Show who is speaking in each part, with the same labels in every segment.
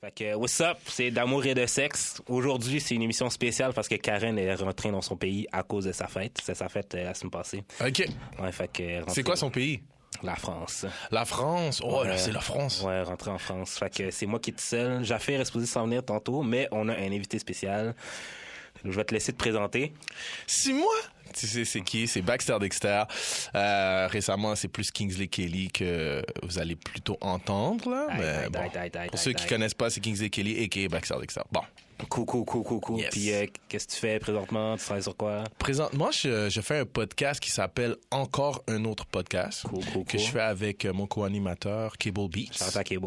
Speaker 1: Fait que, euh, what's up? C'est d'amour et de sexe. Aujourd'hui, c'est une émission spéciale parce que Karen est rentrée dans son pays à cause de sa fête. C'est sa fête euh, la semaine passée.
Speaker 2: OK.
Speaker 1: Ouais, fait que, euh, rentrée-
Speaker 2: C'est quoi son pays?
Speaker 1: La France.
Speaker 2: La France. Oh,
Speaker 1: Ouais.
Speaker 2: là, c'est la France.
Speaker 1: Ouais, rentrée en France. Fait que c'est moi qui est tout seul. Jaffaire est supposé s'en venir tantôt, mais on a un invité spécial. Je vais te laisser te présenter.
Speaker 2: Six mois? Tu sais, c'est qui? C'est Baxter Dexter. Euh, récemment, c'est plus Kingsley Kelly que vous allez plutôt entendre, là.
Speaker 1: Aïe,
Speaker 2: Mais
Speaker 1: aïe,
Speaker 2: Ah, ben, bon.
Speaker 1: aïe, aïe, aïe,
Speaker 2: Pour
Speaker 1: aïe,
Speaker 2: ceux qui
Speaker 1: aïe.
Speaker 2: connaissent pas, c'est Kingsley Kelly et Baxter Dexter. Bon.
Speaker 1: Coucou, coucou, coucou.
Speaker 2: Yes.
Speaker 1: Puis, euh, qu'est-ce que tu fais présentement? Tu travailles sur quoi?
Speaker 2: Présentement, je, je fais un podcast qui s'appelle Encore un autre podcast.
Speaker 1: Cool, cool,
Speaker 2: Que
Speaker 1: cool.
Speaker 2: je fais avec euh, mon co-animateur, Cable Beats.
Speaker 1: Shout out à Cable.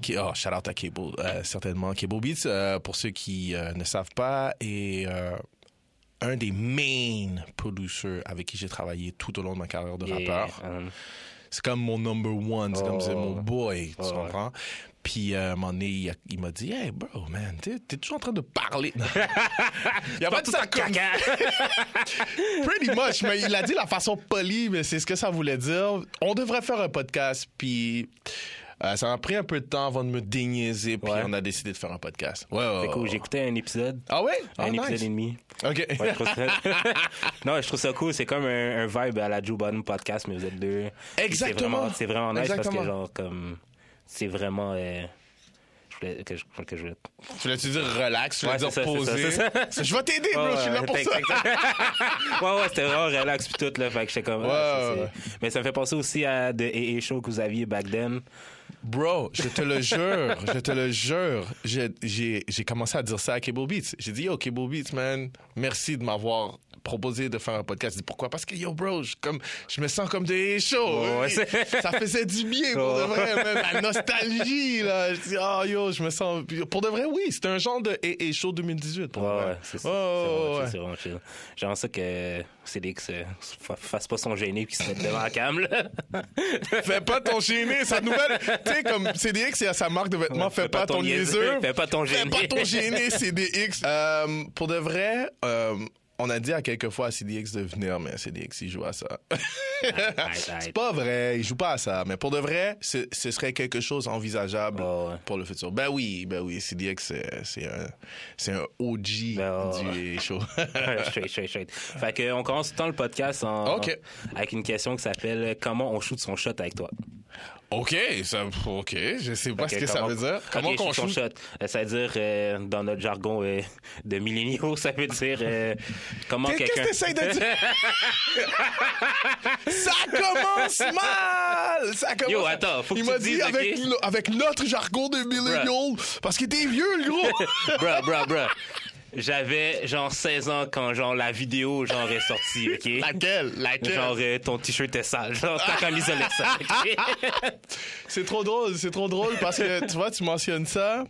Speaker 2: Qui- oh, shout out à Cable, euh, certainement. Cable Beats, euh, pour ceux qui euh, ne savent pas, est euh, un des main producers avec qui j'ai travaillé tout au long de ma carrière de
Speaker 1: Yeah.
Speaker 2: rappeur.
Speaker 1: Um,
Speaker 2: C'est comme mon number one, c'est
Speaker 1: Oh.
Speaker 2: comme c'est mon boy, tu
Speaker 1: Oh, ouais.
Speaker 2: comprends? Puis euh, à un moment donné, il, a- il m'a dit, hey bro, man, t'es t'es toujours en train de parler. il y a pas de ça comme
Speaker 1: caca!
Speaker 2: Pretty much, mais il a dit la façon polie, mais c'est ce que ça voulait dire. On devrait faire un podcast, puis euh, ça m'a pris un peu de temps avant de me déniaiser, puis
Speaker 1: Ouais.
Speaker 2: on a décidé de faire un podcast. Ouais, ouais,
Speaker 1: Fait que,
Speaker 2: ouais,
Speaker 1: oh,
Speaker 2: ouais.
Speaker 1: J'ai écouté un épisode.
Speaker 2: Ah ouais? Ah,
Speaker 1: un épisode
Speaker 2: nice.
Speaker 1: et demi.
Speaker 2: OK.
Speaker 1: Ouais, je trouve ça... non, je trouve ça cool. C'est comme un, un vibe à la Joe Biden podcast, mais vous êtes deux. Puis
Speaker 2: Exactement.
Speaker 1: C'est vraiment, c'est vraiment nice
Speaker 2: Exactement.
Speaker 1: parce que, genre, comme. C'est vraiment. euh, je voulais que je. Que je...
Speaker 2: Tu voulais-tu dire relax, tu voulais
Speaker 1: Ouais,
Speaker 2: dire
Speaker 1: c'est ça, c'est
Speaker 2: posé?
Speaker 1: ça, c'est
Speaker 2: Je vais t'aider, bro, je suis là pour
Speaker 1: Ouais,
Speaker 2: ça.
Speaker 1: exact. ouais, ouais, c'était vraiment relax puis tout, là. Fait que j'étais comme. ah,
Speaker 2: Ouais,
Speaker 1: ça,
Speaker 2: ouais.
Speaker 1: c'est- Mais ça me fait penser aussi à The AA Show que vous aviez back then.
Speaker 2: Bro, je te le jure, je te le jure. J'ai- J'ai j'ai commencé à dire ça à Cable Beats. J'ai dit, yo, Cable Beats, man, merci de m'avoir proposé de faire un podcast. Il dit, pourquoi? Parce que, yo, bro, je, comme, je me sens comme des shows.
Speaker 1: Oh, ouais,
Speaker 2: Oui.
Speaker 1: c'est-
Speaker 2: ça faisait du bien, pour
Speaker 1: Oh.
Speaker 2: de vrai, man. La nostalgie, là. Je dis, ah, yo, je me sens... Pour de vrai, oui, c'était un genre de et et show 2018, pour
Speaker 1: Ouais,
Speaker 2: de vrai.
Speaker 1: ouais, c'est ça.
Speaker 2: Oh,
Speaker 1: c'est vraiment
Speaker 2: ouais.
Speaker 1: chill, c'est vraiment chill. J'aimerais ça que CDX euh, fa- fasse pas son gêné puis qu'il se mette devant la cam, là.
Speaker 2: Fais pas ton gêné, sa nouvelle... tu sais, comme CDX, il y a sa marque de vêtements, fais, pas, ton niaiseux.
Speaker 1: Fais pas ton
Speaker 2: Fais
Speaker 1: gêné.
Speaker 2: pas ton gêné, CDX. Euh, pour de vrai, euh, on a dit à quelques fois à CDX de venir, mais CDX, il joue à ça.
Speaker 1: Arrête, arrête.
Speaker 2: C'est pas vrai, il joue pas à ça. Mais pour de vrai, ce, ce serait quelque chose envisageable
Speaker 1: Ouais, ouais.
Speaker 2: pour le futur. Ben oui, ben oui, CDX, c'est- c'est un, c'est un OG
Speaker 1: Ben, ouais.
Speaker 2: du show.
Speaker 1: straight, straight, straight. Fait que, euh, on commence tout le temps le podcast en,
Speaker 2: Ok.
Speaker 1: avec une question qui s'appelle euh, Comment on shoot son shot avec toi?
Speaker 2: ok, ça, ok, je sais pas
Speaker 1: Fait
Speaker 2: ce que ça
Speaker 1: comment-
Speaker 2: veut dire. Comment
Speaker 1: Ok,
Speaker 2: qu'on
Speaker 1: shoot son
Speaker 2: joue?
Speaker 1: shot? Euh, Ça veut dire, euh, dans notre jargon euh, de milléniaux, ça veut dire euh, comment
Speaker 2: Qu'est-
Speaker 1: quelqu'un.
Speaker 2: Qu'est-ce que t'essayes de dire? ça commence mal! Ça commence
Speaker 1: Yo, attends, faut que
Speaker 2: Il
Speaker 1: tu
Speaker 2: m'a
Speaker 1: te
Speaker 2: dit
Speaker 1: dises,
Speaker 2: avec,
Speaker 1: ok?
Speaker 2: no- avec notre jargon de millennial, parce que t'es vieux, le gros!
Speaker 1: Bruh, bruh, bruh. J'avais genre 16 ans quand genre la vidéo genre est sortie, ok?
Speaker 2: Laquelle?
Speaker 1: Genre euh, ton t-shirt est sale, genre ta camise elle est sale. ok?
Speaker 2: C'est trop drôle, c'est trop drôle, parce que tu vois, tu mentionnes ça,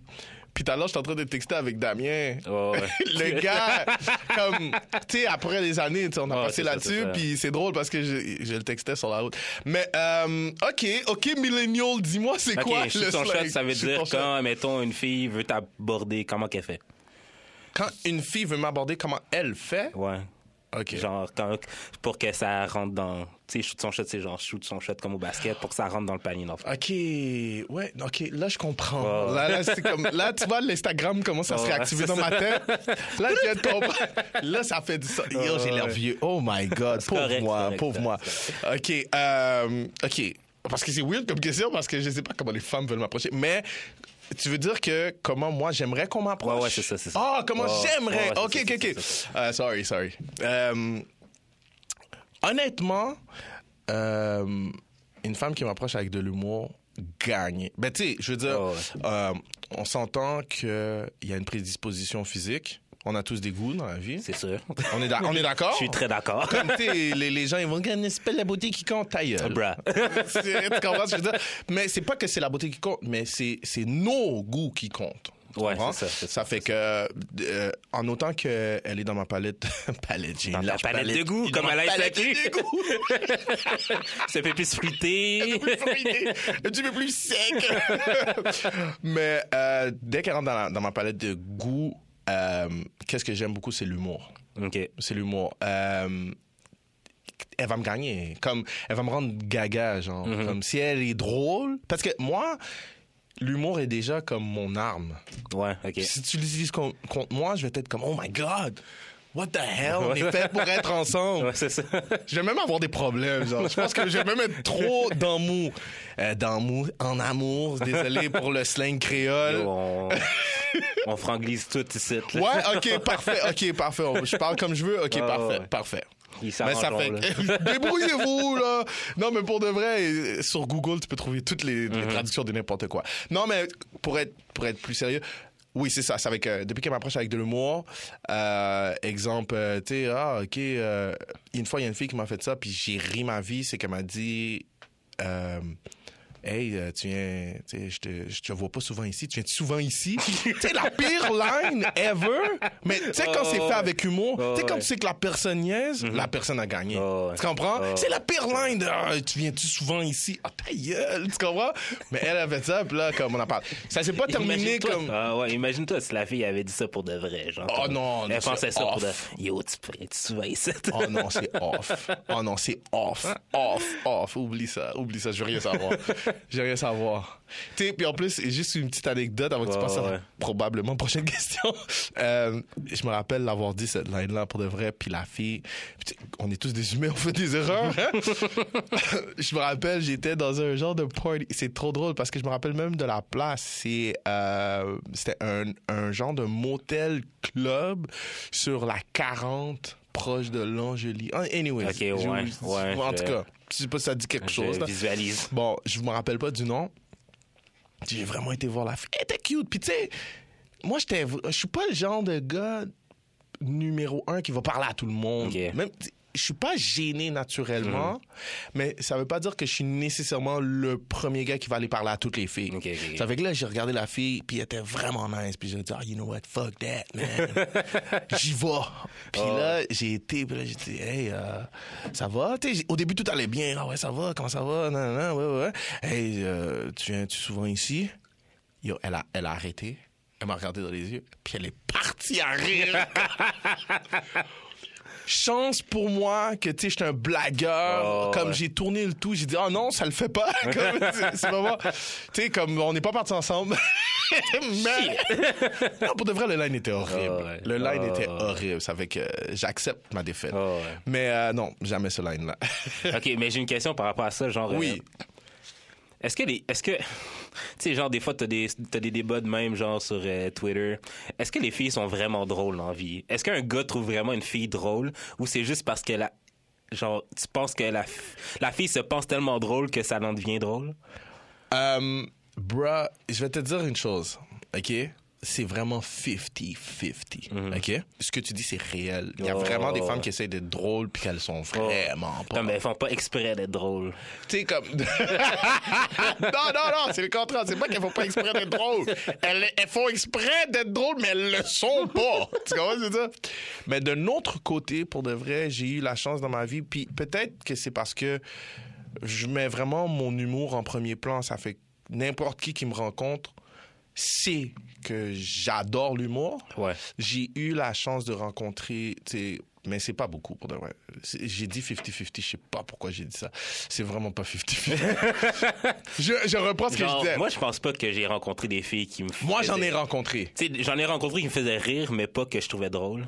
Speaker 2: puis tout à l'heure, j'étais en train de texter avec Damien.
Speaker 1: Ouais, ouais.
Speaker 2: le gars, comme, tu sais, après les années, tu sais, on a
Speaker 1: Ouais,
Speaker 2: passé
Speaker 1: c'est ça, c'est
Speaker 2: là-dessus,
Speaker 1: ça.
Speaker 2: puis c'est drôle parce que je, je le textais sur la route. Mais, euh, ok, ok, millennial, dis-moi, c'est
Speaker 1: Ok,
Speaker 2: quoi
Speaker 1: shoot
Speaker 2: le
Speaker 1: son
Speaker 2: slang?
Speaker 1: shot, ça veut
Speaker 2: Shoot
Speaker 1: dire
Speaker 2: ton
Speaker 1: quand,
Speaker 2: shot.
Speaker 1: mettons, une fille veut t'aborder, comment qu'elle fait?
Speaker 2: Quand une fille veut m'aborder, comment elle fait?
Speaker 1: Ouais.
Speaker 2: Ok.
Speaker 1: Genre, quand, pour que ça rentre dans. Tu sais, shoot son shot, c'est genre shoot son shot comme au basket pour que ça rentre dans le panier. dans le fond.
Speaker 2: Ok, ouais, ok, là je comprends.
Speaker 1: Ouais.
Speaker 2: Là, là, c'est comme, là, tu vois, l'Instagram commence à se
Speaker 1: Ouais,
Speaker 2: réactiver
Speaker 1: c'est
Speaker 2: dans
Speaker 1: ça.
Speaker 2: ma tête. Là, je viens de comprendre. Là, ça fait du sens. Yo, j'ai l'air
Speaker 1: Ouais.
Speaker 2: vieux. Oh my God,
Speaker 1: C'est
Speaker 2: pauvre
Speaker 1: correct,
Speaker 2: moi,
Speaker 1: c'est correct,
Speaker 2: pauvre
Speaker 1: c'est
Speaker 2: moi. Ok, euh, ok. Parce que c'est weird comme question, parce que je sais pas comment les femmes veulent m'approcher. Mais tu veux dire que comment moi j'aimerais qu'on m'approche?
Speaker 1: Ouais, ouais, c'est ça, c'est ça.
Speaker 2: Ah, comment
Speaker 1: Ouais, ouais,
Speaker 2: j'aimerais.
Speaker 1: ouais, c'est
Speaker 2: ok,
Speaker 1: ça,
Speaker 2: ok,
Speaker 1: c'est
Speaker 2: ok.
Speaker 1: ça, c'est
Speaker 2: Euh, sorry, sorry. Euh, Honnêtement, euh, une femme qui m'approche avec de l'humour gagne. Ben, tu sais, je veux dire,
Speaker 1: Ouais, Oh, ouais.
Speaker 2: euh, on s'entend qu'il y a une prédisposition physique. On a tous des goûts dans la vie.
Speaker 1: C'est sûr.
Speaker 2: On est, d'a- on est
Speaker 1: Je
Speaker 2: d'accord?
Speaker 1: suis très d'accord.
Speaker 2: Comme, tu sais, les, les gens, ils vont gagner, c'est pas la beauté qui compte, ta gueule.
Speaker 1: Bruh.
Speaker 2: C'est- tu comprends ce que je veux dire? Mais c'est pas que c'est la beauté qui compte, mais c'est c'est nos goûts qui comptent. Tu
Speaker 1: Ouais,
Speaker 2: comprends?
Speaker 1: c'est ça, c'est
Speaker 2: fait que, euh, en autant qu'elle est dans ma palette, palette, j'ai
Speaker 1: Dans
Speaker 2: une
Speaker 1: ta
Speaker 2: large
Speaker 1: palette de goûts,
Speaker 2: Dans
Speaker 1: comme
Speaker 2: ma
Speaker 1: à la
Speaker 2: palette
Speaker 1: SAQ.
Speaker 2: de goûts.
Speaker 1: C'est un peu plus fruité.
Speaker 2: plus fruité, un petit peu plus sec. Mais euh, dès qu'elle rentre dans, la- dans ma palette de goût, euh, qu'est-ce que j'aime beaucoup, c'est l'humour.
Speaker 1: ok.
Speaker 2: C'est l'humour. Euh, elle va me Mm-hmm. gagner. Comme, elle va me rendre gaga, genre. Comme si elle est drôle. Parce que moi, l'humour est déjà comme mon arme.
Speaker 1: Ouais, ok.
Speaker 2: Si tu l'utilises con- contre moi, je vais être comme, oh my God, what the hell, on est fait pour être ensemble.
Speaker 1: Ouais, c'est ça.
Speaker 2: Je vais même avoir des problèmes, genre. Je pense que je vais même être trop dans mou. Euh, dans mou, en amour, désolé pour le slang créole.
Speaker 1: on... on franglise tout ici. là.
Speaker 2: Ouais, ok, parfait, ok, parfait. On- Je parle comme je veux, ok,
Speaker 1: Ouais,
Speaker 2: parfait,
Speaker 1: ouais.
Speaker 2: parfait.
Speaker 1: Ils
Speaker 2: Mais Ben, ça fait.
Speaker 1: s'arrangeront, là.
Speaker 2: Débrouillez-vous, là! Non, mais pour de vrai, euh, sur Google, tu peux trouver toutes les, les traductions de n'importe quoi. Non, mais pour être, pour être plus sérieux, oui, c'est ça. C'est avec, euh, depuis qu'elle m'approche avec de l'humour, euh, exemple, euh, tu sais, ah, OK, euh, une fois, il y a une fille qui m'a fait ça, puis j'ai ri ma vie, c'est qu'elle m'a dit. euh, Hey, euh, tu viens, tu sais, je te, je te vois pas souvent ici, tu viens souvent ici. tu sais, la pire line ever. Mais tu sais, quand
Speaker 1: Oh,
Speaker 2: c'est fait
Speaker 1: ouais.
Speaker 2: avec humour,
Speaker 1: Oh,
Speaker 2: tu sais, quand
Speaker 1: ouais. Mm-hmm.
Speaker 2: tu sais que la personne niaise, la personne a gagné.
Speaker 1: Oh, ouais.
Speaker 2: Tu comprends?
Speaker 1: Oh.
Speaker 2: C'est la pire line de Ah, tu viens-tu souvent ici? Ah, ta gueule! Tu comprends? Mais elle avait ça, puis là, comme on en parle. Ça s'est pas terminé
Speaker 1: Imagine-toi-
Speaker 2: comme.
Speaker 1: Ah ouais, imagine-toi si la fille avait dit ça pour de vrai. Genre,
Speaker 2: Oh
Speaker 1: comme-
Speaker 2: non,
Speaker 1: Elle
Speaker 2: c'est oh.
Speaker 1: pensait ça pour de.
Speaker 2: off.
Speaker 1: Yo, tu peux être souvent ici.
Speaker 2: Oh non, c'est off. Oh non, c'est off. Off, off. Oublie ça. Oublie ça. Je veux rien savoir. Je veux rien savoir. Tu sais, puis en plus, juste une petite anecdote avant que tu
Speaker 1: Ouais,
Speaker 2: passes à
Speaker 1: ouais.
Speaker 2: probablement prochaine question. Euh, je me rappelle l'avoir dit cette line-là pour de vrai, puis la fille. puis tu- On est tous des humains, on fait des erreurs. hein. je me rappelle, j'étais dans un genre de party. C'est trop drôle parce que je me rappelle même de la place. C'est, euh, c'était un, un genre de motel club sur la 40 proche de l'Angélie. Ah, Anyways,
Speaker 1: Ok,
Speaker 2: je-
Speaker 1: ouais,
Speaker 2: je-
Speaker 1: ouais,
Speaker 2: en
Speaker 1: je-
Speaker 2: tout cas, je sais pas si ça dit quelque chose.
Speaker 1: Je
Speaker 2: là.
Speaker 1: visualise.
Speaker 2: Bon, je me rappelle pas du nom. J'ai vraiment été voir la fille. Elle était cute. Puis tu sais, moi, j'étais- je suis pas le genre de gars numéro un qui va parler à tout le monde.
Speaker 1: Ok.
Speaker 2: Même, je suis pas gêné naturellement, mais ça veut pas dire que je suis nécessairement le premier gars qui va aller parler à toutes les filles.
Speaker 1: Ok, ok, ok.
Speaker 2: Ça fait que là, j'ai regardé la fille, puis elle était vraiment nice. Puis j'ai dit, Ah, you know what, fuck that, man. J'y vais. Puis
Speaker 1: Ah.
Speaker 2: là, j'ai été, puis là, j'ai dit, hey, euh, ça va? Tu sais, j'ai- au début, tout allait bien. Ah ouais, ça va, comment ça va? Non, non, ouais, ouais. Hey, euh, tu viens-tu souvent ici? Yo, elle a, elle a arrêté. Elle m'a regardé dans les yeux, puis elle est partie à rire. Chance pour moi que tu sais, j'étais un blagueur.
Speaker 1: Oh,
Speaker 2: comme
Speaker 1: ouais.
Speaker 2: j'ai tourné le tout, j'ai dit, oh non, ça le fait pas. comme, c'est- c'est vraiment- Tu sais, comme on n'est pas partis ensemble. Mais- non, pour de vrai, le line était horrible.
Speaker 1: Oh, ouais.
Speaker 2: Le line
Speaker 1: Oh,
Speaker 2: était
Speaker 1: ouais.
Speaker 2: horrible. Ça fait que j'accepte ma défaite.
Speaker 1: Oh, ouais.
Speaker 2: Mais euh, non, jamais ce line-là.
Speaker 1: OK, mais j'ai une question par rapport à ça, genre...
Speaker 2: Oui.
Speaker 1: euh, est-ce que les... Est-ce que... Tu sais, genre, des fois, t'as des, t'as des débats de même, genre, sur euh, Twitter. Est-ce que les filles sont vraiment drôles en vie? Est-ce qu'un gars trouve vraiment une fille drôle ou c'est juste parce qu'elle a... Genre, tu penses que la, f- la fille se pense tellement drôle que ça en devient drôle?
Speaker 2: Euh, bruh, je vais te dire une chose, OK? C'est vraiment 50-50, OK? Ce que tu dis, c'est réel. Il y a
Speaker 1: Oh,
Speaker 2: vraiment des
Speaker 1: ouais.
Speaker 2: femmes qui essayent d'être drôles puis qu'elles sont vraiment pas.
Speaker 1: Non, mais elles font pas exprès d'être drôles.
Speaker 2: Tu sais, comme... non, non, non, c'est le contraire. C'est pas qu'elles font pas exprès d'être drôles. Elles, elles font exprès d'être drôles, mais elles le sont pas. tu comprends ce que je veux dire? Mais de notre côté, pour de vrai, j'ai eu la chance dans ma vie. Puis peut-être que c'est parce que je mets vraiment mon humour en premier plan. Ça fait que n'importe qui qui me rencontre sait que j'adore l'humour.
Speaker 1: Ouais.
Speaker 2: J'ai eu la chance de rencontrer, tu sais, mais c'est pas beaucoup pour de vrai. C'est- J'ai dit 50-50, je sais pas pourquoi j'ai dit ça. C'est vraiment pas 50-50. je, je reprends ce que je
Speaker 1: Genre,
Speaker 2: disais. Moi,
Speaker 1: moi, je pense pas que j'ai rencontré des filles qui me
Speaker 2: j'en ai
Speaker 1: faisaient-
Speaker 2: rencontré.
Speaker 1: Tu sais, j'en ai rencontré qui me faisaient rire, mais pas que je trouvais drôle.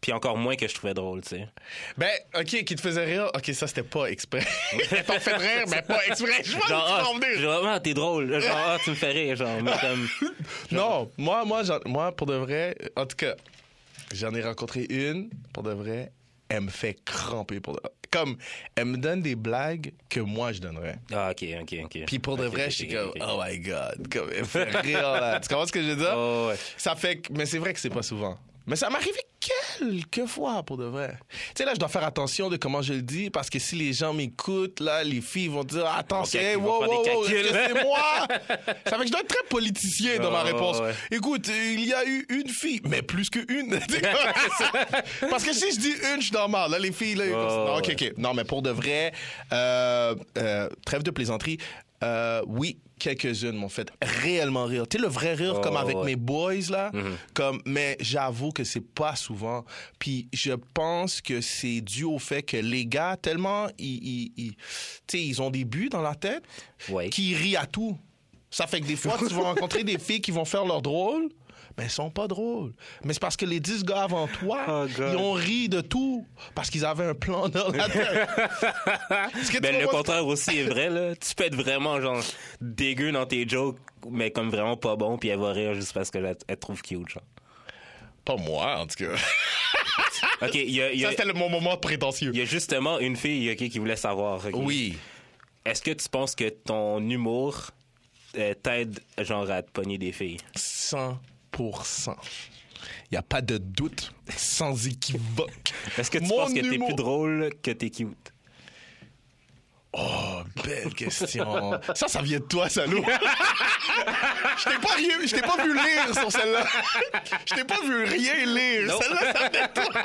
Speaker 1: Puis encore moins que je trouvais drôle, tu sais.
Speaker 2: Ben, OK, qui te faisait rire? OK, ça, c'était pas exprès. T'en fait rire, mais pas exprès. Je vois où tu
Speaker 1: Genre,
Speaker 2: vas en
Speaker 1: ah,
Speaker 2: venir.
Speaker 1: genre, ah, t'es drôle. Genre, ah, tu me fais rire. Genre, mais comme.
Speaker 2: Non, moi, moi, j'en- moi, pour de vrai, en tout cas, j'en ai rencontré une, pour de vrai, elle me fait cramper. Pour de- Comme, elle me donne des blagues que moi, je donnerais.
Speaker 1: Ah, ok, ok, ok.
Speaker 2: Puis pour de
Speaker 1: Ok,
Speaker 2: vrai,
Speaker 1: ok,
Speaker 2: je suis
Speaker 1: ok,
Speaker 2: comme,
Speaker 1: ok.
Speaker 2: oh my god, comme, elle fait rire là. Tu comprends ce que je veux dire?
Speaker 1: Oh, ouais.
Speaker 2: Ça fait que, mais c'est vrai que c'est pas souvent. Mais ça m'est arrivé quelques fois pour de vrai. Tu sais, là, je dois faire attention de comment je le dis parce que si les gens m'écoutent, là, les filles vont dire, attention,
Speaker 1: Ils vont faire-
Speaker 2: hey,
Speaker 1: ils vont
Speaker 2: wow,
Speaker 1: faire
Speaker 2: wow,
Speaker 1: des
Speaker 2: wow, est-ce que
Speaker 1: calculs.
Speaker 2: c'est moi? ça fait que je dois être très politicien dans ma
Speaker 1: Oh,
Speaker 2: réponse.
Speaker 1: ouais.
Speaker 2: Écoute, il y a eu une fille, mais plus qu'une. Tu sais comment- parce que si je dis une, je suis dans le mal. Là, les filles, là,
Speaker 1: Oh,
Speaker 2: non, ok,
Speaker 1: ouais.
Speaker 2: ok. Non, mais pour de vrai, euh, euh, trêve de plaisanterie. Euh, oui, quelques-unes m'ont fait réellement rire. Tu sais, le vrai rire,
Speaker 1: Oh,
Speaker 2: comme avec
Speaker 1: ouais.
Speaker 2: mes boys, là.
Speaker 1: Mhm.
Speaker 2: comme, mais j'avoue que c'est pas souvent. Puis je pense que c'est dû au fait que les gars, tellement, ils, ils, ils- tu sais, ils ont des buts dans la tête
Speaker 1: Ouais.
Speaker 2: qu'ils rient à tout. Ça fait que des fois, tu vas rencontrer des filles qui vont faire leur drôle, mais elles sont pas drôles. Mais c'est parce que les 10 gars avant toi,
Speaker 1: Oh, God.
Speaker 2: ils ont ri de tout parce qu'ils avaient un plan dans la tête. Est-ce que tu
Speaker 1: Ben, le
Speaker 2: comprends ce que-
Speaker 1: contraire aussi est vrai, là. Tu peux être vraiment, genre, dégueu dans tes jokes, mais comme vraiment pas bon, puis elle va rire juste parce qu'elle elle te trouve cute, genre.
Speaker 2: Pas moi, en tout cas.
Speaker 1: OK, il y a, il y a-
Speaker 2: Ah, Ça, c'était le- mon moment prétentieux.
Speaker 1: il y a justement une fille, OK, qui voulait savoir. OK.
Speaker 2: Oui.
Speaker 1: Est-ce que tu penses que ton humour euh, t'aide, genre, à te pogner des filles?
Speaker 2: 100%. Il n'y a pas de doute, sans équivoque.
Speaker 1: Est-ce que tu
Speaker 2: Mon
Speaker 1: penses que t'es
Speaker 2: humour-
Speaker 1: plus drôle que t'es cute?
Speaker 2: Oh, belle question. Ça, ça vient de toi, salaud. je t'ai pas, ri- je t'ai pas vu lire sur celle-là. je t'ai pas vu rien lire.
Speaker 1: Non.
Speaker 2: Celle-là, ça vient de toi.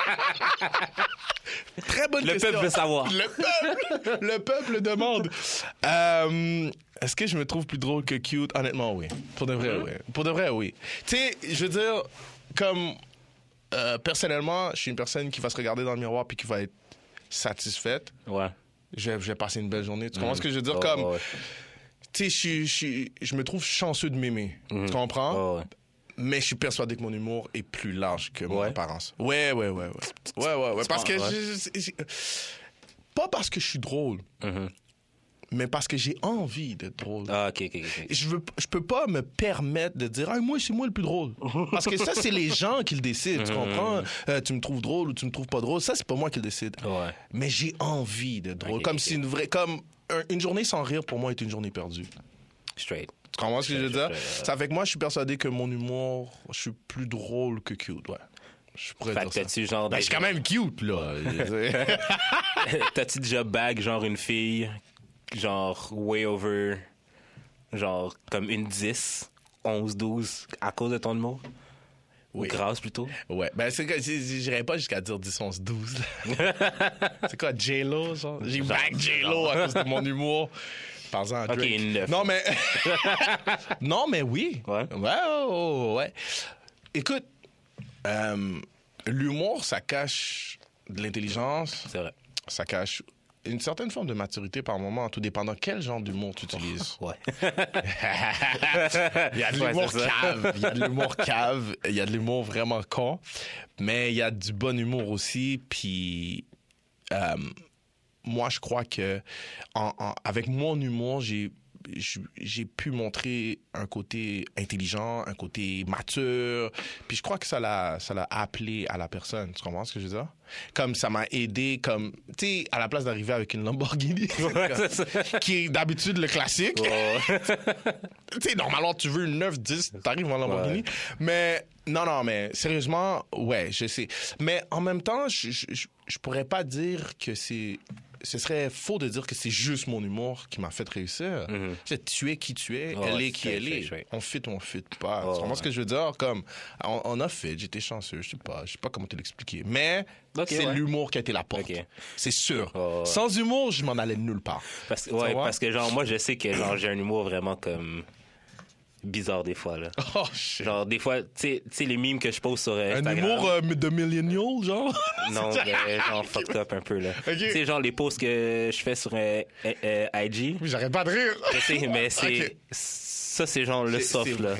Speaker 2: Très bonne
Speaker 1: Le
Speaker 2: question.
Speaker 1: peuple veut savoir.
Speaker 2: Le peuple, le peuple demande. Euh, Est-ce que je me trouve plus drôle que cute? Honnêtement, oui. Pour de vrai,
Speaker 1: Mm-hmm.
Speaker 2: oui. Pour de vrai, oui. Tu sais, je veux dire, comme euh, personnellement, je suis une personne qui va se regarder dans le miroir puis qui va être satisfaite
Speaker 1: Ouais.
Speaker 2: je vais, je vais passer une belle journée. Tu comprends ce que je veux dire?
Speaker 1: Oh,
Speaker 2: comme,
Speaker 1: ouais.
Speaker 2: tu sais, je, suis- je, suis- je me trouve chanceux de m'aimer. Tu comprends?
Speaker 1: Oh, ouais.
Speaker 2: Mais je suis persuadé que mon humour est plus large que mon
Speaker 1: Ouais.
Speaker 2: apparence. Ouais, ouais, ouais, ouais. Ouais, ouais, ouais. Parce que.
Speaker 1: penses-
Speaker 2: je- je- je- pas parce que je suis drôle,
Speaker 1: Mhm.
Speaker 2: mais parce que j'ai envie d'être drôle.
Speaker 1: Ah, OK, OK, OK.
Speaker 2: Je, veux, je peux pas me permettre de dire, ah, moi, c'est moi le plus drôle. Parce que ça, c'est les gens qui le décident, tu comprends?
Speaker 1: Mm.
Speaker 2: Euh, tu me trouves drôle ou tu me trouves pas drôle, ça, c'est pas moi qui le décide
Speaker 1: Ouais.
Speaker 2: mais j'ai envie de drôle.
Speaker 1: Ah. Ok,
Speaker 2: comme
Speaker 1: ok.
Speaker 2: si une vraie, comme un- une journée sans rire pour moi est une journée perdue.
Speaker 1: Straight.
Speaker 2: Tu comprends ce que je veux dire?
Speaker 1: je-
Speaker 2: Ça fait que moi, je suis persuadé que mon humour, je suis plus drôle que cute, ouais. Je pourrais
Speaker 1: Fait
Speaker 2: dire
Speaker 1: que
Speaker 2: ça.
Speaker 1: t'as-tu, genre...
Speaker 2: Ben, je suis quand même cute, là.
Speaker 1: T'as-tu déjà bag genre une fille, genre way over, genre comme une 10, 11, 12, à cause de ton humour? Ou
Speaker 2: Oui.
Speaker 1: grâce plutôt?
Speaker 2: ouais. Ben, c'est que j- j- j'irais pas jusqu'à dire 10, 11, 12. là. c'est quoi, J-Lo, genre? J'ai
Speaker 1: Genre,
Speaker 2: back J-Lo à cause de mon humour. Par exemple,
Speaker 1: Ok, une neuf.
Speaker 2: Non, mais. non, mais oui.
Speaker 1: Ouais.
Speaker 2: Ouais, ouais, ouais, ouais. Écoute, euh, l'humour, ça cache de l'intelligence,
Speaker 1: C'est vrai.
Speaker 2: ça cache une certaine forme de maturité par moment, tout dépendant quel genre d'humour tu utilises.
Speaker 1: Ouais.
Speaker 2: Il y a de
Speaker 1: Ouais,
Speaker 2: l'humour
Speaker 1: c'est ça.
Speaker 2: cave, il y a de l'humour cave, il y a de l'humour vraiment con, mais il y a du bon humour aussi, puis euh, moi, je crois que en- en- avec mon humour, j'ai j'ai- j'ai pu montrer un côté intelligent, un côté mature, puis je crois que ça l'a ça l'a appelé à la personne. Tu comprends ce que je veux dire Comme ça m'a aidé, comme tu sais, à la place d'arriver avec une Lamborghini,
Speaker 1: Ouais, c'est ça.
Speaker 2: qui est d'habitude le classique.
Speaker 1: Oh.
Speaker 2: Tu sais, normalement, tu veux une 9, 10, t'arrives en Lamborghini.
Speaker 1: Ouais.
Speaker 2: Mais non, non, mais sérieusement, ouais, je sais. Mais en même temps, je, je, je- je pourrais pas dire que c'est. Ce serait faux de dire que c'est juste mon humour qui m'a fait réussir. C'est Tu es qui tu es,
Speaker 1: Mm-hmm. Ouais,
Speaker 2: elle
Speaker 1: ouais,
Speaker 2: est qui
Speaker 1: c'est-
Speaker 2: elle
Speaker 1: c'est-
Speaker 2: est.
Speaker 1: c'est-
Speaker 2: On fit ou on fit
Speaker 1: Ouais,
Speaker 2: pas. tu comprends
Speaker 1: ouais.
Speaker 2: ce que je veux dire? Comme, on, on a fait, j'étais chanceux, je sais pas, je sais pas comment te l'expliquer. Mais
Speaker 1: Ok,
Speaker 2: c'est
Speaker 1: ouais.
Speaker 2: l'humour qui a été la porte.
Speaker 1: Ok.
Speaker 2: C'est sûr.
Speaker 1: Ouais, ouais.
Speaker 2: Sans humour, je m'en allais nulle part.
Speaker 1: Parce, ouais,
Speaker 2: vois?
Speaker 1: parce que genre, moi, je sais que genre, j'ai un humour vraiment comme bizarre des fois, là.
Speaker 2: Oh, shit.
Speaker 1: Genre, des fois, tu sais- tu sais, les mimes que je pose sur euh,
Speaker 2: Un
Speaker 1: Instagram.
Speaker 2: humour euh, de millennial, genre?
Speaker 1: Non, mais genre, fucked up un peu, là.
Speaker 2: Ok.
Speaker 1: Tu sais, genre, les posts que je fais sur euh, euh, IG.
Speaker 2: Mais j'arrête pas de rire.
Speaker 1: Je sais, mais c'est.
Speaker 2: Ok.
Speaker 1: Ça, c'est genre le soft, là.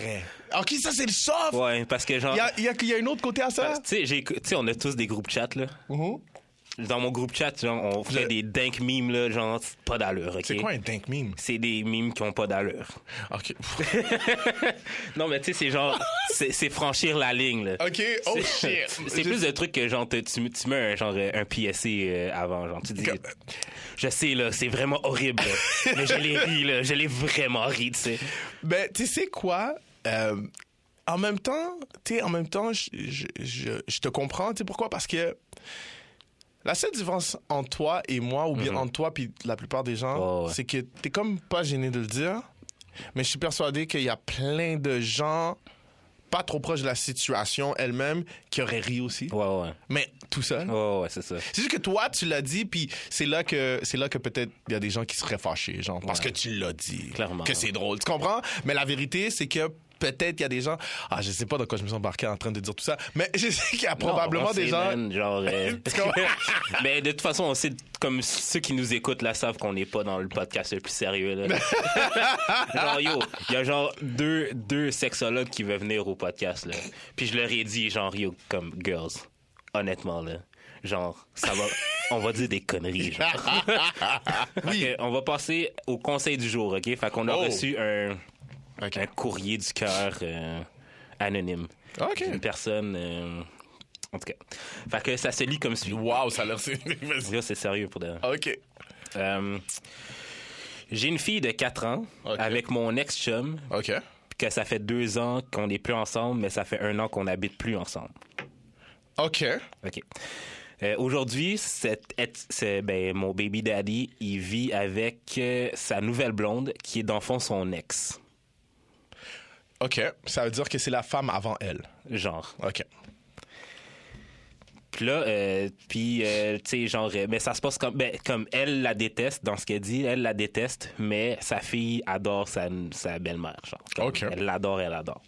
Speaker 2: Ok, ça, c'est le soft.
Speaker 1: Ouais, Bah, parce que genre. euh,
Speaker 2: Il y, a, il y, a, il y a un autre côté à ça.
Speaker 1: Tu sais, j'ai- tu sais, on a tous des groupes chat, là.
Speaker 2: Mhm.
Speaker 1: Dans mon groupe chat, genre, on fait
Speaker 2: avez-
Speaker 1: des dink memes, là, genre, c'est pas d'allure, ok?
Speaker 2: C'est quoi un dank meme?
Speaker 1: C'est des mimes qui ont pas d'allure.
Speaker 2: Ok.
Speaker 1: Non, mais tu sais, c'est genre. c'est c'est franchir la ligne, là.
Speaker 2: ok, oh
Speaker 1: C'est
Speaker 2: shit.
Speaker 1: c'est plus de trucs que genre te- tu, tu mets un genre un PSC euh, avant genre tu dis
Speaker 2: Comme-
Speaker 1: je sais là c'est vraiment horrible là, mais je l'ai ri là je l'ai vraiment ri tu sais
Speaker 2: Ben, tu sais quoi? Euh, en même temps, tu sais, en même temps, je, je, je, je te comprends. Tu sais pourquoi? Parce que la seule différence entre toi et moi, ou bien entre toi puis la plupart des gens,
Speaker 1: Oh, Mm-hmm. ouais.
Speaker 2: c'est que t'es comme pas gêné de le dire, mais je suis persuadé qu'il y a plein de gens pas trop proches de la situation elle-même qui auraient ri aussi.
Speaker 1: ouais ouais
Speaker 2: Mais tout seul.
Speaker 1: ouais ouais c'est ça
Speaker 2: C'est juste que toi, tu l'as dit, puis c'est là que c'est là que peut-être il y a des gens qui seraient fâchés, genre parce
Speaker 1: Ouais.
Speaker 2: que tu l'as dit,
Speaker 1: Clairement.
Speaker 2: que c'est drôle, tu comprends Mais la vérité, c'est que peut-être qu'il y a des gens. Ah, je sais pas dans quoi je me suis embarqué en train de dire tout ça, mais je sais qu'il y a probablement
Speaker 1: Non,
Speaker 2: des
Speaker 1: c'est,
Speaker 2: gens.
Speaker 1: man, genre, euh, mais de toute façon, on sait, comme ceux qui nous écoutent là savent qu'on n'est pas dans le podcast le plus sérieux. Là. genre, yo, il y a genre deux, deux sexologues qui veulent venir au podcast. Là. Puis je leur ai dit, genre, yo, comme girls, honnêtement, là, genre, ça va, on va dire des conneries. Genre.
Speaker 2: Oui.
Speaker 1: Ok, on va passer au conseil du jour, OK? Fait qu'on a
Speaker 2: Oh.
Speaker 1: reçu un,
Speaker 2: Ok.
Speaker 1: un courrier du cœur euh, anonyme.
Speaker 2: Ok.
Speaker 1: Une personne. euh, en tout cas. Fait que ça se lit comme suit.
Speaker 2: Waouh, ça a l'air. c'est- Vas-y.
Speaker 1: Là, c'est sérieux pour de.
Speaker 2: Ok.
Speaker 1: Euh, J'ai une fille de 4 ans
Speaker 2: Ok.
Speaker 1: avec mon ex-chum,
Speaker 2: Ok.
Speaker 1: que ça fait deux ans qu'on n'est plus ensemble, mais ça fait un an qu'on n'habite plus ensemble.
Speaker 2: Ok.
Speaker 1: OK. Euh, Aujourd'hui, cette- et- c'est- ben, mon baby daddy, il vit avec euh, sa nouvelle blonde, qui est dans le fond son ex.
Speaker 2: Ok. Ça veut dire que c'est la femme avant elle.
Speaker 1: Genre.
Speaker 2: Ok.
Speaker 1: Puis là, euh, puis, euh, tu sais, genre, euh, mais ça se passe comme, ben, comme elle la déteste dans ce qu'elle dit, elle la déteste, mais sa fille adore sa, sa belle-mère, genre. Comme,
Speaker 2: Ok.
Speaker 1: Elle l'adore, elle adore.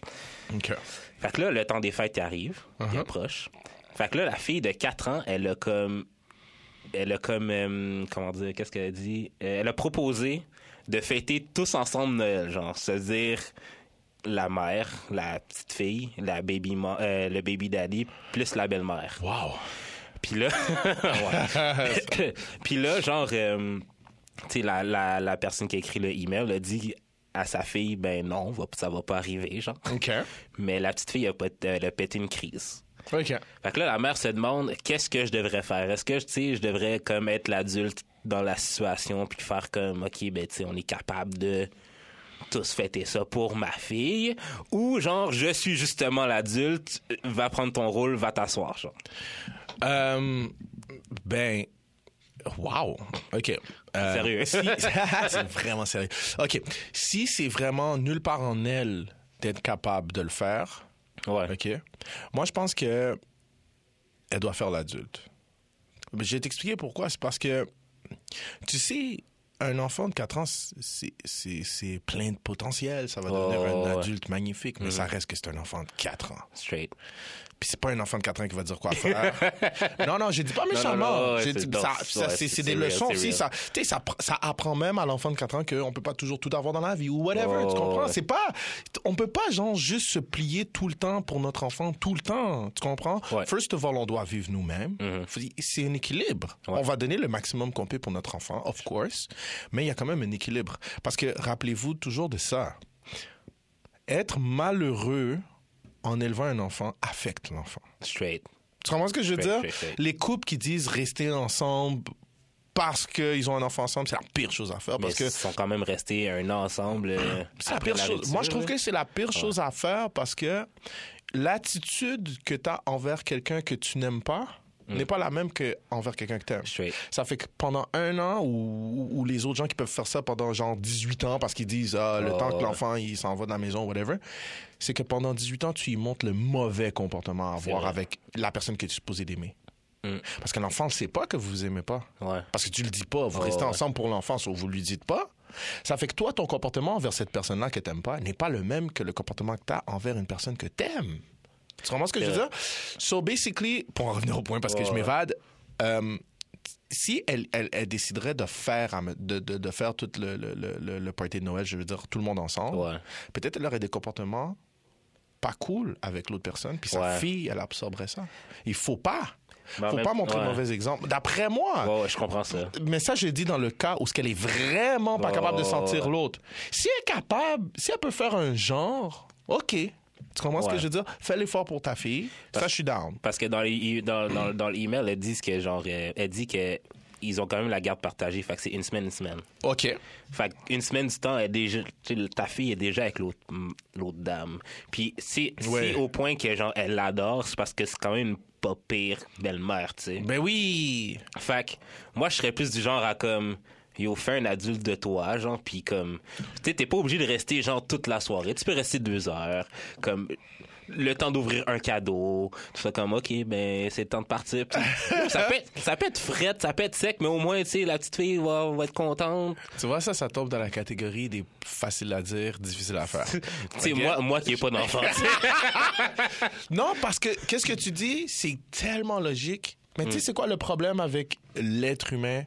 Speaker 2: Ok.
Speaker 1: Fait que là, le temps des fêtes il arrive, il approche. Fait que là, la fille de 4 ans, elle a comme. Elle a comme. euh, comment dire, qu'est-ce qu'elle a dit? Euh, elle a proposé de fêter tous ensemble Noël, genre, c'est-à-dire la mère, la petite fille, la baby ma- euh, le baby daddy, plus la belle-mère.
Speaker 2: Wow.
Speaker 1: Puis là, Ouais. puis là, genre, euh, tu sais, la, la, la personne qui a écrit le email a dit à sa fille, ben non, va- ça va pas arriver, genre.
Speaker 2: Ok.
Speaker 1: Mais la petite fille a, pét- elle a pété une crise.
Speaker 2: Ok.
Speaker 1: Fait que là, la mère se demande qu'est-ce que je devrais faire. Est-ce que tu sais, je devrais comme être l'adulte dans la situation puis faire comme ok, ben tu sais, on est capable de tous fêter ça pour ma fille ou genre je suis justement l'adulte, va prendre ton rôle, va t'asseoir. Genre.
Speaker 2: Euh, ben. Wow. OK. Euh,
Speaker 1: Sérieux.
Speaker 2: si- c'est vraiment sérieux. OK. Si c'est vraiment nulle part en elle d'être capable de le faire,
Speaker 1: Ouais.
Speaker 2: OK? Moi, je pense que elle doit faire l'adulte. Mais Je vais t'expliquer pourquoi. C'est parce que, tu sais, un enfant de 4 ans, c'est- c'est c'est plein de potentiel. Ça va devenir
Speaker 1: Oh,
Speaker 2: un
Speaker 1: ouais. Mm-hmm.
Speaker 2: adulte magnifique, mais ça reste que c'est un enfant de 4 ans.
Speaker 1: Straight.
Speaker 2: Puis c'est pas un enfant de 4 ans qui va dire quoi faire. non, non, je dis pas méchamment.
Speaker 1: Non, non, non, ouais,
Speaker 2: J'ai
Speaker 1: c'est
Speaker 2: dit-
Speaker 1: dans-
Speaker 2: ça-
Speaker 1: ouais,
Speaker 2: ça- c'est
Speaker 1: c'est-
Speaker 2: c'est des
Speaker 1: c'est real,
Speaker 2: leçons
Speaker 1: c'est
Speaker 2: aussi.
Speaker 1: real.
Speaker 2: Ça, tu sais, ça, pr- ça apprend même à l'enfant de 4 ans qu'on peut pas toujours tout avoir dans la vie ou whatever.
Speaker 1: Oh,
Speaker 2: tu comprends?
Speaker 1: ouais.
Speaker 2: C'est pas. On peut pas, genre, juste se plier tout le temps pour notre enfant, tout le temps. Tu comprends?
Speaker 1: Ouais. Mm-hmm.
Speaker 2: First of all, on doit vivre nous-mêmes. Faut dire, C'est un équilibre.
Speaker 1: Ouais.
Speaker 2: On va donner le maximum qu'on peut pour notre enfant, of course. Mais il y a quand même un équilibre. Parce que rappelez-vous toujours de ça. Être malheureux en élevant un enfant affecte l'enfant.
Speaker 1: Straight.
Speaker 2: Tu comprends ce que je veux
Speaker 1: Fait,
Speaker 2: dire?
Speaker 1: fait, fait.
Speaker 2: Les couples qui disent rester ensemble parce qu'ils ont un enfant ensemble, c'est la pire chose à faire.
Speaker 1: Mais
Speaker 2: Ah, Parce que Ah,
Speaker 1: ils sont quand même restés un an ensemble. euh,
Speaker 2: c'est la
Speaker 1: après
Speaker 2: pire chose.
Speaker 1: rupture,
Speaker 2: Moi, je trouve
Speaker 1: là.
Speaker 2: que c'est la pire chose à faire parce que l'attitude que tu as envers quelqu'un que tu n'aimes pas
Speaker 1: Mm.
Speaker 2: n'est pas la même que envers quelqu'un que tu aimes.
Speaker 1: Straight.
Speaker 2: Ça fait que pendant un an ou, ou- ou les autres gens qui peuvent faire ça pendant genre 18 ans parce qu'ils disent ah, le
Speaker 1: Oh,
Speaker 2: temps que
Speaker 1: ouais.
Speaker 2: l'enfant il s'en va de la maison whatever, c'est que pendant 18 ans tu y montres le mauvais comportement à avoir
Speaker 1: vrai.
Speaker 2: avec la personne que tu es supposé d'aimer.
Speaker 1: Mm.
Speaker 2: Parce que l'enfant ne sait pas que vous vous aimez pas.
Speaker 1: Ouais.
Speaker 2: Parce que tu le dis pas, vous
Speaker 1: Oh,
Speaker 2: restez
Speaker 1: ouais.
Speaker 2: ensemble pour l'enfance ou vous lui dites pas. Ça fait que toi, ton comportement envers cette personne-là que t'aimes pas n'est pas le même que le comportement que t'as envers une personne que t'aimes. Tu comprends ce que je veux dire? So basically, pour en revenir au point parce que
Speaker 1: Ouais,
Speaker 2: je
Speaker 1: ouais.
Speaker 2: m'évade, euh, si elle, elle, elle déciderait de faire, à me- de, de- de faire tout le, le, le- le- le party de Noël, je veux dire tout le monde ensemble,
Speaker 1: Ouais.
Speaker 2: peut-être elle aurait des comportements pas cool avec l'autre personne, puis sa
Speaker 1: Ouais. Bah,
Speaker 2: fille, elle absorberait ça. Il faut pas.
Speaker 1: Mais en
Speaker 2: faut
Speaker 1: même-
Speaker 2: pas montrer
Speaker 1: ouais.
Speaker 2: de mauvais exemple. D'après moi,
Speaker 1: Ouais, ouais, je comprends ça.
Speaker 2: mais ça, je dis dans le cas où ce qu'elle est vraiment pas
Speaker 1: Oh.
Speaker 2: capable de sentir l'autre. Si elle est capable, si elle peut faire un genre, OK. Tu comprends ce que
Speaker 1: Ouais.
Speaker 2: je veux dire? Fais l'effort pour ta fille. Ça, je suis down.
Speaker 1: Parce que dans l'email, dans, dans, dans l'email, elles disent que genre, euh, elle dit que ils ont quand même la garde partagée. Fait que c'est une semaine, une semaine.
Speaker 2: OK.
Speaker 1: Fait qu'une semaine du temps, elle est déjà, tu sais, ta fille est déjà avec l'autre, l'autre dame. Puis si, si
Speaker 2: Ouais.
Speaker 1: au point que genre, elle l'adore, c'est parce que c'est quand même une pas pire belle-mère, tu sais.
Speaker 2: Ben oui!
Speaker 1: Fait que moi, je serais plus du genre à comme, yo, fais un adulte de toi, genre, puis comme, tu sais, t'es pas obligé de rester, genre, toute la soirée. Tu peux rester deux heures, comme, le temps d'ouvrir un cadeau, tout ça, comme, OK, ben, c'est le temps de partir. Puis, ça, peut être, ça peut être frette, ça peut être sec, mais au moins, tu sais, la petite fille va, va être contente.
Speaker 2: Tu vois, ça, ça tombe dans la catégorie des faciles à dire, difficiles à faire.
Speaker 1: Tu sais, moi, moi qui ai pas d'enfant, tu sais.
Speaker 2: Non, parce que qu'est-ce que tu dis, c'est tellement logique. Mais tu sais, c'est quoi le problème avec l'être humain?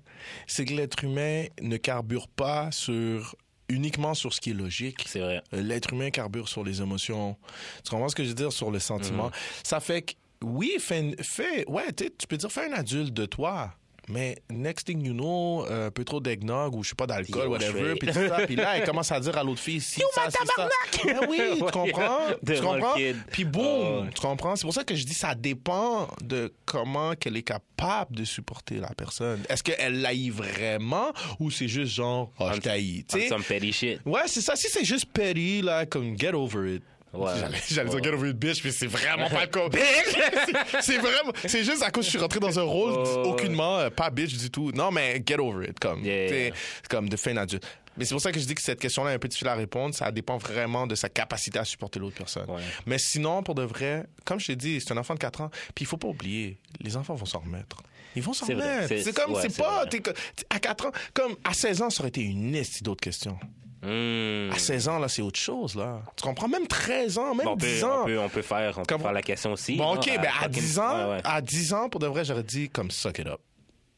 Speaker 2: C'est que l'être humain ne carbure pas sur uniquement sur ce qui est logique.
Speaker 1: c'est vrai.
Speaker 2: Euh, L'être humain carbure sur les émotions. Tu comprends ce que je veux dire sur le sentiment?
Speaker 1: Mhm.
Speaker 2: Ça fait que, oui, fais, une- fais- ouais, tu sais, tu peux dire, fais un adulte de toi. Mais next thing you know, euh, un peu trop d'eggnog ou je sais pas d'alcool,
Speaker 1: Yo,
Speaker 2: whatever,
Speaker 1: straight.
Speaker 2: puis tout ça. Puis là, elle commence à dire à l'autre fille, si ça, si ça. Ben oui, tu
Speaker 1: Ouais.
Speaker 2: comprends? tu
Speaker 1: Devant le
Speaker 2: comprends?
Speaker 1: kid.
Speaker 2: Puis boum,
Speaker 1: Ah ouais.
Speaker 2: tu comprends? C'est pour ça que je dis ça dépend de comment qu'elle est capable de supporter la personne. Est-ce qu'elle l'aïe vraiment ou c'est juste genre,
Speaker 1: Ah,
Speaker 2: oh, je t'haïs, tu
Speaker 1: On
Speaker 2: sais?
Speaker 1: some petty shit.
Speaker 2: Ouais, c'est ça. Si c'est juste petty, là, comme get over it.
Speaker 1: Ouais.
Speaker 2: J'allais, j'allais
Speaker 1: Ouais.
Speaker 2: dire get over it, bitch, mais c'est vraiment pas le cas. Bitch! c'est vraiment. C'est juste à cause que je suis rentré dans un rôle
Speaker 1: Oh, ouais.
Speaker 2: aucunement euh, pas bitch du tout. Non, mais get over it, comme.
Speaker 1: Yeah.
Speaker 2: t'sais, Comme de fin adulte. Mais c'est pour ça que je dis que cette question-là est un peu difficile à répondre. Ça dépend vraiment de sa capacité à supporter l'autre personne.
Speaker 1: Ouais.
Speaker 2: Mais sinon, pour de vrai, comme je t'ai dit, c'est un enfant de 4 ans. Puis il faut pas oublier, les enfants vont s'en remettre. Ils vont s'en
Speaker 1: C'est vrai.
Speaker 2: remettre.
Speaker 1: C'est-
Speaker 2: C'est comme,
Speaker 1: ouais,
Speaker 2: c'est
Speaker 1: c'est
Speaker 2: pas.
Speaker 1: vrai.
Speaker 2: t'es co- t'es- à 4 ans, comme à 16 ans, ça aurait été une esti d'autres questions.
Speaker 1: Hmm.
Speaker 2: À 16 ans, là, c'est autre chose, là. Tu comprends? Même 13 ans, même
Speaker 1: Bon, on, peut,
Speaker 2: 10 ans.
Speaker 1: on, peut, on peut faire, on peut
Speaker 2: Comme-
Speaker 1: faire la question aussi.
Speaker 2: Bon,
Speaker 1: non,
Speaker 2: OK, ben, à
Speaker 1: fucking-
Speaker 2: 10 ans,
Speaker 1: Ouais, ouais.
Speaker 2: à 10 ans, pour de vrai, j'aurais dit comme suck it up.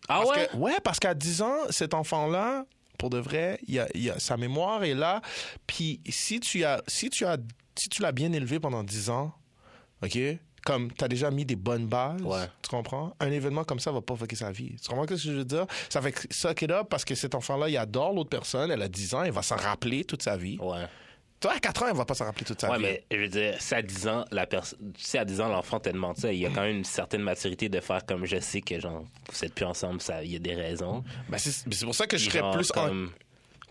Speaker 1: Ah
Speaker 2: Parce
Speaker 1: ouais?
Speaker 2: que- ouais, parce qu'à 10 ans, cet enfant-là, pour de vrai, il y a, il y a- sa mémoire est là. Puis si tu as, si tu as, si tu l'as bien élevé pendant 10 ans, OK? Comme tu as déjà mis des bonnes bases,
Speaker 1: Ouais.
Speaker 2: tu comprends? Un événement comme ça va pas fucker sa vie. Tu comprends ce que je veux dire? Ça fait que suck it up parce que cet enfant-là, il adore l'autre personne, elle a 10 ans, elle va s'en rappeler toute sa vie.
Speaker 1: Ouais.
Speaker 2: Toi, à 4 ans, elle va pas s'en rappeler toute sa
Speaker 1: Ouais,
Speaker 2: vie.
Speaker 1: mais je veux dire, si à 10 ans, la personne, si à 10 ans, l'enfant te demande ça, il y a quand même une certaine maturité de faire comme je sais que, genre, vous êtes plus ensemble, ça, il y a des raisons.
Speaker 2: Ben, c'est mais c'est pour ça que je
Speaker 1: Puis
Speaker 2: serais
Speaker 1: genre,
Speaker 2: plus en...
Speaker 1: comme,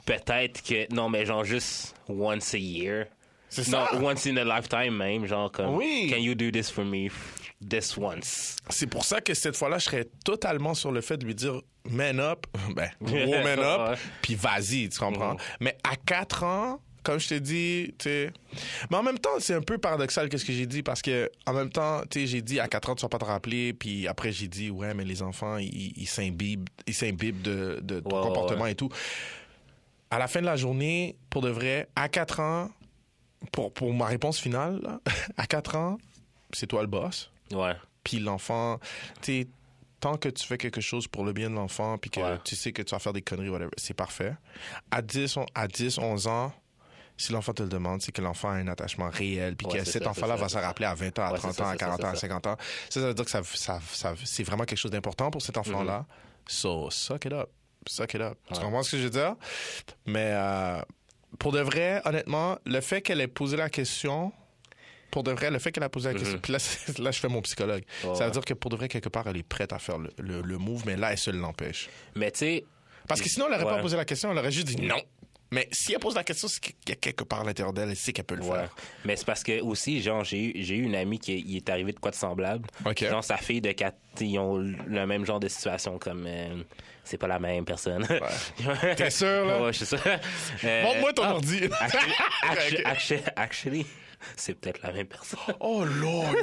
Speaker 1: Peut-être que, non, mais genre, juste once a year.
Speaker 2: C'est
Speaker 1: Non,
Speaker 2: ça.
Speaker 1: once in a lifetime même, genre, comme,
Speaker 2: Oui.
Speaker 1: can you do this for me this once?
Speaker 2: C'est pour ça que cette fois-là, je serais totalement sur le fait de lui dire man up, ben, woman up,
Speaker 1: Ouais.
Speaker 2: puis vas-y, tu comprends. Mais à 4 ans, comme je t'ai dit, tu sais. Mais en même temps, c'est un peu paradoxal que ce que j'ai dit parce que, en même temps, tu sais, j'ai dit à 4 ans, tu vas pas te rappeler, puis après, j'ai dit, ouais, mais les enfants, ils ils s'imbibent ils s'imbibent de, de ton
Speaker 1: Ouais, ouais,
Speaker 2: comportement et tout. À la fin de la journée, pour de vrai, à 4 ans, pour, pour ma réponse finale, là, à 4 ans, c'est toi le boss.
Speaker 1: Ouais.
Speaker 2: Puis l'enfant, tu sais, tant que tu fais quelque chose pour le bien de l'enfant, puis que
Speaker 1: Ouais.
Speaker 2: tu sais que tu vas faire des conneries, whatever, c'est parfait. À 10, on- à 10, 11 ans, si l'enfant te le demande, c'est que l'enfant a un attachement réel, puis
Speaker 1: Ouais,
Speaker 2: que
Speaker 1: c'est
Speaker 2: cet
Speaker 1: ça,
Speaker 2: enfant-là
Speaker 1: c'est ça,
Speaker 2: va se
Speaker 1: c'est ça.
Speaker 2: rappeler à 20 ans, à
Speaker 1: Ouais,
Speaker 2: 30
Speaker 1: c'est
Speaker 2: ans,
Speaker 1: ça,
Speaker 2: à
Speaker 1: c'est ça,
Speaker 2: 40 ans, à
Speaker 1: c'est
Speaker 2: 50 ans. Ça, ça veut dire que ça, ça- ça- c'est vraiment quelque chose d'important pour cet enfant-là. So, suck it up. Suck it up. Tu
Speaker 1: Mm-hmm. Ouais.
Speaker 2: comprends ce que je veux dire? Mais euh, pour de vrai, honnêtement, le fait qu'elle ait posé la question, pour de vrai, le fait qu'elle a posé la question, puis là, c'est- là, je fais mon psychologue.
Speaker 1: Mhm. Ouais.
Speaker 2: Ça veut dire que pour de vrai, quelque part, elle est prête à faire le, le, le move, mais là, elle se l'empêche.
Speaker 1: Mais tu sais,
Speaker 2: Parce que sinon, elle n'aurait pas
Speaker 1: Ouais.
Speaker 2: posé la question, elle aurait juste dit non. Mais si elle pose la question, c'est qu'il y a quelque part à l'intérieur d'elle, elle sait qu'elle peut le
Speaker 1: Ouais.
Speaker 2: faire.
Speaker 1: Mais c'est parce que aussi, genre, j'ai eu, j'ai eu une amie qui il est arrivé de quoi de semblable.
Speaker 2: Ok.
Speaker 1: Genre, sa fille de 4, ils ont le même genre de situation comme. euh, c'est pas la même personne.
Speaker 2: T'es sûr, là?
Speaker 1: Ouais, je suis sûr. Euh,
Speaker 2: Montre-moi ton ordi.
Speaker 1: Actually, actu-
Speaker 2: Ok.
Speaker 1: actu- actually, c'est peut-être la même personne.
Speaker 2: Oh, Lord!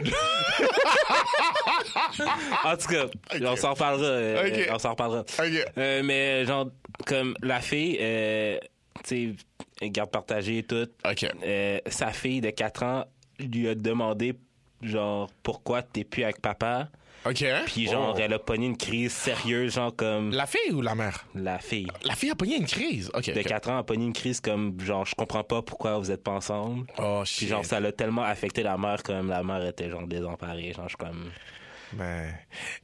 Speaker 1: En tout cas, on s'en reparlera. euh,
Speaker 2: Ah! Ok.
Speaker 1: On s'en reparlera.
Speaker 2: Ok.
Speaker 1: Euh, mais genre, comme la fille, euh, tu sais, garde partagée et tout.
Speaker 2: OK.
Speaker 1: Euh, sa fille de 4 ans lui a demandé genre pourquoi t'es plus avec papa
Speaker 2: OK.
Speaker 1: puis genre
Speaker 2: Oh.
Speaker 1: elle a pogné une crise sérieuse genre comme la,
Speaker 2: La fille ou la mère?
Speaker 1: fille
Speaker 2: La fille a pogné une crise. OK.
Speaker 1: de
Speaker 2: ok.
Speaker 1: 4 ans a pogné une crise comme genre je comprends pas pourquoi vous êtes pas ensemble
Speaker 2: Oh,
Speaker 1: puis
Speaker 2: shit.
Speaker 1: genre ça l'a tellement affecté la mère comme la mère était genre désemparée genre je suis comme
Speaker 2: Ben,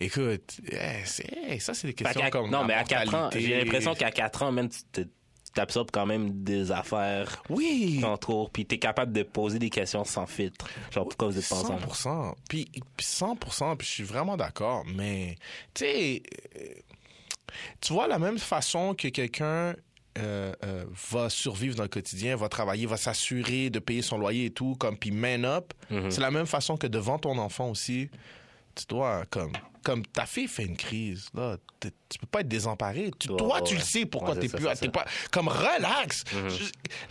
Speaker 2: écoute, eh, c'est- eh, ça, c'est des
Speaker 1: Fait
Speaker 2: questions
Speaker 1: qu'à-
Speaker 2: comme.
Speaker 1: non
Speaker 2: la
Speaker 1: mais à 4 ans
Speaker 2: mortalité.
Speaker 1: j'ai l'impression qu'à 4 ans même tu te- t'absorbes quand même des affaires
Speaker 2: Oui!
Speaker 1: qui t'entourent puis t'es capable de poser des questions sans filtre genre pourquoi vous êtes pas ensemble
Speaker 2: 100%. Puis puis 100%, puis je suis vraiment d'accord, mais tu sais, euh, tu vois, la même façon que quelqu'un euh, euh, va survivre dans le quotidien, va travailler, va
Speaker 1: Mm-hmm.
Speaker 2: s'assurer de payer son loyer et tout, comme puis man up, c'est la même façon que devant ton enfant aussi, tu dois, comme, comme ta fille fait une crise, là, t'es- tu peux pas être désemparé. Tu-
Speaker 1: Ouais,
Speaker 2: toi,
Speaker 1: ouais,
Speaker 2: tu le
Speaker 1: ouais.
Speaker 2: sais pourquoi
Speaker 1: Ouais,
Speaker 2: t'es
Speaker 1: c'est
Speaker 2: plus,
Speaker 1: ça,
Speaker 2: à-
Speaker 1: c'est Mm-hmm.
Speaker 2: t'es pas, comme relax.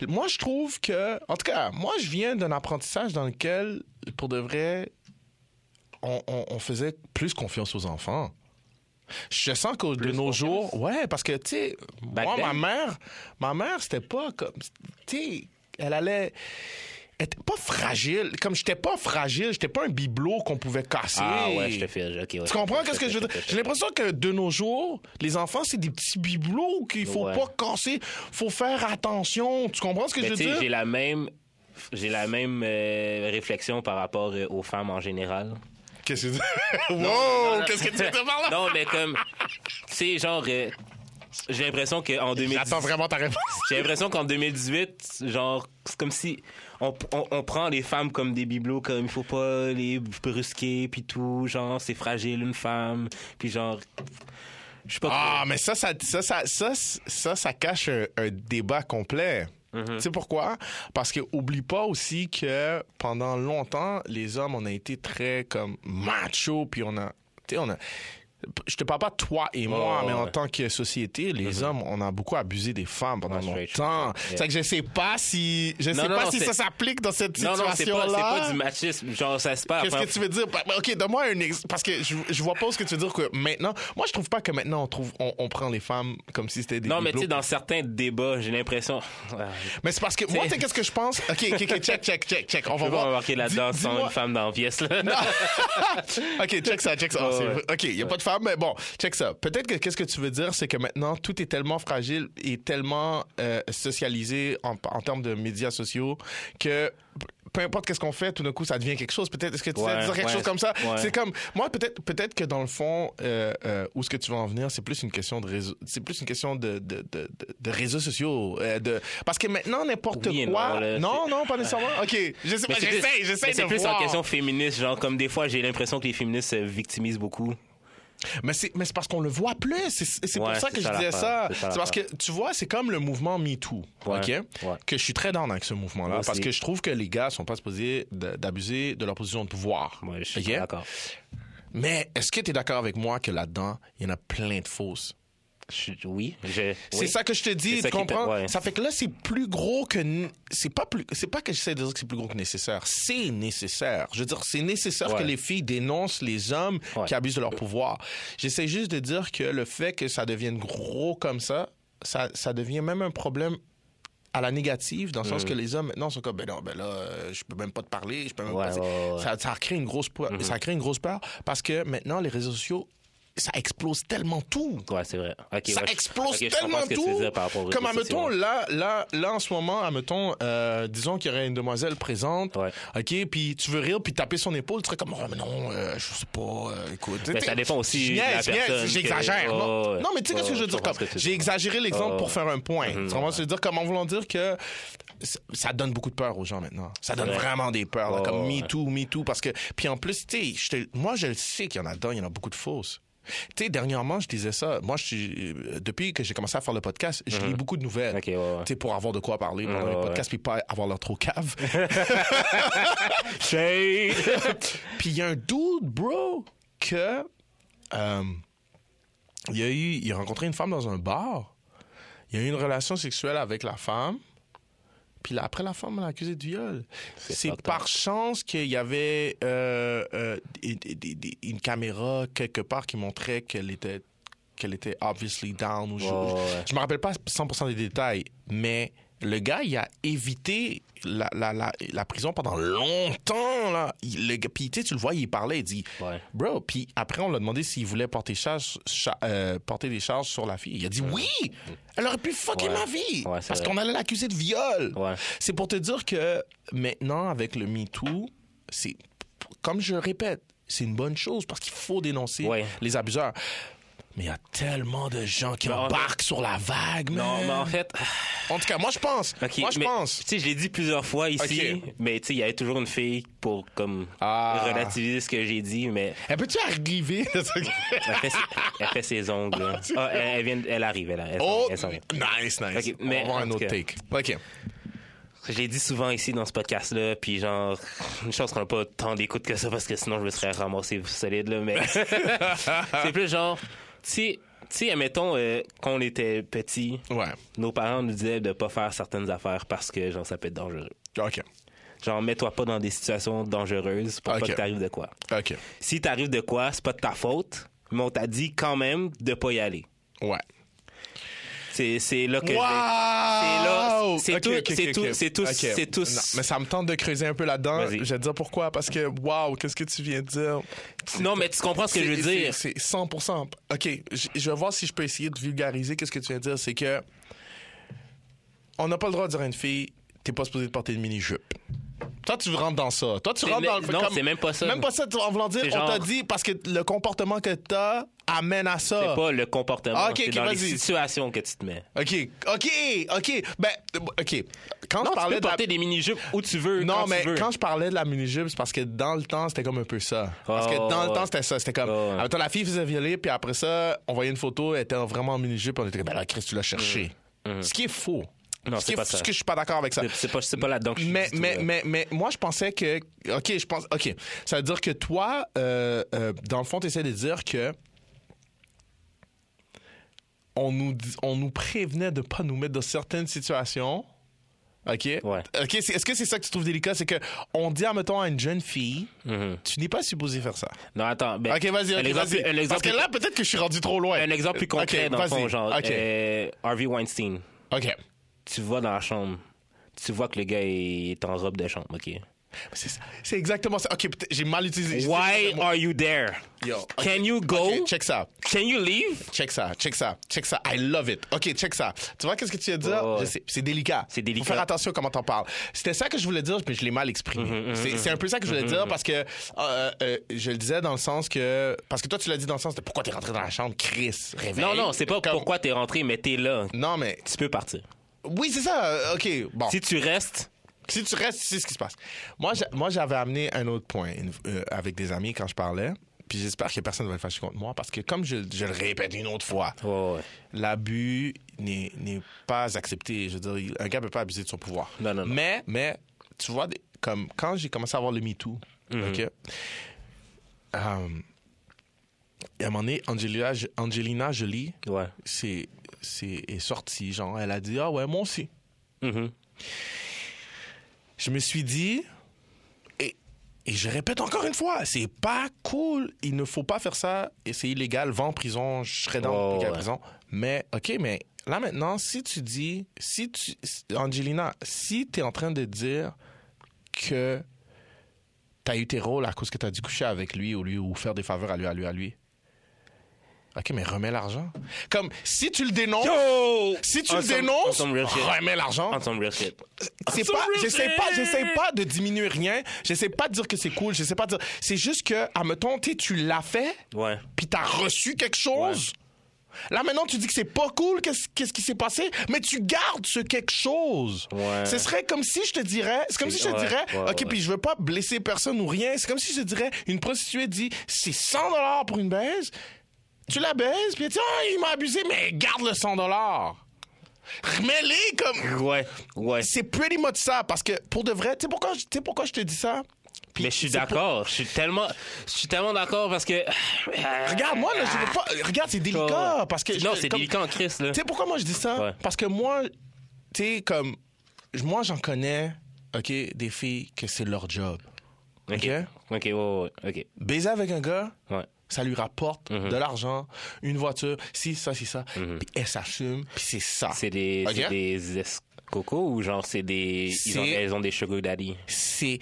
Speaker 2: Je- moi, je trouve que, en tout cas, moi, je viens d'un apprentissage dans lequel, pour de vrai, on, on- on faisait plus confiance aux enfants. Je sens que de
Speaker 1: Plus
Speaker 2: nos
Speaker 1: confiance?
Speaker 2: jours, ouais, parce que tu sais,
Speaker 1: Back
Speaker 2: moi, ma
Speaker 1: then?
Speaker 2: mère, ma mère, c'était pas comme, tu sais, elle allait, elle était pas fragile. Comme j'étais pas fragile, j'étais pas un bibelot qu'on pouvait casser.
Speaker 1: Ah ouais, je te file. OK, ouais,
Speaker 2: Tu comprends
Speaker 1: je te
Speaker 2: qu'est-ce que
Speaker 1: file,
Speaker 2: je veux
Speaker 1: te
Speaker 2: dire?
Speaker 1: file.
Speaker 2: J'ai l'impression que de nos jours, les enfants, c'est des petits bibelots qu'il faut
Speaker 1: Ouais.
Speaker 2: pas casser. Faut faire attention. Tu comprends ce que
Speaker 1: Mais
Speaker 2: je veux
Speaker 1: tu sais,
Speaker 2: dire?
Speaker 1: j'ai la même, j'ai la même euh, réflexion par rapport euh, aux femmes en général.
Speaker 2: Qu'est-ce que tu dis? Wow! Qu'est-ce que tu veux dire par là?
Speaker 1: Non, mais comme, tu sais, genre, euh, j'ai l'impression qu'en 2018,
Speaker 2: J'attends vraiment ta réponse.
Speaker 1: j'ai l'impression qu'en 2018, genre, c'est comme si on, on- on prend les femmes comme des bibelots, comme il faut pas les brusquer, puis tout, genre, c'est fragile une femme, puis genre, je sais pas.
Speaker 2: Ah, mais ça, ça, ça, ça, ça, ça, ça cache un, un débat complet.
Speaker 1: Mhm.
Speaker 2: Tu sais pourquoi? Parce que oublie pas aussi que pendant longtemps, les hommes, on a été très comme macho, puis on a, tu sais, on a. Je te parle pas de toi et moi,
Speaker 1: ouais,
Speaker 2: mais en
Speaker 1: ouais. Mhm.
Speaker 2: tant que société, les hommes, on a beaucoup abusé des femmes pendant
Speaker 1: Ouais, straight,
Speaker 2: longtemps.
Speaker 1: straight,
Speaker 2: C'est que je sais pas si, je
Speaker 1: Non,
Speaker 2: sais
Speaker 1: non,
Speaker 2: pas
Speaker 1: non,
Speaker 2: si
Speaker 1: c'est-
Speaker 2: ça s'applique dans cette
Speaker 1: non, non, c'est pas,
Speaker 2: situation-là.
Speaker 1: c'est pas du machisme, genre, ça se passe.
Speaker 2: Qu'est-ce que tu veux dire? Bah, bah, OK, donne-moi un exemple. Parce que je, je vois pas ce que tu veux dire que maintenant. Moi, je trouve pas que maintenant, on, trouve, on, on prend les femmes comme si c'était des.
Speaker 1: Non, mais tu sais,
Speaker 2: bibelots.
Speaker 1: dans certains débats, j'ai l'impression.
Speaker 2: Mais c'est parce que moi, tu sais, qu'est-ce que je pense? OK, OK, OK, check, check, check, check. On
Speaker 1: Je
Speaker 2: va
Speaker 1: peux pas
Speaker 2: voir.
Speaker 1: embarquer là-dedans
Speaker 2: Dis-
Speaker 1: sans
Speaker 2: dis-moi-
Speaker 1: une femme dans la pièce, là.
Speaker 2: OK, check ça, check ça. Ah,
Speaker 1: Ouais,
Speaker 2: c'est
Speaker 1: ouais.
Speaker 2: vrai. OK, il n'y a pas de femme, mais bon, check ça. Peut-être que qu'est-ce que tu veux dire, c'est que maintenant, tout est tellement fragile et tellement euh, socialisé en, en termes de médias sociaux que p- peu importe qu'est-ce qu'on fait, tout d'un coup, ça devient quelque chose. Peut-être, est-ce que tu veux
Speaker 1: Ouais,
Speaker 2: dire quelque
Speaker 1: ouais,
Speaker 2: chose comme ça?
Speaker 1: ouais.
Speaker 2: C'est comme, moi, peut-être, peut-être que dans le fond, euh, euh, où est-ce que tu vas en venir, c'est plus une question de réseau, c'est plus une question de, de, de, de- de réseaux sociaux, euh, de, parce que maintenant, n'importe
Speaker 1: Oui et
Speaker 2: quoi.
Speaker 1: non, là,
Speaker 2: non, non, pas nécessairement. OK, je sais pas,
Speaker 1: Mais c'est plus-
Speaker 2: Ah, j'essaie,
Speaker 1: mais
Speaker 2: j'essaie de
Speaker 1: C'est plus
Speaker 2: voir.
Speaker 1: en question féministe, genre, comme des fois, j'ai l'impression que les féministes se victimisent beaucoup.
Speaker 2: Mais c'est, mais c'est parce qu'on le voit plus. C'est, c'est- c'est pour
Speaker 1: Ouais,
Speaker 2: ça
Speaker 1: c'est
Speaker 2: que
Speaker 1: ça
Speaker 2: je disais
Speaker 1: l'affaire.
Speaker 2: ça.
Speaker 1: C'est ça
Speaker 2: C'est parce que, tu vois, c'est comme le mouvement MeToo.
Speaker 1: Ouais,
Speaker 2: OK?
Speaker 1: ouais.
Speaker 2: Que je suis très down avec ce mouvement-là.
Speaker 1: Moi aussi.
Speaker 2: Parce que je trouve que les gars sont pas supposés de- d'abuser de leur position de pouvoir.
Speaker 1: Ouais, je suis
Speaker 2: OK?
Speaker 1: d'accord.
Speaker 2: Mais est-ce que tu es d'accord avec moi que là-dedans, il y en a plein de fausses?
Speaker 1: Je suis- Oui, je.
Speaker 2: C'est
Speaker 1: oui.
Speaker 2: ça que je te
Speaker 1: C'est
Speaker 2: dis,
Speaker 1: ça qui
Speaker 2: tu
Speaker 1: est-
Speaker 2: comprends?
Speaker 1: ouais.
Speaker 2: Ça fait que là, c'est plus gros que. n- C'est pas, plus... c'est pas que j'essaie de dire que c'est plus gros que nécessaire. C'est nécessaire. Je veux dire, c'est nécessaire
Speaker 1: Ouais.
Speaker 2: que les filles dénoncent les hommes
Speaker 1: Ouais.
Speaker 2: qui abusent de leur pouvoir. J'essaie juste de dire que le fait que ça devienne gros comme ça, ça, ça devient même un problème à la négative, dans le
Speaker 1: Mm.
Speaker 2: sens que les hommes maintenant sont comme, ben non, ben là, euh, je peux même pas te parler, je peux même
Speaker 1: Ouais,
Speaker 2: pas.
Speaker 1: ouais, ouais, Mm-hmm. ouais.
Speaker 2: Ça, ça crée une grosse peur. Ça crée une grosse peur parce que maintenant, les réseaux sociaux, ça explose tellement tout
Speaker 1: Ouais, c'est vrai. Ok,
Speaker 2: ça
Speaker 1: ouais, je-
Speaker 2: explose
Speaker 1: ok, je comprends
Speaker 2: tellement
Speaker 1: ce que tu veux
Speaker 2: tout.
Speaker 1: dire par rapport aux
Speaker 2: Comme,
Speaker 1: réseaux
Speaker 2: admettons,
Speaker 1: sociaux.
Speaker 2: là, là, là, en ce moment, admettons, euh, disons qu'il y aurait une demoiselle présente.
Speaker 1: Ouais.
Speaker 2: OK, puis tu veux rire, puis taper son épaule, tu serais comme, oh, mais non, euh, je sais pas, euh, écoute.
Speaker 1: Mais Ben, ça dépend aussi
Speaker 2: Je
Speaker 1: de la
Speaker 2: niaise, je niaise,
Speaker 1: personne que-
Speaker 2: J'exagère.
Speaker 1: Oh,
Speaker 2: non,
Speaker 1: ouais.
Speaker 2: non, mais tu sais,
Speaker 1: Oh,
Speaker 2: qu'est-ce que je veux
Speaker 1: je
Speaker 2: dire?
Speaker 1: comprends
Speaker 2: comme,
Speaker 1: ce que tu veux
Speaker 2: J'ai
Speaker 1: dire.
Speaker 2: exagéré l'exemple
Speaker 1: Oh,
Speaker 2: pour
Speaker 1: ouais.
Speaker 2: faire un point.
Speaker 1: Mhm,
Speaker 2: tu comprends
Speaker 1: ouais.
Speaker 2: ce que je veux dire? Comme en voulant dire que ça- ça donne beaucoup de peur aux gens maintenant. Ça donne
Speaker 1: Ouais.
Speaker 2: vraiment des peurs, là,
Speaker 1: Oh,
Speaker 2: comme
Speaker 1: ouais.
Speaker 2: Me Too, Me Too, parce que... Puis en plus, tu sais, je te- moi, je le sais qu'il y en a dedans, il y en a beaucoup de fausses. Tu sais, dernièrement, je disais ça. Moi, je suis, euh, depuis que j'ai commencé à faire le podcast, je lis beaucoup de nouvelles.
Speaker 1: Ok, ouais, ouais.
Speaker 2: Tu sais, pour avoir de quoi parler pendant
Speaker 1: Ouais,
Speaker 2: les
Speaker 1: ouais.
Speaker 2: podcasts, puis pas avoir l'air trop cave.
Speaker 1: Shade.
Speaker 2: Puis il y a un dude, bro, que. euh, il, a eu, il a rencontré une femme dans un bar. Il a eu une relation sexuelle avec la femme. Puis là, après, la femme l'a accusé de viol. C'est
Speaker 1: fucked
Speaker 2: par chance qu'il y avait euh, euh, des- des- des- des- une caméra quelque part qui montrait qu'elle était qu'elle était obviously down. ou je,
Speaker 1: Ouais, ouais, ouais.
Speaker 2: je me rappelle pas 100% des détails, mais le gars, il a évité la, la, la, la prison pendant longtemps. Là. Il, le, gars- puis tu sais, tu le vois, il parlait, il dit
Speaker 1: Ouais.
Speaker 2: Bro, puis après, on l'a demandé s'il voulait porter, charge, cha- euh, porter des charges sur la fille. Il a dit oui Elle aurait pu fucker
Speaker 1: Mm. Ouais.
Speaker 2: ma vie
Speaker 1: Ouais, c'est
Speaker 2: Parce
Speaker 1: vrai.
Speaker 2: qu'on allait l'accuser de viol
Speaker 1: Ouais.
Speaker 2: C'est pour te dire que maintenant, avec le MeToo, c'est, comme je le répète, c'est une bonne chose parce qu'il faut dénoncer
Speaker 1: Ouais.
Speaker 2: les abuseurs. Mais il y a tellement de gens qui
Speaker 1: Mais on-
Speaker 2: embarquent sur la vague,
Speaker 1: Non,
Speaker 2: man.
Speaker 1: mais en fait.
Speaker 2: En tout cas, moi, je pense.
Speaker 1: Ok,
Speaker 2: moi, je
Speaker 1: mais,
Speaker 2: pense.
Speaker 1: Tu sais, je l'ai dit plusieurs fois ici,
Speaker 2: Ok.
Speaker 1: mais tu sais, il y avait toujours une fille pour comme
Speaker 2: Ah.
Speaker 1: relativiser ce que j'ai dit, mais
Speaker 2: Elle peut-tu arriver?
Speaker 1: elle fait ses, elle fait ses ongles. là. Ah, elle, elle vient, de- elle arrive, elle, elle, s'en-
Speaker 2: oh,
Speaker 1: elle s'en vient.
Speaker 2: nice, nice.
Speaker 1: Ok,
Speaker 2: On va
Speaker 1: mais
Speaker 2: avoir
Speaker 1: en
Speaker 2: un
Speaker 1: tout
Speaker 2: autre
Speaker 1: cas-
Speaker 2: take. OK.
Speaker 1: Je l'ai dit souvent ici dans ce podcast-là, puis genre, une chance qu'on n'a pas tant d'écoute que ça parce que sinon je me serais ramassé solide, là, mais c'est plus genre, tu sais, tu sais, admettons, euh, quand on était petit,
Speaker 2: Ouais.
Speaker 1: nos parents nous disaient de pas faire certaines affaires parce que, genre, ça peut être dangereux.
Speaker 2: OK.
Speaker 1: Genre, mets-toi pas dans des situations dangereuses pour
Speaker 2: Ok.
Speaker 1: pas que t'arrives de quoi.
Speaker 2: OK.
Speaker 1: Si t'arrives de quoi, c'est pas de ta faute, mais on t'a dit quand même de pas y aller.
Speaker 2: Ouais.
Speaker 1: C'est c'est là que j'ai-
Speaker 2: Wow!
Speaker 1: là, c'est
Speaker 2: Ok,
Speaker 1: tout-
Speaker 2: ok, ok,
Speaker 1: c'est
Speaker 2: ok.
Speaker 1: tout- c'est tout-
Speaker 2: Ok.
Speaker 1: c'est tout-
Speaker 2: Non, mais ça me tente de creuser un peu là-dedans. Je
Speaker 1: Vas-y.
Speaker 2: vais te dire pourquoi. Parce que, waouh, qu'est-ce que tu viens de dire?
Speaker 1: Non, mais tu comprends ce que je veux
Speaker 2: C'est-
Speaker 1: dire.
Speaker 2: C'est c'est 100%. OK, je, je vais voir si je peux essayer de vulgariser. Qu'est-ce que tu viens de dire? C'est que on n'a pas le droit de dire à une fille, t'es pas supposé de porter une mini-jupe. Toi, tu rentres dans ça. Toi, tu
Speaker 1: C'est
Speaker 2: rentres dans
Speaker 1: me-
Speaker 2: le...
Speaker 1: non,
Speaker 2: comme-
Speaker 1: c'est même pas ça.
Speaker 2: Même pas ça, tu- en voulant dire,
Speaker 1: C'est
Speaker 2: on
Speaker 1: genre-
Speaker 2: t'a dit parce que le comportement que t'as amène à ça.
Speaker 1: C'est pas le comportement,
Speaker 2: Ah, ok,
Speaker 1: c'est
Speaker 2: ok,
Speaker 1: dans les
Speaker 2: vas-y.
Speaker 1: situations que tu te mets.
Speaker 2: OK, OK, OK. Ben, OK. Quand
Speaker 1: Non,
Speaker 2: je
Speaker 1: tu
Speaker 2: parlais
Speaker 1: peux
Speaker 2: de la...
Speaker 1: porter des mini-jupes où tu veux,
Speaker 2: Non,
Speaker 1: quand
Speaker 2: mais
Speaker 1: tu veux.
Speaker 2: quand je parlais de la mini-jupe, c'est parce que dans le temps, c'était comme un peu ça. Parce que
Speaker 1: Oh,
Speaker 2: dans le
Speaker 1: ouais.
Speaker 2: temps, c'était ça. C'était comme.
Speaker 1: Oh, ouais.
Speaker 2: Attends, la fille faisait violer, puis après ça, on voyait une photo, elle était vraiment en mini-jupe, on était comme, ben là, Chris, tu l'as cherché. Ce qui est faux.
Speaker 1: Mm. Non,
Speaker 2: ce qui
Speaker 1: c'est
Speaker 2: est
Speaker 1: pas
Speaker 2: fou,
Speaker 1: ça.
Speaker 2: ce que je suis pas d'accord avec ça.
Speaker 1: C'est- C'est pas, c'est pas là-dedans que je suis
Speaker 2: Mais,
Speaker 1: du tout,
Speaker 2: mais,
Speaker 1: là.
Speaker 2: mais, mais moi, je pensais que. OK, je pense. OK. Ça veut dire que toi, euh, euh, dans le fond, tu essaies de dire que. On nous, dis- on nous prévenait de pas nous mettre dans certaines situations. OK?
Speaker 1: Ouais.
Speaker 2: OK, c'est- est-ce que c'est ça que tu trouves délicat? C'est que on dit, ah, mettons, à une jeune fille,
Speaker 1: Mhm.
Speaker 2: tu n'es pas supposé faire ça.
Speaker 1: Non, attends. ben,
Speaker 2: OK, vas-y,
Speaker 1: un
Speaker 2: OK,
Speaker 1: exemple-
Speaker 2: vas-y.
Speaker 1: un exemple-
Speaker 2: Parce que là, peut-être que je suis rendu trop loin.
Speaker 1: Un exemple plus concret,
Speaker 2: OK,
Speaker 1: dans le fond,
Speaker 2: vas-y.
Speaker 1: genre
Speaker 2: OK.
Speaker 1: euh, Harvey Weinstein.
Speaker 2: OK.
Speaker 1: Tu vas dans la chambre, tu vois que le gars est en robe de chambre, OK?
Speaker 2: C'est ça. C'est exactement ça. OK, peut-être- j'ai mal utilisé.
Speaker 1: Why are you there?
Speaker 2: Yo, OK.
Speaker 1: Can you go?
Speaker 2: OK, check ça.
Speaker 1: Can you leave?
Speaker 2: Check ça, check ça, check ça. I love it. OK, check ça. Tu vois, qu'est-ce que tu viens de dire?
Speaker 1: Ouais, ouais.
Speaker 2: Je sais, C'est délicat.
Speaker 1: C'est délicat.
Speaker 2: Faut faire attention comment t'en parles. C'était ça que je voulais dire, mais je l'ai mal exprimé.
Speaker 1: Mm-hmm,
Speaker 2: C'est- C'est un peu ça que je voulais dire parce que euh, euh, je le disais dans le sens que. Parce que toi, tu l'as dit dans le sens de pourquoi t'es rentré dans la chambre, Chris, réveille.
Speaker 1: Non, non, c'est pas
Speaker 2: Comme-
Speaker 1: pourquoi t'es rentré, mais t'es là.
Speaker 2: Non, mais.
Speaker 1: Tu peux partir.
Speaker 2: Oui, c'est ça. euh, OK, bon.
Speaker 1: Si tu restes,
Speaker 2: Si tu restes, c'est ce qui se passe. Moi, j'a- moi j'avais amené un autre point une- euh, avec des amis quand je parlais. Puis j'espère que personne ne va le fâcher contre moi parce que, comme je, je le répète une autre fois,
Speaker 1: ouais, ouais.
Speaker 2: l'abus n'est n'est pas accepté. Je veux dire, il- un gars peut pas abuser de son pouvoir.
Speaker 1: Non, non, non.
Speaker 2: Mais, mais, tu vois, des- comme quand j'ai commencé à avoir le MeToo,
Speaker 1: mhm, Mm-hmm.
Speaker 2: OK? euh, et à un moment donné, Angelina, Angelina Jolie
Speaker 1: ouais.
Speaker 2: c'est est sortie, genre, elle a dit « Ah ouais, moi aussi ».
Speaker 1: Mhm.
Speaker 2: je me suis dit, et, et je répète encore une fois, c'est pas cool, il ne faut pas faire ça, et c'est illégal, va en prison, je serais dans
Speaker 1: Oh,
Speaker 2: le truc à la
Speaker 1: ouais.
Speaker 2: prison. Mais, OK, mais là maintenant, si tu dis, si tu, Angelina, si tu es en train de dire que tu as eu tes rôles à cause que tu as dû coucher avec lui ou lui ou faire des faveurs à lui, à lui, à lui. OK, mais remets l'argent. Comme, si tu le dénonces, si tu
Speaker 1: On
Speaker 2: le
Speaker 1: some- on
Speaker 2: dénonces,
Speaker 1: some real shit.
Speaker 2: remets l'argent.
Speaker 1: On some real shit.
Speaker 2: C'est
Speaker 1: So
Speaker 2: pas,
Speaker 1: real
Speaker 2: j'essaie pas,
Speaker 1: shit.
Speaker 2: j'essaie pas de diminuer rien. J'essaie pas de dire que c'est cool. J'essaie pas de dire. C'est juste que, à mettons, tu sais, tu l'as fait,
Speaker 1: Ouais.
Speaker 2: puis t'as reçu quelque chose. Là maintenant, tu dis que c'est pas cool. Qu'est-ce qu'est-ce qui s'est passé Mais tu gardes ce quelque chose.
Speaker 1: Ouais.
Speaker 2: Ce serait comme si je te dirais, c'est comme si je te
Speaker 1: Ouais,
Speaker 2: dirais,
Speaker 1: ouais,
Speaker 2: ok,
Speaker 1: ouais.
Speaker 2: puis je veux pas blesser personne ou rien. C'est comme si je te dirais, une prostituée dit, c'est 100 dollars pour une baise. Tu la baises, puis tu dis, ah, il m'a abusé, mais garde le 100 dollars. Remets-les comme.
Speaker 1: Ouais, ouais.
Speaker 2: C'est pretty much ça, parce que pour de vrai, tu sais pourquoi, je- tu sais pourquoi je te dis ça? Puis
Speaker 1: Mais je suis
Speaker 2: c'est pour-
Speaker 1: d'accord. Je suis tellement, je suis tellement d'accord parce que. Oh.
Speaker 2: Regarde, moi, là, je veux pas. Regarde, c'est délicat, parce que. je-
Speaker 1: Non, c'est
Speaker 2: comme-
Speaker 1: délicat en Chris, là.
Speaker 2: Tu sais pourquoi moi je dis ça?
Speaker 1: Ouais.
Speaker 2: Parce que moi, tu sais, comme. Moi, j'en connais, OK, des filles que c'est leur job.
Speaker 1: Ok. Ok, ouais, ouais, ouais.
Speaker 2: Baiser avec un gars,
Speaker 1: Ok. Ouais.
Speaker 2: ça lui rapporte
Speaker 1: Mm-hmm.
Speaker 2: de l'argent, une voiture, si, ça, si, ça. Puis elle s'assume, puis c'est ça.
Speaker 1: C'est des,
Speaker 2: Ok.
Speaker 1: c'est des escocos ou genre c'est des, ils ont,
Speaker 2: C'est-
Speaker 1: elles ont des sugar daddy.
Speaker 2: C'est.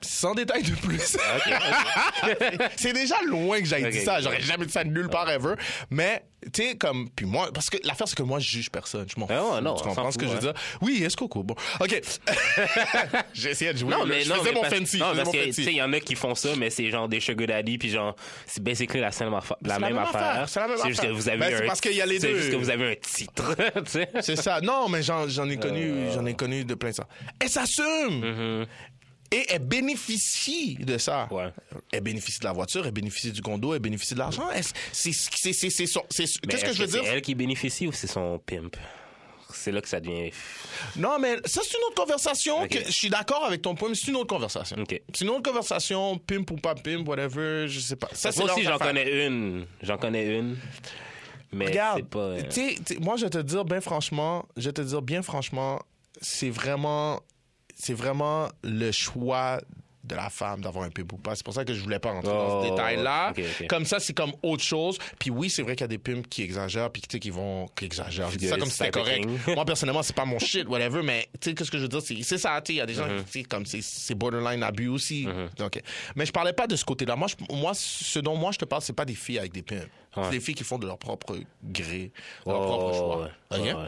Speaker 2: Sans détail de plus.
Speaker 1: Ah,
Speaker 2: c'est déjà loin que j'aille
Speaker 1: Ok.
Speaker 2: dit ça. J'aurais jamais dit ça nulle part ever. Mais, tu sais, comme. Puis moi, parce que l'affaire, c'est que moi, je juge personne. Je m'en
Speaker 1: Ah ouais,
Speaker 2: fous.
Speaker 1: non,
Speaker 2: tu
Speaker 1: on
Speaker 2: comprends
Speaker 1: s'en
Speaker 2: ce que
Speaker 1: fout,
Speaker 2: je veux dire? Oui, est-ce coco? Bon. OK. J'ai essayé de jouer. là. je faisais
Speaker 1: mais
Speaker 2: mon
Speaker 1: parce-
Speaker 2: fancy.
Speaker 1: Non,
Speaker 2: je
Speaker 1: parce
Speaker 2: faisais mon
Speaker 1: que, tu
Speaker 2: fancy.
Speaker 1: sais, il y en a qui font ça, mais c'est genre des sugar daddy, puis genre, c'est basically la, same affa- la,
Speaker 2: C'est
Speaker 1: même, affaire.
Speaker 2: c'est la même
Speaker 1: C'est juste que
Speaker 2: affaire.
Speaker 1: vous avez
Speaker 2: Ben, c'est
Speaker 1: un.
Speaker 2: parce qu'il y a les
Speaker 1: C'est
Speaker 2: deux.
Speaker 1: juste que vous avez un titre, tu sais.
Speaker 2: C'est ça. Non, mais j'en j'en ai connu,
Speaker 1: Euh.
Speaker 2: j'en ai connu de plein de ça. Elle s'assume. Et elle bénéficie de ça.
Speaker 1: Mm-hmm. Ouais.
Speaker 2: Elle bénéficie de la voiture, elle bénéficie du condo, elle bénéficie de l'argent. Elle- c'est- c'est- c'est- c'est- c'est son- c'est-
Speaker 1: Mais
Speaker 2: Qu'est-ce que
Speaker 1: est-ce
Speaker 2: je veux dire?
Speaker 1: C'est elle qui bénéficie ou c'est son pimp? c'est là que ça devient.
Speaker 2: Non, mais ça, c'est une autre conversation.
Speaker 1: Ok.
Speaker 2: que- je suis d'accord avec ton point, mais c'est une autre conversation.
Speaker 1: Ok.
Speaker 2: C'est une autre conversation, pimp ou pas pimp, whatever, je sais pas. Ça, c'est
Speaker 1: Moi aussi,
Speaker 2: leur
Speaker 1: j'en
Speaker 2: affaire.
Speaker 1: connais une. J'en connais une. Mais
Speaker 2: Regarde,
Speaker 1: c'est pas. euh,
Speaker 2: t'sais, t'sais, moi, je vais te dire bien franchement, je vais te dire bien franchement, c'est vraiment, c'est vraiment le choix de la femme d'avoir un pimp ou pas. C'est pour ça que je voulais pas rentrer dans ce
Speaker 1: Oh,
Speaker 2: détail-là.
Speaker 1: ok, ok.
Speaker 2: Comme ça, c'est comme autre chose. Puis oui, c'est vrai qu'il y a des pimps qui exagèrent, puis tu sais, qui vont, qui exagèrent. Je dis ça
Speaker 1: Yes,
Speaker 2: comme si c'était correct.
Speaker 1: typing.
Speaker 2: moi, personnellement, c'est pas mon shit, whatever, mais tu sais, qu'est-ce que je veux dire? C'est- C'est ça, tu sais, il y a des gens
Speaker 1: Mm-hmm.
Speaker 2: qui, tu sais, comme c'est- c'est borderline abus aussi. Donc, Mais je parlais pas de ce côté-là. Moi, je- moi, ce dont moi je te parle, c'est pas des filles avec des pimps.
Speaker 1: Ouais.
Speaker 2: C'est des filles qui font de leur propre gré, de leur
Speaker 1: oh,
Speaker 2: propre choix.
Speaker 1: ouais,
Speaker 2: OK?
Speaker 1: ouais.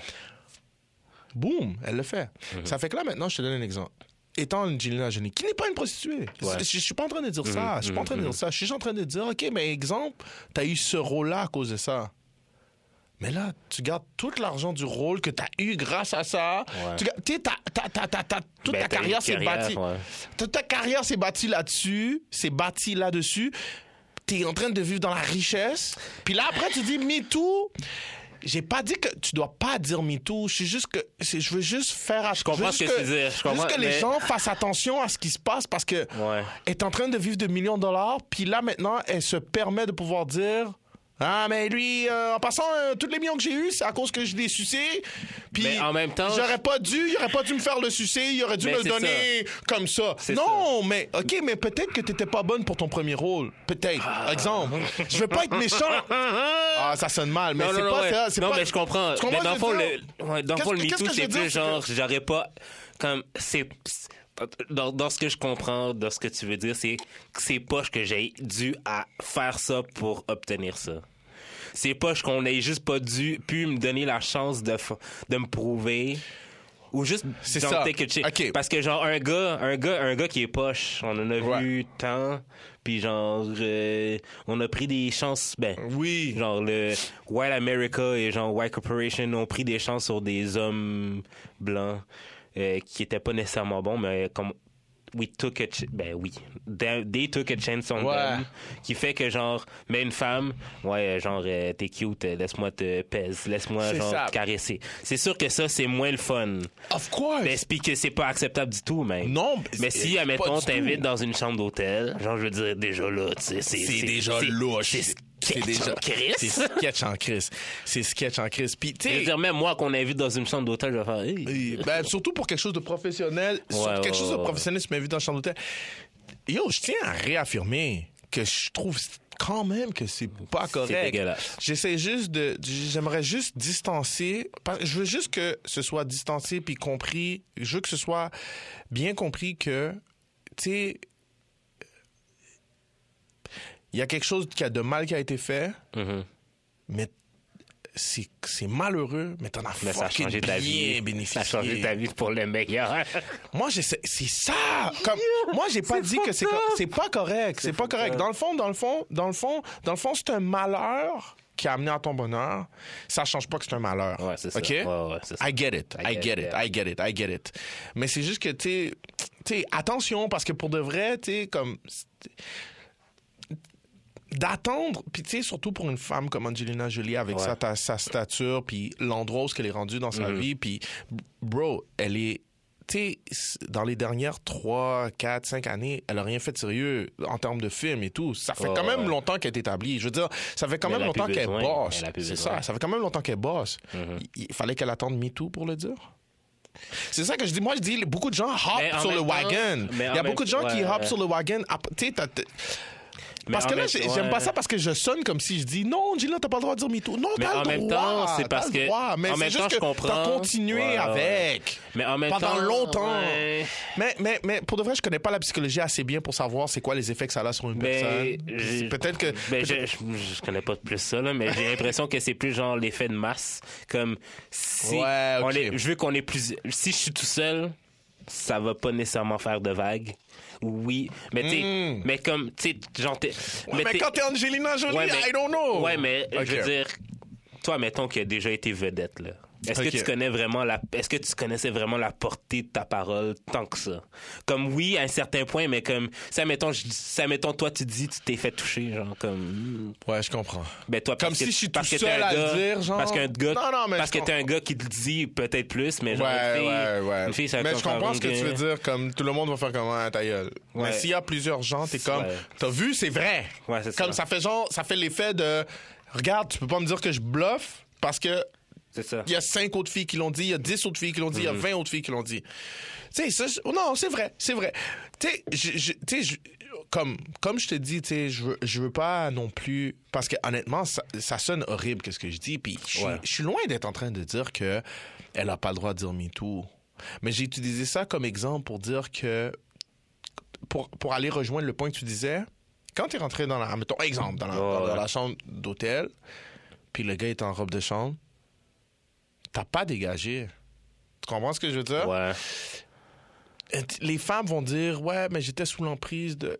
Speaker 2: Boum, elle le fait. Ça fait que là, maintenant, je te donne un exemple. Étant Angelina Jolie, qui n'est pas une prostituée. Je, je suis pas en train de dire ça. Je suis pas en train de dire ça. Je suis juste en train de dire, OK, mais exemple, tu as eu ce rôle-là à cause de ça. Mais là, tu gardes tout l'argent du rôle que tu as eu grâce à ça.
Speaker 1: Ouais.
Speaker 2: Tu gardes- tu sais, t'as- t'as- t'as- t'as- t'as- toute
Speaker 1: Ben,
Speaker 2: ta
Speaker 1: t'as eu
Speaker 2: carrière
Speaker 1: une
Speaker 2: s'est
Speaker 1: carrière,
Speaker 2: bâtie.
Speaker 1: ouais.
Speaker 2: Toute ta carrière s'est bâtie là-dessus, s'est bâtie là-dessus. T'es en train de vivre dans la richesse. Puis là, après, tu dis Me Too. J'ai pas dit que tu dois pas dire Me Too. Je suis juste que c'est- je veux juste faire att- Je
Speaker 1: comprends
Speaker 2: veux
Speaker 1: ce
Speaker 2: juste
Speaker 1: que tu veux dire. Je
Speaker 2: juste
Speaker 1: comprends,
Speaker 2: que les
Speaker 1: mais-
Speaker 2: gens fassent attention à ce qui se passe parce que
Speaker 1: Ouais.
Speaker 2: elle est en train de vivre de millions de dollars. Puis là, maintenant, elle se permet de pouvoir dire. Ah, mais lui, euh, en passant, euh, tous les millions que j'ai eus, c'est à cause que je l'ai sucé. Puis
Speaker 1: Mais en même temps,
Speaker 2: j'aurais pas dû, il aurait pas dû me faire le sucer, il aurait dû
Speaker 1: Mais
Speaker 2: me le
Speaker 1: c'est
Speaker 2: donner comme ça.
Speaker 1: C'est
Speaker 2: Non, mais OK, mais peut-être que t'étais pas bonne pour ton premier rôle. Peut-être.
Speaker 1: Ah.
Speaker 2: Exemple. Je veux pas être méchant. Ah, ça sonne mal, mais
Speaker 1: Non,
Speaker 2: c'est
Speaker 1: non,
Speaker 2: pas
Speaker 1: non, ouais.
Speaker 2: ça. c'est
Speaker 1: Non,
Speaker 2: pas-
Speaker 1: mais je comprends.
Speaker 2: Tu
Speaker 1: Mais dans
Speaker 2: ce
Speaker 1: le
Speaker 2: que
Speaker 1: fond,
Speaker 2: je veux dire?
Speaker 1: le, ouais, dans le fond, le
Speaker 2: Qu'est-ce- qu'est-ce
Speaker 1: MeToo,
Speaker 2: que je veux
Speaker 1: c'est
Speaker 2: dire,
Speaker 1: plus
Speaker 2: c'est
Speaker 1: genre, j'aurais pas. Comme, c'est. Dans, dans ce que je comprends, dans ce que tu veux dire, c'est que c'est poche que j'ai dû à faire ça pour obtenir ça. C'est poche qu'on ait juste pas dû, pu me donner la chance de, f- de me prouver. Ou juste
Speaker 2: C'est
Speaker 1: genre,
Speaker 2: ça.
Speaker 1: take a chance.
Speaker 2: Ok.
Speaker 1: Parce que genre un gars, un gars, un gars qui est poche, on en a
Speaker 2: Ouais.
Speaker 1: vu tant, puis genre euh, on a pris des chances, ben
Speaker 2: Oui.
Speaker 1: Genre, le White America et genre White Corporation ont pris des chances sur des hommes blancs euh, qui étaient pas nécessairement bons, mais euh, comme. We took a ch- ben oui they, they took a chance on
Speaker 2: Ouais.
Speaker 1: them qui fait que genre mais une femme ouais euh, genre euh, t'es cute euh, laisse-moi te pèse laisse-moi
Speaker 2: C'est
Speaker 1: genre
Speaker 2: ça.
Speaker 1: te caresser c'est sûr que ça c'est moins le fun
Speaker 2: Of course.
Speaker 1: mais explique que c'est pas acceptable du tout même
Speaker 2: Non, mais
Speaker 1: mais
Speaker 2: c'est-
Speaker 1: si
Speaker 2: pas
Speaker 1: admettons
Speaker 2: du tout.
Speaker 1: t'invites dans une chambre d'hôtel genre je veux dire déjà là tu sais c'est
Speaker 2: C'est déjà
Speaker 1: c'est-
Speaker 2: louche.
Speaker 1: c'est sketch, Chris.
Speaker 2: C'est sketch en crise. C'est sketch en crise. Puis, tu
Speaker 1: Je veux
Speaker 2: sais,
Speaker 1: dire, même moi qu'on invite dans une chambre d'hôtel, je vais faire. Hey.
Speaker 2: Et, ben, surtout pour quelque chose de professionnel. surtout
Speaker 1: ouais,
Speaker 2: quelque chose de
Speaker 1: ouais.
Speaker 2: professionnel, si tu m'invites dans le champ d'hôtel. Yo, je tiens à réaffirmer que je trouve quand même que c'est pas correct.
Speaker 1: dégueulasse.
Speaker 2: J'essaie juste de. J'aimerais juste distancer. parce que Je veux juste que ce soit distancé puis compris. Je veux que ce soit bien compris que, tu sais, il y a quelque chose qui a de mal qui a été fait,
Speaker 1: Mhm.
Speaker 2: mais c'est c'est malheureux, mais t'en as
Speaker 1: Mais ça a
Speaker 2: fucking
Speaker 1: changé ta
Speaker 2: bien
Speaker 1: vie.
Speaker 2: bénéficié.
Speaker 1: Ça a changé ta vie pour le meilleur.
Speaker 2: Moi, j'essaie- c'est ça. Comme, moi, j'ai pas
Speaker 1: C'est
Speaker 2: dit que c'est
Speaker 1: fucked
Speaker 2: co-
Speaker 1: up.
Speaker 2: c'est pas correct. C'est pas correct. Dans le fond, dans le fond, dans le fond, dans le fond, c'est un malheur qui a amené à ton bonheur. Ça change pas que c'est un malheur.
Speaker 1: Ouais, c'est ça.
Speaker 2: Ok.
Speaker 1: Ouais, ouais, c'est ça.
Speaker 2: I get it. I, get, it. I get it. I get it. Mais c'est juste que tu sais, attention parce que pour de vrai, tu sais, comme d'attendre, puis tu sais, surtout pour une femme comme Angelina Jolie avec
Speaker 1: Ouais. Mhm.
Speaker 2: sa, ta- sa stature, puis l'endroit où ce qu'elle est rendue dans sa vie, puis bro, elle est... Tu sais, s- dans les dernières 3, 4, 5 années, elle a rien fait de sérieux en termes de films et tout. Ça fait
Speaker 1: Ouais,
Speaker 2: quand même
Speaker 1: Oh, ouais.
Speaker 2: longtemps qu'elle est établie. Je veux dire, ça fait quand
Speaker 1: Mais
Speaker 2: même
Speaker 1: elle a plus
Speaker 2: longtemps qu'elle
Speaker 1: besoin.
Speaker 2: bosse.
Speaker 1: Elle a plus
Speaker 2: C'est
Speaker 1: besoin. Mhm.
Speaker 2: ça, ça fait quand même longtemps qu'elle bosse. il, il fallait qu'elle attende MeToo pour le dire. C'est ça que je dis. Moi, je dis, beaucoup de gens hop
Speaker 1: Mais en
Speaker 2: sur le
Speaker 1: même temps-
Speaker 2: wagon. Il y
Speaker 1: mais en
Speaker 2: a
Speaker 1: même-
Speaker 2: beaucoup de gens qui
Speaker 1: ouais,
Speaker 2: hop
Speaker 1: ouais.
Speaker 2: sur le wagon. Ah, Tu sais, t'as- t'as-
Speaker 1: Mais
Speaker 2: parce
Speaker 1: en
Speaker 2: que là,
Speaker 1: même-
Speaker 2: j'ai- j'aime
Speaker 1: ouais.
Speaker 2: pas ça parce que je sonne comme si je dis non, Gina, t'as pas le droit de dire MeToo. Non,
Speaker 1: Mais
Speaker 2: t'as
Speaker 1: en
Speaker 2: le
Speaker 1: même
Speaker 2: droit,
Speaker 1: temps, c'est
Speaker 2: t'as
Speaker 1: parce
Speaker 2: le
Speaker 1: que-
Speaker 2: droit. Mais
Speaker 1: en
Speaker 2: c'est
Speaker 1: même
Speaker 2: juste
Speaker 1: temps,
Speaker 2: que
Speaker 1: je comprends.
Speaker 2: T'as continué
Speaker 1: Ouais, ouais.
Speaker 2: avec.
Speaker 1: Mais en même
Speaker 2: pendant
Speaker 1: temps,
Speaker 2: longtemps.
Speaker 1: ouais.
Speaker 2: Mais, mais, mais pour de vrai, je connais pas la psychologie assez bien pour savoir c'est quoi les effets que ça a sur une
Speaker 1: Ben,
Speaker 2: personne. Puis
Speaker 1: j'ai-
Speaker 2: c'est Peut-être que.
Speaker 1: Ben,
Speaker 2: peut-être-
Speaker 1: je, je, je connais pas plus ça, là, mais j'ai l'impression que c'est plus genre l'effet de masse. Comme si
Speaker 2: Ouais, ok.
Speaker 1: on est, je veux qu'on est plus. Si je suis tout seul, ça va pas nécessairement faire de vagues. Oui, mais tu sais, mais comme tu sais, genre t'es.
Speaker 2: Hmm. Ouais, mais,
Speaker 1: t'es-
Speaker 2: quand t'es Angelina Jolie,
Speaker 1: Ouais, mais-
Speaker 2: I don't know.
Speaker 1: Ouais, mais
Speaker 2: Ok.
Speaker 1: je veux dire, toi, mettons qu'il a déjà été vedette, là. Est-ce
Speaker 2: Ok.
Speaker 1: que tu connais vraiment la est-ce que tu connaissais vraiment la portée de ta parole tant que ça Comme oui à un certain point mais comme ça mettons je- ça mettons toi tu dis tu t'es fait toucher genre comme hmm,
Speaker 2: Ouais, je comprends.
Speaker 1: ben toi parce
Speaker 2: Comme
Speaker 1: que-
Speaker 2: si je suis
Speaker 1: parce
Speaker 2: tout
Speaker 1: que t'es
Speaker 2: seul
Speaker 1: un
Speaker 2: à
Speaker 1: gars-
Speaker 2: dire, genre.
Speaker 1: parce qu'un gars
Speaker 2: Non, non, mais
Speaker 1: parce
Speaker 2: je
Speaker 1: que t'es un gars qui le dit peut-être plus mais genre
Speaker 2: Ouais,
Speaker 1: une fille,
Speaker 2: ouais, ouais.
Speaker 1: une fille, ça
Speaker 2: mais je
Speaker 1: comprend
Speaker 2: comprends ce que tu veux
Speaker 1: bien.
Speaker 2: dire. Comme tout le monde va faire comme un ta gueule.
Speaker 1: Ouais.
Speaker 2: Mais s'il y a plusieurs gens, t'es comme,
Speaker 1: Ouais.
Speaker 2: t'as vu, c'est vrai.
Speaker 1: Ouais, c'est
Speaker 2: comme
Speaker 1: ça.
Speaker 2: ça. fait genre, ça fait l'effet de, regarde, tu peux pas me dire que je bluffe parce que
Speaker 1: c'est ça
Speaker 2: il y a cinq autres filles qui l'ont dit, il y a dix autres filles qui l'ont dit, il y
Speaker 1: Mhm.
Speaker 2: a vingt autres filles qui l'ont dit. Tu sais, ça, je- non, c'est vrai, c'est vrai. Tu sais, je- je- tu sais, je- comme, comme je te dis, tu sais, je veux, je veux pas non plus, parce que honnêtement, ça, ça sonne horrible qu'est-ce que je dis, puis je suis-
Speaker 1: Ouais.
Speaker 2: je suis loin d'être en train de dire que elle a pas le droit de dire MeToo. Mais j'ai utilisé ça comme exemple pour dire que, pour, pour aller rejoindre le point que tu disais, quand tu es rentré dans la, mettons, exemple, dans la,
Speaker 1: Ouais,
Speaker 2: dans
Speaker 1: ouais.
Speaker 2: la chambre d'hôtel, puis le gars est en robe de chambre, t'as pas dégagé. Tu comprends ce que je veux dire?
Speaker 1: ouais
Speaker 2: Et t- Les femmes vont dire, ouais, mais j'étais sous l'emprise de.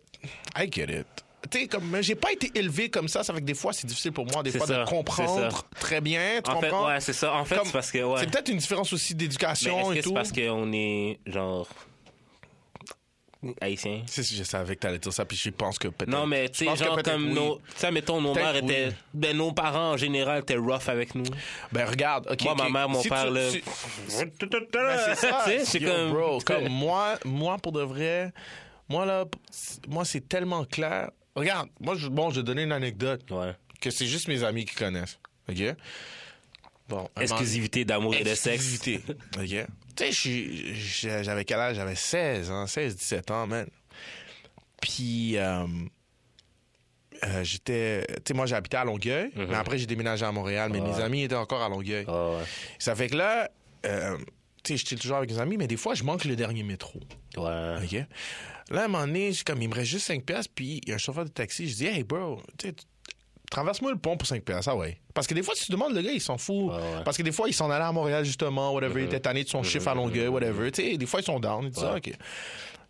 Speaker 2: I get it. Tu sais, comme, mais j'ai pas été élevé comme ça. Ça fait que des fois, c'est difficile pour moi, des
Speaker 1: C'est
Speaker 2: fois,
Speaker 1: ça,
Speaker 2: de
Speaker 1: c'est
Speaker 2: comprendre
Speaker 1: ça.
Speaker 2: très bien. Tu
Speaker 1: en fait
Speaker 2: comprends?
Speaker 1: ouais c'est ça en fait
Speaker 2: Comme-
Speaker 1: c'est parce que ouais
Speaker 2: C'est peut-être une différence aussi
Speaker 1: mais
Speaker 2: d'éducation
Speaker 1: est-ce
Speaker 2: et
Speaker 1: que c'est
Speaker 2: tout.
Speaker 1: parce qu'on est genre haïtien
Speaker 2: C'est- Je savais que t'allais dire ça, puis je pense que peut-être.
Speaker 1: Non, mais
Speaker 2: Euh, Je
Speaker 1: tu sais,
Speaker 2: pense que
Speaker 1: genre
Speaker 2: peut-être
Speaker 1: comme
Speaker 2: oui.
Speaker 1: nos. Tu sais, mettons, nos
Speaker 2: Peut-être
Speaker 1: mères étaient.
Speaker 2: oui.
Speaker 1: Ben, nos parents en général étaient rough avec nous.
Speaker 2: Ben, regarde, ok.
Speaker 1: moi, ma
Speaker 2: ok,
Speaker 1: mère, mon
Speaker 2: si
Speaker 1: père,
Speaker 2: tu-
Speaker 1: là.
Speaker 2: si-
Speaker 1: Ben, c'est ça, tu sais, c'est
Speaker 2: Yo,
Speaker 1: comme.
Speaker 2: bro, comme moi, moi pour de vrai, moi là, p- c'est- moi c'est tellement clair. Regarde, moi je, bon, je vais donner une anecdote
Speaker 1: Ouais.
Speaker 2: que c'est juste mes amis qui connaissent. Ok. Bon, un
Speaker 1: Exclusivité d'amour et de sexe.
Speaker 2: Exclusivité. OK. Tu sais, je suis- je- j'avais quel âge? J'avais 16 ans, 16, 17 ans, man. Puis, euh, euh, j'étais. Tu sais, moi, j'habitais à Longueuil, mais après, j'ai déménagé à Montréal, mais mes
Speaker 1: Mm-hmm. Ouais.
Speaker 2: amis étaient encore à Longueuil.
Speaker 1: Ah ouais.
Speaker 2: Ça fait que là, euh, tu sais, j'étais toujours avec mes amis, mais des fois, je manque le dernier métro.
Speaker 1: Ouais.
Speaker 2: OK? Là, à un moment donné, j'ai comme, il me reste juste 5 piastres, puis il y a un chauffeur de taxi, je dis, hey, bro, tu sais, tu- traverse-moi le pont pour 5 piastres. Ah ouais. Parce que des fois, tu te demandes, le gars, il s'en fout.
Speaker 1: Ouais, ouais.
Speaker 2: Parce que des fois, ils s'en allaient à Montréal, justement, whatever, il était tanné de son chiffre à Longueuil, whatever. Tu sais, des fois, ils sont down, ils disent, ah, OK.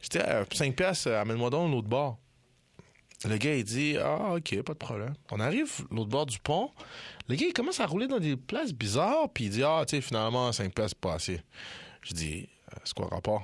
Speaker 2: Je dis, Ah, 5 piastres, euh, amène-moi donc l'autre bord. Le gars, il dit, ah, OK, pas de problème. On arrive l'autre bord du pont. Le gars, il commence à rouler dans des places bizarres, puis il dit, ah, tu sais, finalement, 5 places, c'est pas assez. Je dis, Euh, c'est quoi le rapport?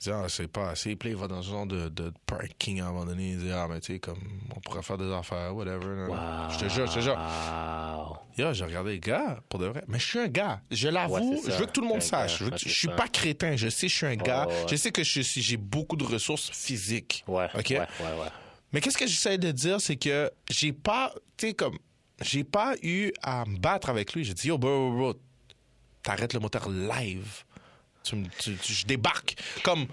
Speaker 2: Il dit, ah, c'est pas assez. Puis là, il va dans ce genre de, de parking à un moment donné. Il dit, ah, mais tu sais, comme, on pourrait faire des affaires, whatever. là. Je te jure, je te jure.
Speaker 1: Wow.
Speaker 2: Yo, j'ai regardé le gars, pour de vrai. Mais je suis un gars. Je l'avoue,
Speaker 1: Ouais, c'est ça.
Speaker 2: je veux que tout le monde
Speaker 1: Un gars.
Speaker 2: sache. Je, veux que-
Speaker 1: Ouais, c'est
Speaker 2: je suis
Speaker 1: ça.
Speaker 2: pas crétin. Je sais, je suis un gars.
Speaker 1: ouais, ouais.
Speaker 2: Je sais que je suis- j'ai beaucoup de ressources physiques.
Speaker 1: Ouais.
Speaker 2: OK?
Speaker 1: Ouais, ouais, ouais.
Speaker 2: Mais qu'est-ce que j'essaie de dire, c'est que j'ai pas, tu sais, comme, j'ai pas eu à me battre avec lui. J'ai dit, yo, bro, bro, bro, t'arrêtes le moteur live. Tu, me- tu- tu- je débarque. Comme,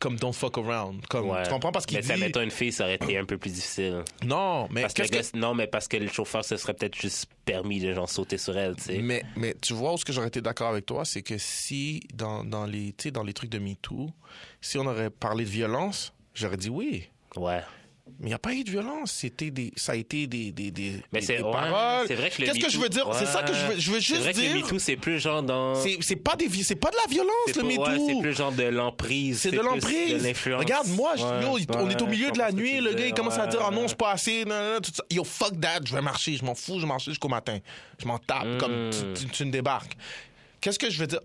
Speaker 2: comme don't fuck around. Comme,
Speaker 1: Ouais.
Speaker 2: Tu comprends? Parce qu'il
Speaker 1: Mais ça,
Speaker 2: dit,
Speaker 1: mettons, une fille, ça aurait été un peu plus difficile.
Speaker 2: non, mais
Speaker 1: Parce que, le
Speaker 2: qu'est-ce que...
Speaker 1: gars- Non, mais parce que le chauffeur se serait peut-être juste permis de genre sauter sur elle, tu sais.
Speaker 2: Mais, mais tu vois, où ce que j'aurais été d'accord avec toi, c'est que si, dans, dans, les, tu sais, dans les trucs de MeToo, si on aurait parlé de violence, j'aurais dit oui.
Speaker 1: Ouais.
Speaker 2: Mais il n'y a pas eu de violence. C'était des, ça a été des, des, des,
Speaker 1: Mais
Speaker 2: des-
Speaker 1: c'est
Speaker 2: des
Speaker 1: ouais,
Speaker 2: paroles.
Speaker 1: C'est vrai que le
Speaker 2: Qu'est-ce que
Speaker 1: MeToo-
Speaker 2: je veux dire? C'est ça que je veux, je veux
Speaker 1: Ouais.
Speaker 2: juste
Speaker 1: C'est vrai que le
Speaker 2: dire.
Speaker 1: MeToo, c'est plus genre dans.
Speaker 2: C'est- C'est pas des, vi- c'est pas de la violence,
Speaker 1: C'est
Speaker 2: le
Speaker 1: pas- ouais,
Speaker 2: MeToo.
Speaker 1: c'est plus genre de l'emprise.
Speaker 2: c'est de
Speaker 1: plus
Speaker 2: l'emprise.
Speaker 1: de l'influence.
Speaker 2: Regarde, moi, je-
Speaker 1: Ouais,
Speaker 2: yo, il- on
Speaker 1: ouais,
Speaker 2: est au milieu
Speaker 1: je
Speaker 2: de la
Speaker 1: comprends ce que
Speaker 2: nuit,
Speaker 1: tu
Speaker 2: le gars,
Speaker 1: dis,
Speaker 2: il commence à
Speaker 1: ouais.
Speaker 2: dire, ah non, c'est pas assez, nan, nan, nan, tout ça. Yo, fuck that, je vais marcher, je m'en fous, je marche jusqu'au matin. Je m'en tape,
Speaker 1: Hmm.
Speaker 2: comme tu, tu- tu me débarques. Qu'est-ce que je veux dire?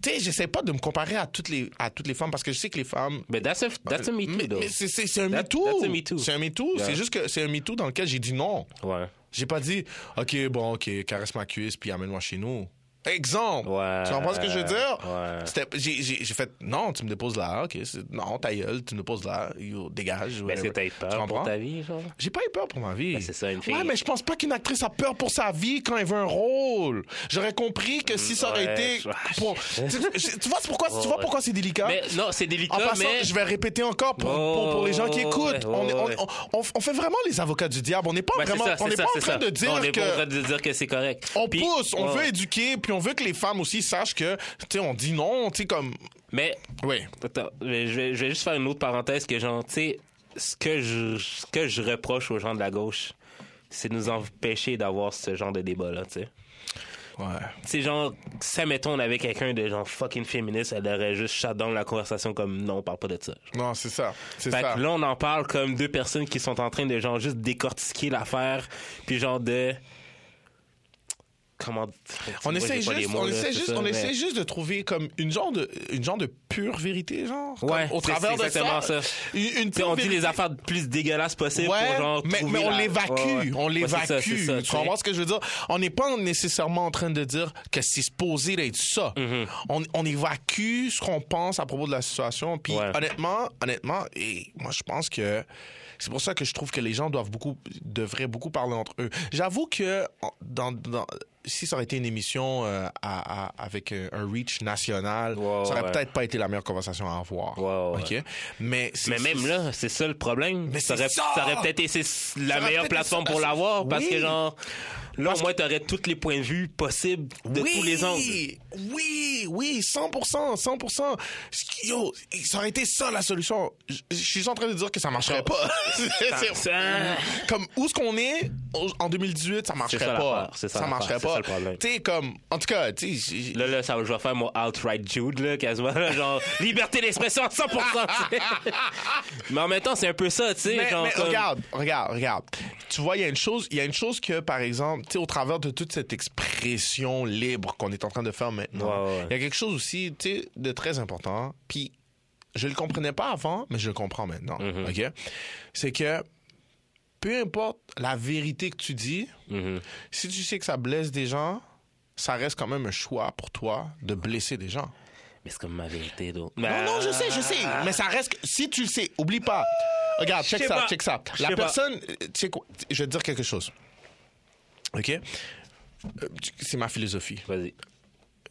Speaker 2: Tu sais, j'essaie pas de me comparer à toutes les, à toutes les femmes parce que je sais que les femmes,
Speaker 1: Mais that's a, that's a me too,
Speaker 2: Ah, mais,
Speaker 1: though.
Speaker 2: mais c'est- c'est c'est un
Speaker 1: That-
Speaker 2: MeToo.
Speaker 1: that's a me too.
Speaker 2: C'est un MeToo.
Speaker 1: Yeah.
Speaker 2: C'est juste que c'est un MeToo dans lequel j'ai dit non.
Speaker 1: Ouais.
Speaker 2: J'ai pas dit, OK, bon, OK, caresse ma cuisse puis amène-moi chez nous. Exemple.
Speaker 1: Ouais.
Speaker 2: Tu comprends ce que je veux dire?
Speaker 1: Ouais.
Speaker 2: C'était- J'ai, j'ai- j'ai fait, non, tu me déposes là. OK, c'est- non, ta gueule, tu me déposes là. Yo, dégage.
Speaker 1: Mais
Speaker 2: whatever.
Speaker 1: est-ce que t'as eu
Speaker 2: Tu
Speaker 1: peur
Speaker 2: comprends?
Speaker 1: pour Ben, ta vie, genre?
Speaker 2: J'ai pas eu peur pour ma vie.
Speaker 1: c'est ça, une fille.
Speaker 2: Ouais, mais je pense pas qu'une actrice a peur pour sa vie quand elle veut un rôle. J'aurais compris que si ça aurait
Speaker 1: ouais,
Speaker 2: été.
Speaker 1: je-
Speaker 2: pour- tu, tu vois, c'est pourquoi, tu vois
Speaker 1: ouais.
Speaker 2: pourquoi c'est délicat?
Speaker 1: Mais non, c'est
Speaker 2: Ah. En
Speaker 1: délicat,
Speaker 2: passant,
Speaker 1: mais.
Speaker 2: je vais répéter encore pour,
Speaker 1: Oh,
Speaker 2: pour, pour les gens qui
Speaker 1: ouais,
Speaker 2: écoutent. on, est- on-
Speaker 1: ouais.
Speaker 2: on- on- on fait vraiment les avocats du diable. On n'est pas
Speaker 1: Ouais, c'est
Speaker 2: vraiment,
Speaker 1: ça,
Speaker 2: on
Speaker 1: c'est
Speaker 2: n'est
Speaker 1: ça,
Speaker 2: pas en
Speaker 1: c'est
Speaker 2: train
Speaker 1: ça.
Speaker 2: de dire
Speaker 1: On est
Speaker 2: que
Speaker 1: pas en train de dire que c'est correct.
Speaker 2: on
Speaker 1: Puis-
Speaker 2: pousse, on
Speaker 1: Ouais.
Speaker 2: veut éduquer, puis on veut que les femmes aussi sachent que, tu sais, on dit non, tu sais, comme.
Speaker 1: Mais
Speaker 2: Oui.
Speaker 1: Attends, mais je vais, je vais juste faire une autre parenthèse que genre, tu sais, ce que je ce que je reproche aux gens de la gauche, c'est de nous empêcher d'avoir ce genre de débat là, tu sais.
Speaker 2: Ouais.
Speaker 1: Tu sais genre, ça mettons on avait quelqu'un de genre fucking féministe, elle aurait juste shut down la conversation comme non, on parle pas de ça.
Speaker 2: Non, c'est ça. C'est
Speaker 1: Fait
Speaker 2: ça.
Speaker 1: que là on en parle comme deux personnes qui sont en train de genre juste décortiquer l'affaire, puis genre de comment
Speaker 2: On
Speaker 1: Moi, j'ai
Speaker 2: essaie
Speaker 1: pas les
Speaker 2: juste,
Speaker 1: mots,
Speaker 2: on
Speaker 1: là,
Speaker 2: essaie
Speaker 1: c'est
Speaker 2: juste,
Speaker 1: ça,
Speaker 2: on
Speaker 1: mais-
Speaker 2: essaie juste de trouver comme une genre de, une genre de pure vérité, genre. comme
Speaker 1: Ouais,
Speaker 2: au
Speaker 1: c'est-
Speaker 2: travers
Speaker 1: c'est
Speaker 2: de
Speaker 1: exactement ça.
Speaker 2: Une, une
Speaker 1: Tu sais,
Speaker 2: pure
Speaker 1: on dit
Speaker 2: vérité.
Speaker 1: les affaires plus dégueulasses possibles
Speaker 2: Ouais,
Speaker 1: pour genre
Speaker 2: mais,
Speaker 1: trouver
Speaker 2: mais on
Speaker 1: la-
Speaker 2: l'évacue,
Speaker 1: Ouais, ouais.
Speaker 2: on
Speaker 1: Ouais, c'est
Speaker 2: l'évacue.
Speaker 1: ça, c'est ça, tu
Speaker 2: tu
Speaker 1: sais.
Speaker 2: comprends ce que je veux dire? On n'est pas nécessairement en train de dire que c'est supposé d'être ça.
Speaker 1: Mm-hmm.
Speaker 2: on, on évacue ce qu'on pense à propos de la situation. Puis
Speaker 1: Ouais.
Speaker 2: honnêtement, honnêtement, et moi je pense que c'est pour ça que je trouve que les gens doivent beaucoup, devraient beaucoup parler entre eux. J'avoue que en- dans, dans- si ça aurait été une émission euh, à- à- avec un, un reach national,
Speaker 1: Ouais,
Speaker 2: ça aurait
Speaker 1: ouais.
Speaker 2: peut-être pas été la meilleure conversation à avoir.
Speaker 1: Ouais, ouais,
Speaker 2: OK? Mais, c'est-
Speaker 1: Mais même là, c'est ça le problème.
Speaker 2: Mais
Speaker 1: ça,
Speaker 2: c'est
Speaker 1: aurait,
Speaker 2: ça!
Speaker 1: ça aurait peut-être été s- la
Speaker 2: aurait
Speaker 1: meilleure
Speaker 2: peut-être
Speaker 1: plateforme
Speaker 2: été-
Speaker 1: pour l'avoir parce
Speaker 2: Oui.
Speaker 1: que genre là au moins t'aurais tous les points de vue possibles de tous les angles.
Speaker 2: Oui, oui, 100%, 100%. Ce qui- Yo, ça aurait été ça la solution. Je je suis juste en train de dire que ça marcherait pas. C'est-
Speaker 1: Ça-
Speaker 2: Comme où ce qu'on est au- en 2018, ça marcherait
Speaker 1: C'est ça
Speaker 2: pas.
Speaker 1: l'affaire, c'est ça
Speaker 2: marcherait
Speaker 1: l'affaire,
Speaker 2: pas.
Speaker 1: c'est ça le problème.
Speaker 2: Tu sais comme en tout cas, tu sais j-
Speaker 1: Là, là, ça, je vais faire mon outright Jude, là, quasiment, là, genre, liberté d'expression à 100%, tu sais. Mais en même temps, c'est un peu ça, tu sais,
Speaker 2: mais,
Speaker 1: genre,
Speaker 2: mais
Speaker 1: comme-
Speaker 2: regarde, regarde, regarde. Tu vois, il y a une chose, il y a une chose que, par exemple, tu sais, au travers de toute cette expression libre qu'on est en train de faire maintenant,
Speaker 1: Ouais,
Speaker 2: il
Speaker 1: ouais, ouais.
Speaker 2: y a quelque chose aussi, tu sais, de très important. Puis, je le comprenais pas avant, mais je le comprends maintenant.
Speaker 1: Mm-hmm.
Speaker 2: Ok, c'est que peu importe la vérité que tu dis,
Speaker 1: Mhm.
Speaker 2: si tu sais que ça blesse des gens, ça reste quand même un choix pour toi de blesser des gens.
Speaker 1: Mais c'est comme ma vérité, donc.
Speaker 2: Non, non, je sais, je sais. Mais ça reste. que- Si tu le sais, oublie pas. Regarde, check
Speaker 1: sais
Speaker 2: ça,
Speaker 1: pas.
Speaker 2: check ça.
Speaker 1: Euh, Je
Speaker 2: La
Speaker 1: sais pas.
Speaker 2: personne. euh, tu sais quoi, Je vais te dire quelque chose. OK? Euh, tu- C'est ma philosophie.
Speaker 1: Vas-y.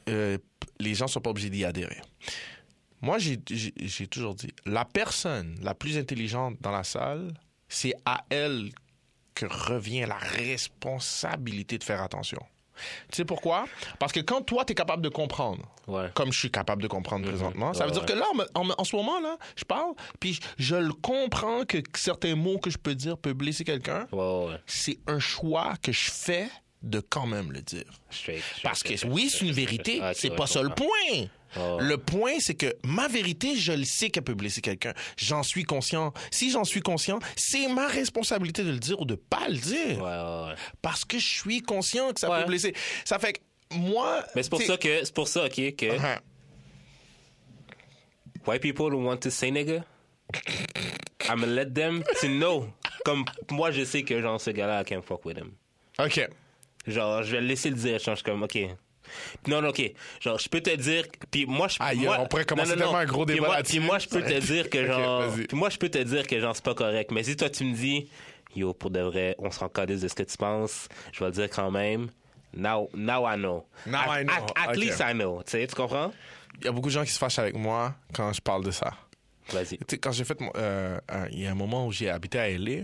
Speaker 2: Euh, p- les gens sont pas obligés d'y adhérer. Moi, j'ai- j'ai j'ai toujours dit la personne la plus intelligente dans la salle, c'est à elle que revient la responsabilité de faire attention. Tu sais pourquoi? Parce que quand toi, tu es capable de comprendre,
Speaker 1: Ouais.
Speaker 2: comme je suis capable de comprendre présentement. Ça veut
Speaker 1: Mhm. Ouais,
Speaker 2: dire
Speaker 1: ouais.
Speaker 2: que là, en, en- en ce moment, là, je parle, puis je, je le comprends que certains mots que je peux dire peuvent blesser quelqu'un.
Speaker 1: Ouais, ouais, ouais.
Speaker 2: C'est un choix que je fais de quand même le dire.
Speaker 1: Straight, straight,
Speaker 2: Parce que
Speaker 1: straight,
Speaker 2: oui,
Speaker 1: straight,
Speaker 2: c'est une
Speaker 1: straight,
Speaker 2: vérité,
Speaker 1: straight. Ok,
Speaker 2: c'est
Speaker 1: ouais,
Speaker 2: pas
Speaker 1: je
Speaker 2: ça le
Speaker 1: Ah, comprends. Ah.
Speaker 2: point.
Speaker 1: Ouais, ouais.
Speaker 2: Le point, c'est que ma vérité, je le sais qu'elle peut blesser quelqu'un. J'en suis conscient. Si j'en suis conscient, c'est ma responsabilité de le dire ou de pas le dire.
Speaker 1: Ouais, ouais, ouais.
Speaker 2: Parce que je suis conscient que ça
Speaker 1: Ouais.
Speaker 2: peut blesser. Ça fait que moi...
Speaker 1: Mais c'est pour
Speaker 2: t'sais-
Speaker 1: ça que, c'est pour ça, ok, que
Speaker 2: Hein.
Speaker 1: white people who want to say nigga, I'm gonna let them to know. Comme moi, je sais que, genre, ce gars-là, I can't fuck with him.
Speaker 2: OK.
Speaker 1: Genre, je vais le laisser le dire. Genre, je suis comme, OK. Non, non, OK. Genre, je peux te dire. Puis moi, je.
Speaker 2: Aïe,
Speaker 1: moi-
Speaker 2: on pourrait commencer
Speaker 1: Non, non, non.
Speaker 2: tellement un gros
Speaker 1: Puis
Speaker 2: débat
Speaker 1: moi-
Speaker 2: là-dessus.
Speaker 1: Puis moi, je peux te dire que,
Speaker 2: Ok,
Speaker 1: genre.
Speaker 2: vas-y.
Speaker 1: puis moi, je peux te dire que, genre, c'est pas correct. Mais si toi, tu me dis, yo, pour de vrai, on s'en calisse de ce que tu penses, je vais le dire quand même. Now, now I know.
Speaker 2: Now
Speaker 1: at,
Speaker 2: I know.
Speaker 1: At, at
Speaker 2: Ok.
Speaker 1: least I know. Tu sais, tu comprends?
Speaker 2: Il y a beaucoup de gens qui se fâchent avec moi quand je parle de ça.
Speaker 1: Vas-y.
Speaker 2: Tu sais, quand j'ai fait. mon- euh, un- Il y a un moment où j'ai habité à LA,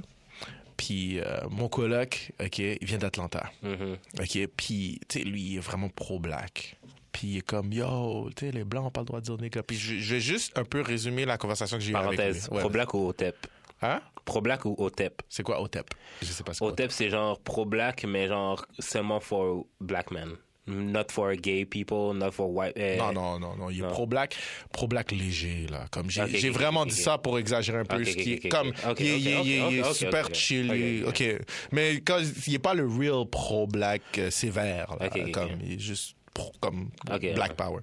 Speaker 2: puis euh, mon coloc, OK, il vient d'Atlanta.
Speaker 1: Mhm.
Speaker 2: OK, puis, tu sais, lui, il est vraiment pro-black. Puis il est comme, yo, tu sais, les blancs ont pas le droit de dire nigga. Puis je, je vais juste un peu résumer la conversation que j'ai eue avec lui.
Speaker 1: Parenthèse.
Speaker 2: Ouais.
Speaker 1: Pro-black ou OTEP?
Speaker 2: Hein?
Speaker 1: Pro-black ou OTEP?
Speaker 2: C'est quoi OTEP? Je sais pas ce que
Speaker 1: OTEP, c'est genre pro-black, mais genre seulement for black men. Not for gay people, not for white. eh,
Speaker 2: Non, non, non, non. Il est
Speaker 1: Non.
Speaker 2: pro-black, pro-black léger, là. Comme j'ai
Speaker 1: Ok,
Speaker 2: j'ai
Speaker 1: ok,
Speaker 2: vraiment
Speaker 1: ok,
Speaker 2: dit
Speaker 1: ok.
Speaker 2: ça pour exagérer un peu
Speaker 1: Ok,
Speaker 2: ce qui
Speaker 1: ok,
Speaker 2: est.
Speaker 1: ok,
Speaker 2: Comme,
Speaker 1: ok,
Speaker 2: il est- il est-
Speaker 1: ok,
Speaker 2: il est- il est
Speaker 1: ok, ok,
Speaker 2: super
Speaker 1: ok.
Speaker 2: chill, lui.
Speaker 1: Ok,
Speaker 2: OK. Mais quand il est pas le real pro-black euh, sévère, là.
Speaker 1: Ok, ok,
Speaker 2: comme,
Speaker 1: ok.
Speaker 2: il est juste pro- comme
Speaker 1: Ok,
Speaker 2: black
Speaker 1: ok.
Speaker 2: power.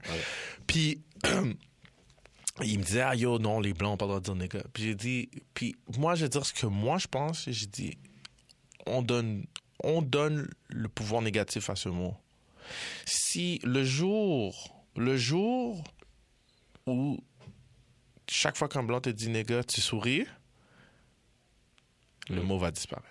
Speaker 2: Puis. Il me disait, ah yo, non, les blancs ont pas le droit de dire nigga. Puis j'ai dit, puis moi, je vais dire ce que moi je pense. J'ai dit, on donne, on donne le pouvoir négatif à ce mot. Si le jour, le jour où chaque fois qu'un blanc te dit nigga, tu souris, le mot va disparaître.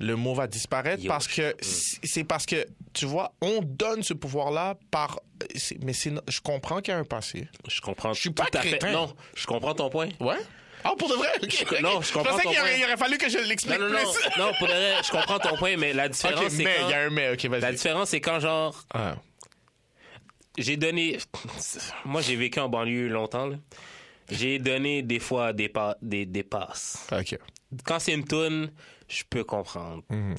Speaker 2: Le mot va disparaître
Speaker 1: Yo, Mm.
Speaker 2: parce que c- c'est parce que tu vois, on donne ce pouvoir-là par. c'est- Mais c'est, no- je comprends qu'il y a un passé.
Speaker 1: Je comprends.
Speaker 2: Je suis
Speaker 1: tout
Speaker 2: pas
Speaker 1: à fait-
Speaker 2: crétin.
Speaker 1: Non, je comprends ton point.
Speaker 2: Ouais. Ah, pour de vrai? Ok.
Speaker 1: Je- non, je comprends
Speaker 2: pensais
Speaker 1: ton
Speaker 2: qu'il aurait,
Speaker 1: point.
Speaker 2: il aurait fallu que je
Speaker 1: Non,
Speaker 2: l'explique
Speaker 1: non, non,
Speaker 2: plus.
Speaker 1: non, pour de vrai, je comprends ton point, mais la différence,
Speaker 2: ok,
Speaker 1: c'est
Speaker 2: mais, il y
Speaker 1: quand,
Speaker 2: a un mais. Ok,
Speaker 1: la
Speaker 2: vas-y.
Speaker 1: différence, c'est quand, genre,
Speaker 2: Ah.
Speaker 1: j'ai donné, moi, j'ai vécu en banlieue longtemps, là. J'ai donné des fois des, pa- des, des passes.
Speaker 2: Ok.
Speaker 1: Quand c'est une toune, je peux comprendre.
Speaker 2: Mm-hmm.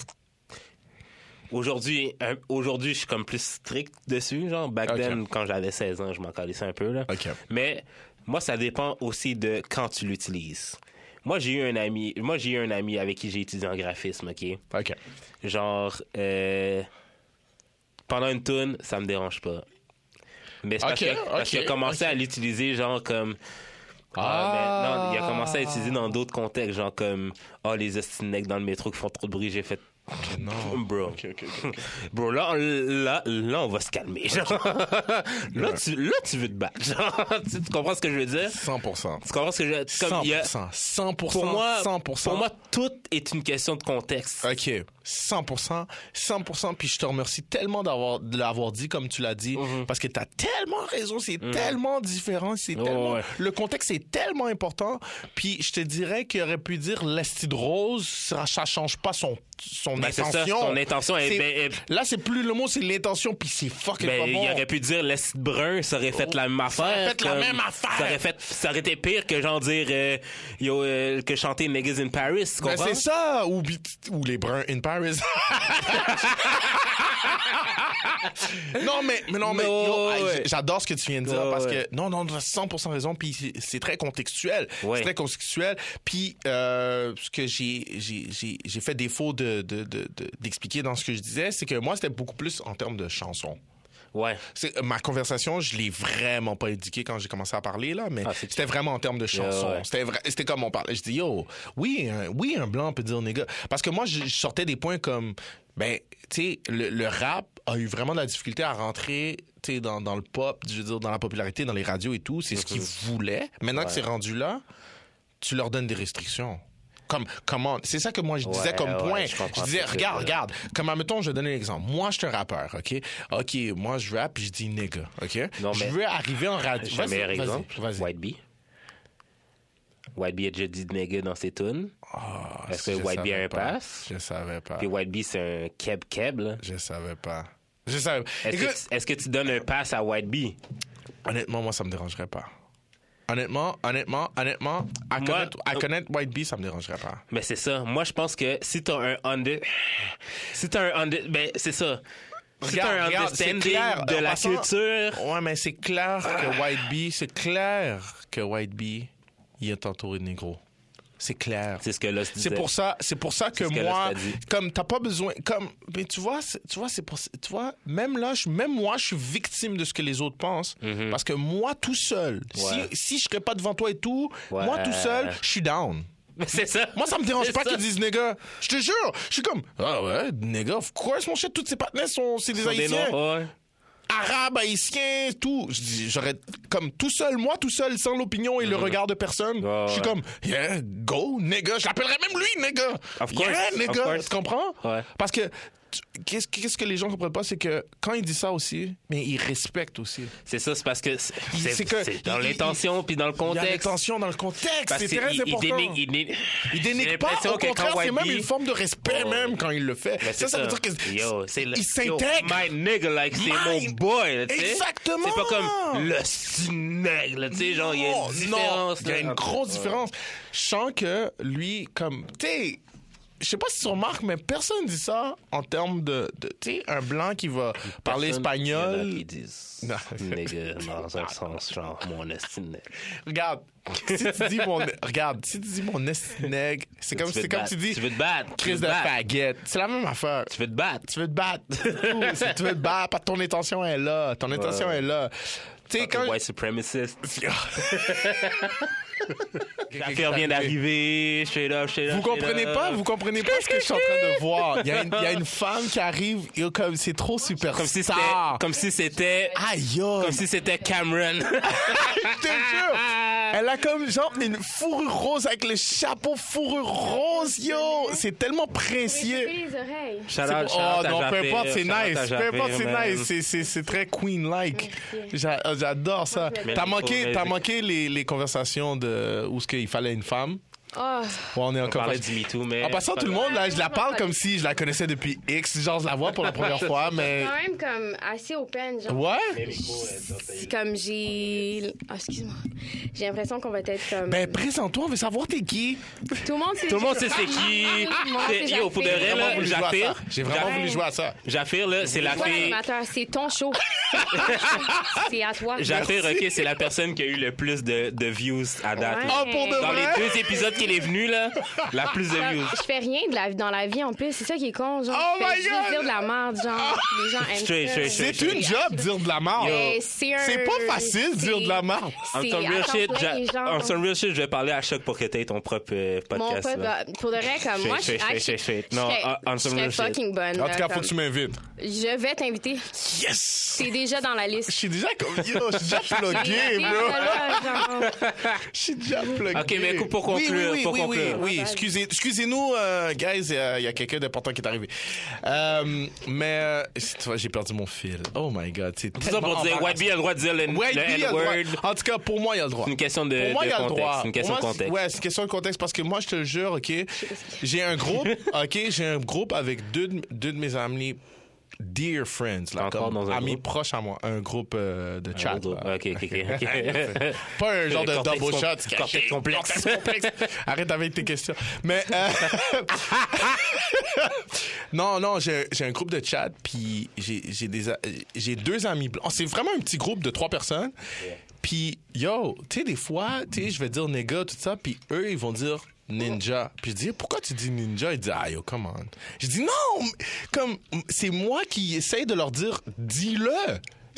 Speaker 1: Aujourd'hui, un- aujourd'hui, je suis comme plus strict dessus, genre, back
Speaker 2: Ok.
Speaker 1: then, quand j'avais 16 ans, je m'en calissais un peu, là.
Speaker 2: Ok.
Speaker 1: Mais moi, ça dépend aussi de quand tu l'utilises. Moi, j'ai eu un ami, moi, j'ai eu un ami avec qui j'ai étudié en graphisme, OK?
Speaker 2: OK.
Speaker 1: Genre, euh, pendant une tune, ça me dérange pas. Mais c'est parce
Speaker 2: Ok,
Speaker 1: qu'il a- parce qu'il a
Speaker 2: ok,
Speaker 1: commencé à l'utiliser, genre, comme.
Speaker 2: Ah.
Speaker 1: Ah, mais non, il a commencé à l'utiliser dans d'autres contextes, genre comme Ah, les ostinecs dans le métro qui font trop de bruit, j'ai fait
Speaker 2: non.
Speaker 1: Bro.
Speaker 2: OK, OK, OK. ok.
Speaker 1: Bro, là, on- là, là, on va se calmer. Genre. là, tu, là, tu veux te battre. Genre, tu, tu comprends ce que je veux dire?
Speaker 2: 100%.
Speaker 1: Tu comprends ce que je veux dire? Comme, il y a-
Speaker 2: 100%. 100%.
Speaker 1: pour, moi,
Speaker 2: 100%.
Speaker 1: pour moi, tout est une question de contexte.
Speaker 2: OK, 100%, 100%, puis je te remercie tellement d'avoir de l'avoir dit comme tu l'as dit, parce que tu as tellement raison, c'est tellement différent, c'est
Speaker 1: Ouais,
Speaker 2: tellement...
Speaker 1: ouais.
Speaker 2: Le contexte est tellement important, puis je te dirais qu'il aurait pu dire l'esti de rose, ça, ça change pas son, son
Speaker 1: Ben, c'est ça,
Speaker 2: intention.
Speaker 1: son intention est-
Speaker 2: C'est-
Speaker 1: ben,
Speaker 2: Là, c'est plus le mot, c'est l'intention, puis c'est fucking
Speaker 1: Ben,
Speaker 2: pas bon. Oh.
Speaker 1: il aurait pu dire l'est brun, ça aurait fait la même affaire.
Speaker 2: aurait fait la
Speaker 1: comme-
Speaker 2: même affaire.
Speaker 1: Ça aurait, fait, ça aurait été pire que genre dire euh, yo, euh, que chanter Niggas in Paris, tu
Speaker 2: Ben,
Speaker 1: comprends?
Speaker 2: c'est ça, ou, bi- ou les bruns in Paris. non, mais, mais non, mais
Speaker 1: Non,
Speaker 2: yo, hey,
Speaker 1: ouais.
Speaker 2: j'adore ce que tu viens de dire
Speaker 1: Ouais,
Speaker 2: parce
Speaker 1: ouais.
Speaker 2: que, non, non, t'as 100% raison, puis c'est- c'est très contextuel.
Speaker 1: Ouais.
Speaker 2: C'est très contextuel. Puis, euh, ce que j'ai- j'ai j'ai- j'ai fait défaut d'expliquer de, de, d'expliquer dans ce que je disais, c'est que moi, c'était beaucoup plus en termes de chansons.
Speaker 1: Ouais.
Speaker 2: C'est- Ma conversation, je l'ai vraiment pas indiqué quand j'ai commencé à parler, là, mais
Speaker 1: Ah, c'est-
Speaker 2: c'était vraiment en termes de chansons.
Speaker 1: ouais.
Speaker 2: C'était vra- C'était comme on parlait. Je dis, yo, oui, un, oui, un blanc peut dire nigga. Parce que moi, je, je sortais des points comme, ben, tu sais, le, le rap a eu vraiment de la difficulté à rentrer, tu sais, dans, dans le pop, je veux dire, dans la popularité, dans les radios et tout. C'est ce qu'ils
Speaker 1: Mm-hmm.
Speaker 2: voulaient. Maintenant que c'est rendu là, tu leur donnes des restrictions. Comme, comment, c'est ça que moi je disais
Speaker 1: Ouais,
Speaker 2: comme
Speaker 1: ouais,
Speaker 2: point.
Speaker 1: je
Speaker 2: je,
Speaker 1: comprends
Speaker 2: disais,
Speaker 1: ce que tu
Speaker 2: regarde,
Speaker 1: veux dire.
Speaker 2: regarde. Comme, admettons, je vais donner l'exemple. Moi, je suis un rappeur, OK? OK, moi, je rappe puis je dis nigga, OK?
Speaker 1: Non,
Speaker 2: je
Speaker 1: mais-
Speaker 2: veux arriver en radio.
Speaker 1: J'ai un
Speaker 2: Vas-y,
Speaker 1: meilleur
Speaker 2: vas-y,
Speaker 1: exemple.
Speaker 2: vas-y.
Speaker 1: White Bee. White Bee a déjà dit nigga dans ses tunes.
Speaker 2: Ah,
Speaker 1: Est-ce que
Speaker 2: je
Speaker 1: White Bee a
Speaker 2: savais
Speaker 1: un
Speaker 2: pas.
Speaker 1: pass?
Speaker 2: Je savais pas.
Speaker 1: Puis White Bee, c'est un keb keb, là.
Speaker 2: Je savais pas. Je savais pas.
Speaker 1: Est-ce que,
Speaker 2: Écoute,
Speaker 1: tu- est-ce que tu donnes un pass à White Bee?
Speaker 2: honnêtement, moi, ça me dérangerait pas. Honnêtement, honnêtement, honnêtement, à,
Speaker 1: Moi- euh,
Speaker 2: connaître, à connaître White Bee, ça me dérangerait pas.
Speaker 1: Mais Ben, c'est ça. Moi, je pense que si t'as un under. Si t'as un under. Ben, c'est ça. Si t'as un
Speaker 2: Regarde, regarde, c'est
Speaker 1: understanding
Speaker 2: clair.
Speaker 1: de
Speaker 2: En
Speaker 1: la
Speaker 2: passant-
Speaker 1: culture.
Speaker 2: Ouais, mais c'est clair que White Bee, c'est clair que White Bee, il est entouré de négros. C'est clair.
Speaker 1: C'est ce que Lost disait.
Speaker 2: C'est pour ça, c'est pour ça que
Speaker 1: ce que
Speaker 2: moi,
Speaker 1: Lost a dit.
Speaker 2: comme t'as pas besoin, comme, mais tu vois, c'est- tu vois, c'est pour, tu vois, même là, je, même moi, je suis victime de ce que les autres pensent, parce que moi tout seul,
Speaker 1: Mhm. Ouais.
Speaker 2: si, si je serais pas devant toi et tout,
Speaker 1: Ouais.
Speaker 2: moi tout seul, je suis down.
Speaker 1: Mais Ben, c'est ça.
Speaker 2: Moi, ça me dérange
Speaker 1: C'est
Speaker 2: pas
Speaker 1: ça.
Speaker 2: qu'ils disent nigga. Je te jure, je suis comme, ah ouais, nigga, of course, mon chien, toutes ces partenaires sont, c'est des
Speaker 1: Sur des
Speaker 2: haïtiens
Speaker 1: noms, ouais.
Speaker 2: arabe, haïtien, tout. Je dis, J'aurais comme tout seul, moi tout seul, sans l'opinion et le regard de personne.
Speaker 1: Ouais,
Speaker 2: je suis
Speaker 1: ouais.
Speaker 2: comme, yeah, go, nigga. Je l'appellerais même lui, nigga.
Speaker 1: Of
Speaker 2: Yeah,
Speaker 1: course, of
Speaker 2: nigga.
Speaker 1: course.
Speaker 2: Tu comprends?
Speaker 1: Ouais.
Speaker 2: Parce que tu- qu'est-ce qu'est-ce que les gens comprennent pas, c'est que quand il dit ça aussi, mais il respecte aussi.
Speaker 1: C'est ça, c'est parce que c'est,
Speaker 2: Il-
Speaker 1: c'est-
Speaker 2: c'est que-
Speaker 1: c'est dans
Speaker 2: il- il-
Speaker 1: l'intention puis dans le
Speaker 2: Il y a
Speaker 1: contexte.
Speaker 2: l'attention dans le contexte.
Speaker 1: Parce
Speaker 2: C'est
Speaker 1: qu'il-
Speaker 2: très
Speaker 1: il,
Speaker 2: important.
Speaker 1: dénigre, il dénigre,
Speaker 2: Il
Speaker 1: J'ai
Speaker 2: dénigre pas,
Speaker 1: l'impression
Speaker 2: au
Speaker 1: que quand
Speaker 2: contraire, c'est
Speaker 1: White
Speaker 2: même
Speaker 1: Bee-
Speaker 2: une forme de respect,
Speaker 1: Oh.
Speaker 2: même quand il le fait.
Speaker 1: Ben,
Speaker 2: Ça,
Speaker 1: c'est
Speaker 2: ça veut dire que
Speaker 1: Yo, c'est le-
Speaker 2: il
Speaker 1: yo,
Speaker 2: s'intègre.
Speaker 1: My nigga, like, c'est
Speaker 2: My-
Speaker 1: mon boy, là, tu sais.
Speaker 2: Exactement.
Speaker 1: C'est pas comme le sinègre, là, tu sais, genre, il y a
Speaker 2: Non,
Speaker 1: une différence.
Speaker 2: non, Il y a
Speaker 1: là.
Speaker 2: une grosse différence. Je sens que lui, comme, tu sais, je sais pas si tu remarques, mais personne dit ça en termes de, de- tu sais, un blanc qui va parler
Speaker 1: Personne- il y en a
Speaker 2: espagnol.
Speaker 1: qui disent
Speaker 2: Non.
Speaker 1: nigga dans un sens, genre, mon estime.
Speaker 2: Regarde, si tu dis mon, regarde, si tu dis mon estinègue, c'est comme,
Speaker 1: veux te
Speaker 2: c'est comme
Speaker 1: battre.
Speaker 2: tu dis,
Speaker 1: Tu veux te battre. Tu veux
Speaker 2: crise
Speaker 1: te
Speaker 2: de
Speaker 1: battre.
Speaker 2: baguette. C'est la même affaire.
Speaker 1: Tu veux te battre?
Speaker 2: tu veux te battre. C'est tout. Si tu veux te battre, parce que ton intention est là. Ton intention est là. Tu sais, quand.
Speaker 1: White supremacist.
Speaker 2: Quelqu'un
Speaker 1: L'affaire vient d'arriver, straight up, straight up.
Speaker 2: Vous
Speaker 1: straight
Speaker 2: comprenez
Speaker 1: up.
Speaker 2: pas, vous comprenez pas ce que je suis en train de voir. Il y a une, il y a une femme qui arrive, et comme c'est trop super
Speaker 1: Comme si c'était,
Speaker 2: star.
Speaker 1: comme si c'était,
Speaker 2: Aïe,
Speaker 1: comme si c'était Cameron.
Speaker 2: je te jure. Elle a comme genre une fourrure rose avec le chapeau fourrure rose, yo. C'est tellement précieux.
Speaker 3: les oreilles.
Speaker 1: Shout
Speaker 2: C'est
Speaker 1: out,
Speaker 2: pour-
Speaker 1: shout out
Speaker 2: oh
Speaker 1: à
Speaker 2: non, peu
Speaker 1: Jean-Pierre,
Speaker 2: importe, c'est
Speaker 1: shout out à
Speaker 2: nice. Peu
Speaker 1: Jean-Pierre,
Speaker 2: importe, c'est
Speaker 1: man.
Speaker 2: nice. C'est- c'est- C'est très queen-like.
Speaker 3: Merci.
Speaker 2: J'a- J'adore ça.
Speaker 3: je vais-
Speaker 1: Merci
Speaker 2: T'as
Speaker 1: pour
Speaker 2: manqué,
Speaker 1: les-
Speaker 2: t'as manqué les, les conversations de où ce qu'il fallait une femme.
Speaker 3: Oh,
Speaker 2: Ouais, on est
Speaker 1: On
Speaker 2: encore.
Speaker 1: parlait du MeToo, mais.
Speaker 2: En passant, tout le monde, là, je la parle comme si je la connaissais depuis X. Genre, je la vois pour la première fois, mais.
Speaker 3: quand même comme assez open, genre.
Speaker 2: Ouais? ben,
Speaker 3: C'est comme j'ai. Ah, excuse-moi. J'ai l'impression qu'on va être comme.
Speaker 2: Ben, présente-toi, on veut savoir t'es qui.
Speaker 3: tout le monde sait.
Speaker 1: Tout le monde sait c'est qui.
Speaker 3: Tout le monde sait
Speaker 1: C'est-
Speaker 3: c'est
Speaker 1: Yo, pour de
Speaker 3: qui.
Speaker 1: vrai,
Speaker 2: J'ai vraiment
Speaker 1: là,
Speaker 2: voulu jouer à
Speaker 1: Jaffir.
Speaker 2: ça. J'ai vraiment
Speaker 3: Jaffir.
Speaker 2: voulu jouer à ça.
Speaker 1: Jaffir, là, c'est la
Speaker 3: Toi,
Speaker 1: fille.
Speaker 3: l'animateur, c'est ton show. c'est à toi.
Speaker 1: Jaffir, ok, c'est la personne qui a eu le plus de, de views à date.
Speaker 3: Ouais.
Speaker 1: là.
Speaker 2: Oh, pour de
Speaker 1: Dans les
Speaker 2: vrai?
Speaker 1: deux épisodes qui qu'elle est venue, là, la plus de views.
Speaker 3: Je fais rien de la, dans la vie en plus, c'est ça qui est con. Genre,
Speaker 2: Oh
Speaker 3: je fais
Speaker 2: my
Speaker 3: juste
Speaker 2: God! Ah!
Speaker 3: dire de la merde, genre, les gens aiment
Speaker 1: Straight,
Speaker 3: ça.
Speaker 1: straight, straight.
Speaker 2: C'est une job, dire de la merde.
Speaker 3: Mais C'est un-
Speaker 2: C'est pas facile, dire de la merde.
Speaker 3: c'est-
Speaker 1: En some
Speaker 3: à
Speaker 1: real
Speaker 3: temps
Speaker 1: shit,
Speaker 3: plein,
Speaker 1: j'a-
Speaker 3: les gens-
Speaker 1: en some real shit, je vais parler à choc pour que t'aies ton propre euh,
Speaker 3: Mon
Speaker 1: podcast.
Speaker 3: pote,
Speaker 1: là.
Speaker 3: bah, pour de vrai, comme
Speaker 1: Straight,
Speaker 3: moi, je suis
Speaker 1: straight, straight, straight, straight.
Speaker 3: je
Speaker 1: Non,
Speaker 3: serais-
Speaker 1: on- on
Speaker 3: je
Speaker 1: some
Speaker 3: serais
Speaker 1: real shit.
Speaker 3: fucking bonne.
Speaker 2: En tout
Speaker 3: là,
Speaker 2: cas, faut
Speaker 3: comme-
Speaker 2: que tu m'invites.
Speaker 3: Je vais t'inviter.
Speaker 2: Yes!
Speaker 3: C'est déjà dans la
Speaker 2: Je
Speaker 3: liste.
Speaker 2: suis déjà comme. Yo, je suis déjà plugué, bro.
Speaker 3: Voilà, genre.
Speaker 2: Je suis déjà plugué.
Speaker 1: Ok, mais écoute, pour conclure,
Speaker 2: Oui, oui, oui,
Speaker 1: pour
Speaker 2: oui,
Speaker 1: conclure.
Speaker 2: oui, oui. Excusez- Excusez-nous, euh, guys, il y a, il y a quelqu'un d'important qui est arrivé. Euh, mais, euh, tu vois, j'ai perdu mon fil. Oh my god, c'est
Speaker 1: Tout ça
Speaker 2: tellement.
Speaker 1: pour dire,
Speaker 2: embarrassant.
Speaker 1: White Bee a le droit de dire le,
Speaker 2: White
Speaker 1: le
Speaker 2: Bee a le droit.
Speaker 1: N-word.
Speaker 2: En tout cas, pour moi, il a le droit.
Speaker 1: C'est une question de,
Speaker 2: Pour moi,
Speaker 1: de
Speaker 2: il a le
Speaker 1: contexte.
Speaker 2: droit.
Speaker 1: C'est une question
Speaker 2: Pour moi,
Speaker 1: de contexte.
Speaker 2: Ouais, c'est une question de contexte parce que moi, je te le jure, OK, j'ai un groupe, OK, j'ai un groupe avec deux, de- deux de mes amis dear friends, là,
Speaker 1: Encore
Speaker 2: comme
Speaker 1: dans un
Speaker 2: amis
Speaker 1: groupe?
Speaker 2: proches à moi, un groupe euh, de chat.
Speaker 1: Ok,
Speaker 2: là.
Speaker 1: ok, ok.
Speaker 2: Pas un genre de
Speaker 1: Cortex
Speaker 2: double
Speaker 1: com-
Speaker 2: shot.
Speaker 1: cortex
Speaker 2: c'est caché.
Speaker 1: complexe.
Speaker 2: Cortex complexe. Arrête avec tes questions. Mais euh, non, non, j'ai j'ai un groupe de chat, puis j'ai j'ai des a- j'ai deux amis blancs. C'est vraiment un petit groupe de trois personnes. Puis yo, tu sais des fois, tu sais, je vais dire nigga tout ça, puis eux ils vont dire ninja. Puis je dis pourquoi tu dis ninja Ils disent ah yo come on. Je dis non, mais comme c'est moi qui essaye de leur dire dis-le.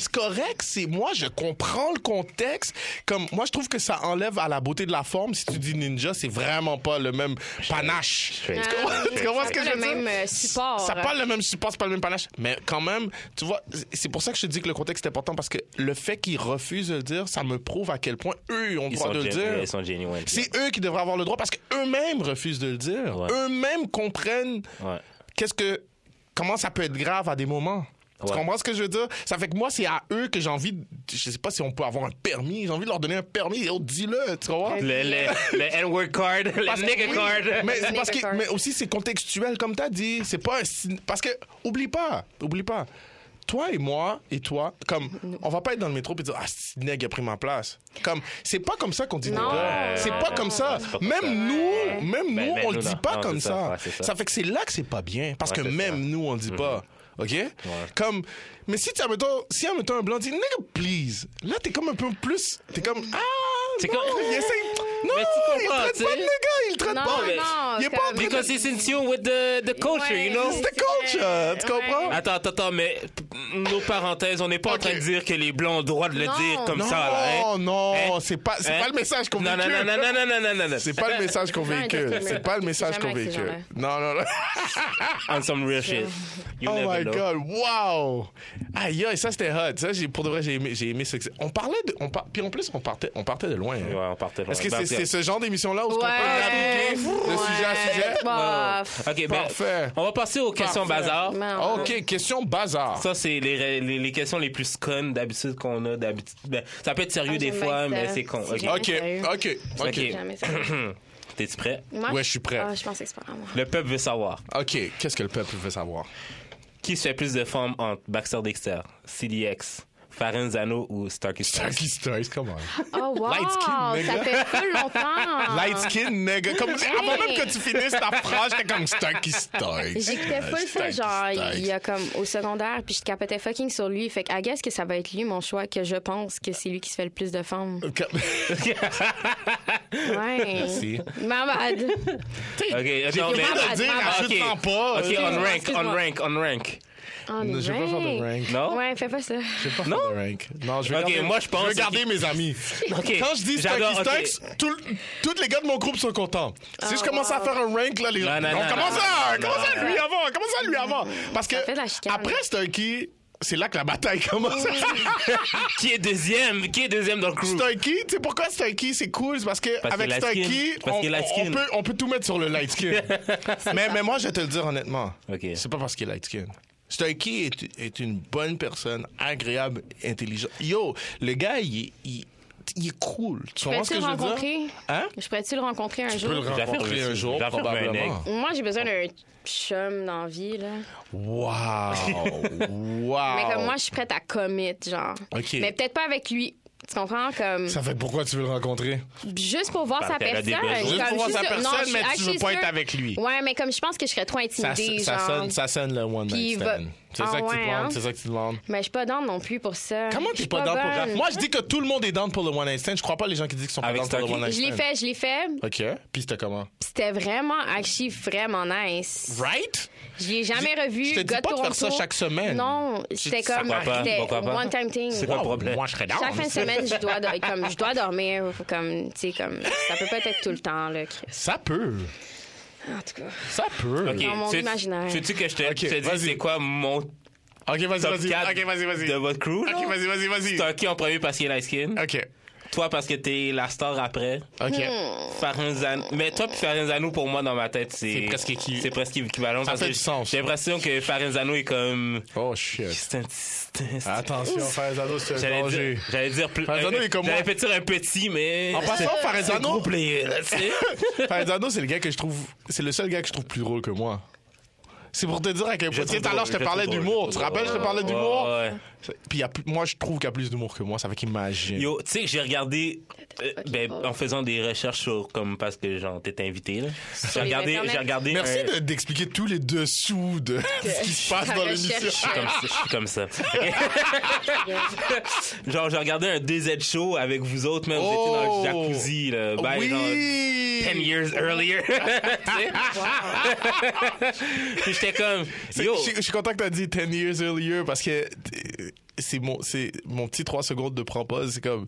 Speaker 2: C'est correct, c'est moi, je comprends le contexte. Comme moi, je trouve que ça enlève à la beauté de la forme. Si tu dis ninja, c'est vraiment pas le même panache.
Speaker 1: straight.
Speaker 2: Tu comprends- tu comprends ce
Speaker 3: C'est
Speaker 2: que
Speaker 3: pas
Speaker 2: je veux
Speaker 3: le
Speaker 2: dire?
Speaker 3: même, euh, support.
Speaker 2: Ça parle le même support, c'est pas le même panache. Mais quand même, tu vois, c'est pour ça que je te dis que le contexte est important parce que le fait qu'ils refusent de le dire, ça me prouve à quel point eux ils ont le
Speaker 1: Ils
Speaker 2: droit
Speaker 1: sont,
Speaker 2: de le
Speaker 1: gen-
Speaker 2: dire.
Speaker 1: ils sont genuine.
Speaker 2: C'est eux qui devraient avoir le droit parce qu'eux-mêmes refusent de le dire.
Speaker 1: Ouais.
Speaker 2: Eux-mêmes comprennent
Speaker 1: Ouais.
Speaker 2: qu'est-ce que comment ça peut être grave à des moments. Tu
Speaker 1: Ouais.
Speaker 2: comprends ce que je veux dire? Ça fait que moi, c'est à eux que j'ai envie. de- je sais pas si on peut avoir un permis. J'ai envie de leur donner un permis. Et oh, dis-le, tu comprends?
Speaker 1: Le, le, le N-word card,
Speaker 2: Parce
Speaker 1: le
Speaker 2: que-
Speaker 1: nigga
Speaker 2: oui,
Speaker 1: card.
Speaker 2: Mais, c'est parce que-
Speaker 3: Nigger card.
Speaker 2: mais aussi, c'est contextuel, comme tu as dit. C'est pas un signe- Parce que, oublie pas, oublie pas. Toi et moi, et toi, comme, on va pas être dans le métro et dire, ah, ce nègre a pris ma place. Comme, c'est pas comme ça qu'on dit
Speaker 3: Non.
Speaker 2: nègre. C'est pas comme
Speaker 1: Ouais,
Speaker 2: ça.
Speaker 1: c'est pas comme ça.
Speaker 2: Même nous, même
Speaker 1: Ben,
Speaker 2: nous,
Speaker 1: ben,
Speaker 2: on le
Speaker 1: nous,
Speaker 2: dit
Speaker 1: non.
Speaker 2: pas
Speaker 1: Non,
Speaker 2: comme
Speaker 1: c'est ça.
Speaker 2: ça.
Speaker 1: Ouais, c'est ça.
Speaker 2: Ça fait que c'est là que c'est pas bien. Parce
Speaker 1: Ouais,
Speaker 2: que
Speaker 1: c'est
Speaker 2: même
Speaker 1: ça. Mhm.
Speaker 2: nous, on le dit pas. OK? Comme, mais si tu admettons, si admettons un blanc dit, nigga, please, là, t'es comme un peu plus, t'es comme, ah,
Speaker 1: C'est
Speaker 2: non,
Speaker 1: comme-
Speaker 2: il essaie- non,
Speaker 1: Mais tu
Speaker 2: il
Speaker 1: comprends,
Speaker 2: traite
Speaker 1: tu
Speaker 2: pas
Speaker 1: sais.
Speaker 2: de nigga, il traite
Speaker 3: Non,
Speaker 2: pas.
Speaker 1: mais-
Speaker 2: il est
Speaker 3: non,
Speaker 2: pas en train de-
Speaker 1: Because it's in tune with the, the
Speaker 2: Oh,
Speaker 1: culture,
Speaker 3: Ouais.
Speaker 1: you know?
Speaker 2: It's the culture, tu comprends?
Speaker 1: Attends, attends, attends, mais nos parenthèses, on n'est pas
Speaker 2: Ok.
Speaker 1: en train de dire que les blancs ont le droit de le
Speaker 3: Non.
Speaker 1: dire comme
Speaker 2: Non,
Speaker 1: ça, là. hein?
Speaker 2: non,
Speaker 1: Hein?
Speaker 2: c'est pas, c'est
Speaker 1: Hein?
Speaker 2: pas le message qu'on
Speaker 1: Non, non,
Speaker 2: véhicule.
Speaker 1: non, non, non, non, non, non, non, non.
Speaker 2: C'est pas le message qu'on
Speaker 3: Non,
Speaker 2: véhicule.
Speaker 3: exactement.
Speaker 2: C'est pas le message qu'on
Speaker 3: Jamais avec ces
Speaker 2: véhicule. Non, non, non.
Speaker 1: On some real shit. You
Speaker 2: Oh
Speaker 1: never
Speaker 2: my
Speaker 1: know.
Speaker 2: god, wow! Aïe, aïe, ça c'était hot. Ça, j'ai, pour de vrai, j'ai aimé, j'ai aimé ce que- On parlait de. On par- Puis en plus, on partait, on partait de loin. hein.
Speaker 1: Ouais, on partait.
Speaker 2: Est-ce que
Speaker 1: Ben,
Speaker 2: c'est, c'est ce genre d'émission-là où on peut
Speaker 3: Ouais.
Speaker 2: naviguer de sujet à
Speaker 3: Ouais.
Speaker 2: sujet?
Speaker 3: Bah, pff,
Speaker 1: Ok, ben,
Speaker 2: Parfait.
Speaker 1: on va passer aux questions
Speaker 2: Parfait.
Speaker 1: bazar.
Speaker 3: non.
Speaker 2: Ok, question bazar.
Speaker 1: Ça, c'est les, ra- les, les questions les plus sconnes d'habitude qu'on a. d'habitude. Ben, ça peut être sérieux
Speaker 3: Ah,
Speaker 1: des
Speaker 3: j'aime
Speaker 1: fois,
Speaker 3: bien ça.
Speaker 1: mais c'est con.
Speaker 3: C'est
Speaker 1: Ok.
Speaker 3: génial.
Speaker 2: Ok, ok, ok.
Speaker 1: Ok.
Speaker 3: Jamais ça.
Speaker 1: T'es-tu prêt?
Speaker 3: Moi,
Speaker 2: Ouais, je suis prêt.
Speaker 3: Ah, je pense que c'est pas à moi.
Speaker 1: Le peuple veut savoir.
Speaker 2: OK, qu'est-ce que le peuple veut savoir?
Speaker 1: Qui se fait plus de formes entre Baxter Dexter, CDX, Farenzano ou Starkey Starks?
Speaker 2: Turkey Stories, come on.
Speaker 3: Oh, wow!
Speaker 2: Light skin, nigga.
Speaker 3: ça fait pas longtemps!
Speaker 2: Light skin, nigga. Comme, Avant même que tu finisses ta phrase, t'es comme Turkey Stories.
Speaker 3: J'écoutais full ça,
Speaker 2: Starkey
Speaker 3: genre,
Speaker 2: Starks.
Speaker 3: il y a comme au secondaire, puis je capotais fucking sur lui. Fait que, I guess que ça va être lui, mon choix, que je pense que c'est lui qui se fait le plus de femmes.
Speaker 2: Comme-
Speaker 3: Ouais.
Speaker 2: Merci.
Speaker 3: Mamad.
Speaker 1: Ok,
Speaker 2: J'ai
Speaker 1: attends,
Speaker 2: envie
Speaker 1: mais...
Speaker 2: de dire,
Speaker 3: Ah,
Speaker 2: rajoute-en
Speaker 1: ok.
Speaker 2: pas. euh,
Speaker 1: Ok, on rank, on
Speaker 3: Excuse-moi.
Speaker 1: rank, on rank.
Speaker 3: On
Speaker 2: Non,
Speaker 3: est
Speaker 2: je vais pas faire de
Speaker 3: bien.
Speaker 2: rank.
Speaker 1: Non?
Speaker 3: Ah, Ouais, fais pas ça.
Speaker 2: Je vais pas
Speaker 1: Non?
Speaker 2: faire de rank. Non, je vais
Speaker 1: Ok,
Speaker 2: garder,
Speaker 1: moi, je pense-
Speaker 2: Je vais garder mes amis.
Speaker 1: Ok.
Speaker 2: Quand je dis
Speaker 1: J'adore,
Speaker 2: Starkey
Speaker 1: ok.
Speaker 2: Starks, tout le- tous les gars de mon groupe sont contents. Si
Speaker 3: Ah,
Speaker 2: je commence à faire un rank, là, les gens.
Speaker 1: Non, non,
Speaker 2: on
Speaker 1: non,
Speaker 2: commence
Speaker 1: non,
Speaker 2: à,
Speaker 1: non,
Speaker 2: commence
Speaker 1: non,
Speaker 2: à lui avant, commence à lui avant. Parce que
Speaker 3: fait de la chicane.
Speaker 2: après Starkey, c'est là que la bataille commence.
Speaker 1: Qui est deuxième? Qui est deuxième dans le crew?
Speaker 2: Starkey, tu sais pourquoi Starkey c'est cool? C'est parce que
Speaker 1: Parce
Speaker 2: avec
Speaker 1: qu'il est light
Speaker 2: Starkey,
Speaker 1: skin.
Speaker 2: on,
Speaker 1: Parce qu'il est light
Speaker 2: on
Speaker 1: skin.
Speaker 2: peut, on peut tout mettre sur le light skin. mais, mais moi, je vais te le dire honnêtement.
Speaker 1: Ok.
Speaker 2: C'est pas parce qu'il est light skin. Starkey est, est une bonne personne, agréable, intelligente. Yo, le gars, il, il, il est cool. Tu comprends ce que je
Speaker 3: Pourrais-tu le
Speaker 2: veux dire?
Speaker 3: rencontrer?
Speaker 2: Hein?
Speaker 3: Je pourrais-tu le rencontrer un
Speaker 2: Tu peux
Speaker 3: jour?
Speaker 2: le Oh.
Speaker 1: J'ai
Speaker 2: rencontrer
Speaker 1: fait
Speaker 2: un
Speaker 1: aussi.
Speaker 2: jour,
Speaker 1: J'ai fait un
Speaker 2: probablement.
Speaker 1: egg.
Speaker 3: Moi, j'ai besoin d'un chum dans la vie, là.
Speaker 2: Wow! wow!
Speaker 1: Ah, oh.
Speaker 3: Mais comme moi, je suis prête à commit, genre.
Speaker 2: Ok.
Speaker 3: Mais peut-être pas avec lui. Tu comprends? Comme,
Speaker 2: Ça fait pourquoi tu veux le rencontrer?
Speaker 3: juste pour voir
Speaker 1: Parce
Speaker 3: sa
Speaker 1: qu'elle a des
Speaker 3: personne.
Speaker 1: besoins.
Speaker 3: comme
Speaker 2: Juste pour voir sa
Speaker 3: non, je
Speaker 2: personne,
Speaker 3: suis
Speaker 2: mais tu veux
Speaker 3: actually
Speaker 2: pas être
Speaker 3: sûre-
Speaker 2: avec lui.
Speaker 3: Ouais, mais comme je pense que je serais trop
Speaker 2: Ça,
Speaker 3: intimidée,
Speaker 2: ça
Speaker 3: genre.
Speaker 2: sonne, ça sonne le one
Speaker 3: Puis
Speaker 2: night
Speaker 3: il va-
Speaker 2: stand. C'est
Speaker 3: Ah
Speaker 2: ça que tu
Speaker 3: ouais,
Speaker 2: te demandes,
Speaker 3: hein?
Speaker 2: c'est ça que tu demandes.
Speaker 3: Mais je suis pas down non plus pour ça.
Speaker 2: Comment
Speaker 3: Je suis
Speaker 2: t'es pas dans pour
Speaker 3: bonne.
Speaker 2: Moi, je dis que tout le monde est dans pour le one night stand. Je crois pas les gens qui disent qu'ils sont
Speaker 1: Avec
Speaker 2: pas dans pour
Speaker 1: Stocky.
Speaker 2: le one night
Speaker 3: Je
Speaker 2: stand.
Speaker 3: l'ai fait, je l'ai fait.
Speaker 2: OK. Puis c'était comment?
Speaker 3: Puis C'était vraiment, actually, vraiment nice.
Speaker 2: Right?
Speaker 3: Je l'ai jamais revu.
Speaker 2: Je te dis
Speaker 3: gars
Speaker 2: pas de faire ça
Speaker 3: Toronto.
Speaker 2: chaque semaine.
Speaker 3: Non, c'était
Speaker 2: ça
Speaker 3: comme,
Speaker 1: va pas,
Speaker 3: c'était
Speaker 1: pourquoi pas?
Speaker 3: one time thing.
Speaker 1: C'est quoi le problème?
Speaker 2: Moi, je serais down.
Speaker 3: Chaque fin de semaine, je dois, do- comme, je dois dormir, comme, tu sais, comme, ça peut pas être tout le temps, là, Chris.
Speaker 2: Ça peut.
Speaker 3: En tout cas.
Speaker 2: Ça peut.
Speaker 1: Ok,
Speaker 3: Dans mon
Speaker 1: tu-
Speaker 3: imaginaire.
Speaker 1: Sais-tu que je te,
Speaker 2: Ok,
Speaker 1: je te
Speaker 2: vas-y.
Speaker 1: dis c'est quoi mon
Speaker 2: OK, vas-y,
Speaker 1: top
Speaker 2: vas-y.
Speaker 1: 4
Speaker 2: OK, vas-y, vas-y.
Speaker 1: de votre crew? là?
Speaker 2: OK, vas-y, vas-y, vas-y.
Speaker 1: Stocky en premier parce qu'il est light skin.
Speaker 2: OK.
Speaker 1: Toi parce que t'es la star après.
Speaker 2: OK.
Speaker 3: Hmm.
Speaker 1: Farenzan. Mais toi puis Farenzano pour moi dans ma tête c'est
Speaker 2: C'est presque équi-
Speaker 1: c'est presque équivalent
Speaker 2: Ça
Speaker 1: parce
Speaker 2: fait
Speaker 1: que
Speaker 2: du sens.
Speaker 1: J'ai l'impression que Farenzano est comme
Speaker 2: Oh, shit.
Speaker 1: c'est un petit- c'est un- c'est-
Speaker 2: Attention, Farenzano, Ah, c'est un
Speaker 1: J'allais
Speaker 2: danger.
Speaker 1: dire, j'allais dire plus.
Speaker 2: Farenzano est comme moi.
Speaker 1: J'allais peut-être dire un petit, mais.
Speaker 2: En passant,
Speaker 1: c'est un
Speaker 2: Farenzano,
Speaker 1: gros player, là, tu sais.
Speaker 2: Farenzano, c'est le gars que je trouve. C'est le seul gars que je trouve plus drôle que moi. C'est pour te dire à quel point. Tu sais, tout à l'heure, je te parlais d'humour. Tu te rappelles, je te parlais d'humour?
Speaker 1: Ouais, ouais.
Speaker 2: Puis il y a plus- moi, je trouve qu'il y a plus d'humour que moi. Ça fait qu'imagine.
Speaker 1: Yo, tu sais, j'ai regardé. euh,
Speaker 3: Ok,
Speaker 1: ben,
Speaker 3: bon.
Speaker 1: en faisant des recherches sur. Comme parce que, genre, t'étais invité, là. J'ai
Speaker 3: les
Speaker 1: regardé.
Speaker 3: internets.
Speaker 1: J'ai regardé.
Speaker 2: Merci
Speaker 1: un-
Speaker 2: de- d'expliquer tous les dessous de ce qui se passe
Speaker 3: La
Speaker 2: dans
Speaker 3: recherche.
Speaker 2: l'émission.
Speaker 1: Comme ça, je suis comme ça. genre, j'ai regardé un DZ show avec vous autres, même. Vous étiez dans le
Speaker 2: Oh.
Speaker 1: jacuzzi, là. Ben, genre, 10
Speaker 2: Oui!
Speaker 1: years earlier. Tu sais? Puis j'étais comme.
Speaker 2: C'est-
Speaker 1: Yo.
Speaker 2: Je je suis content que tu as dit 10 years earlier parce que euh, c'est mon, c'est mon petit 3 secondes de propose. C'est comme.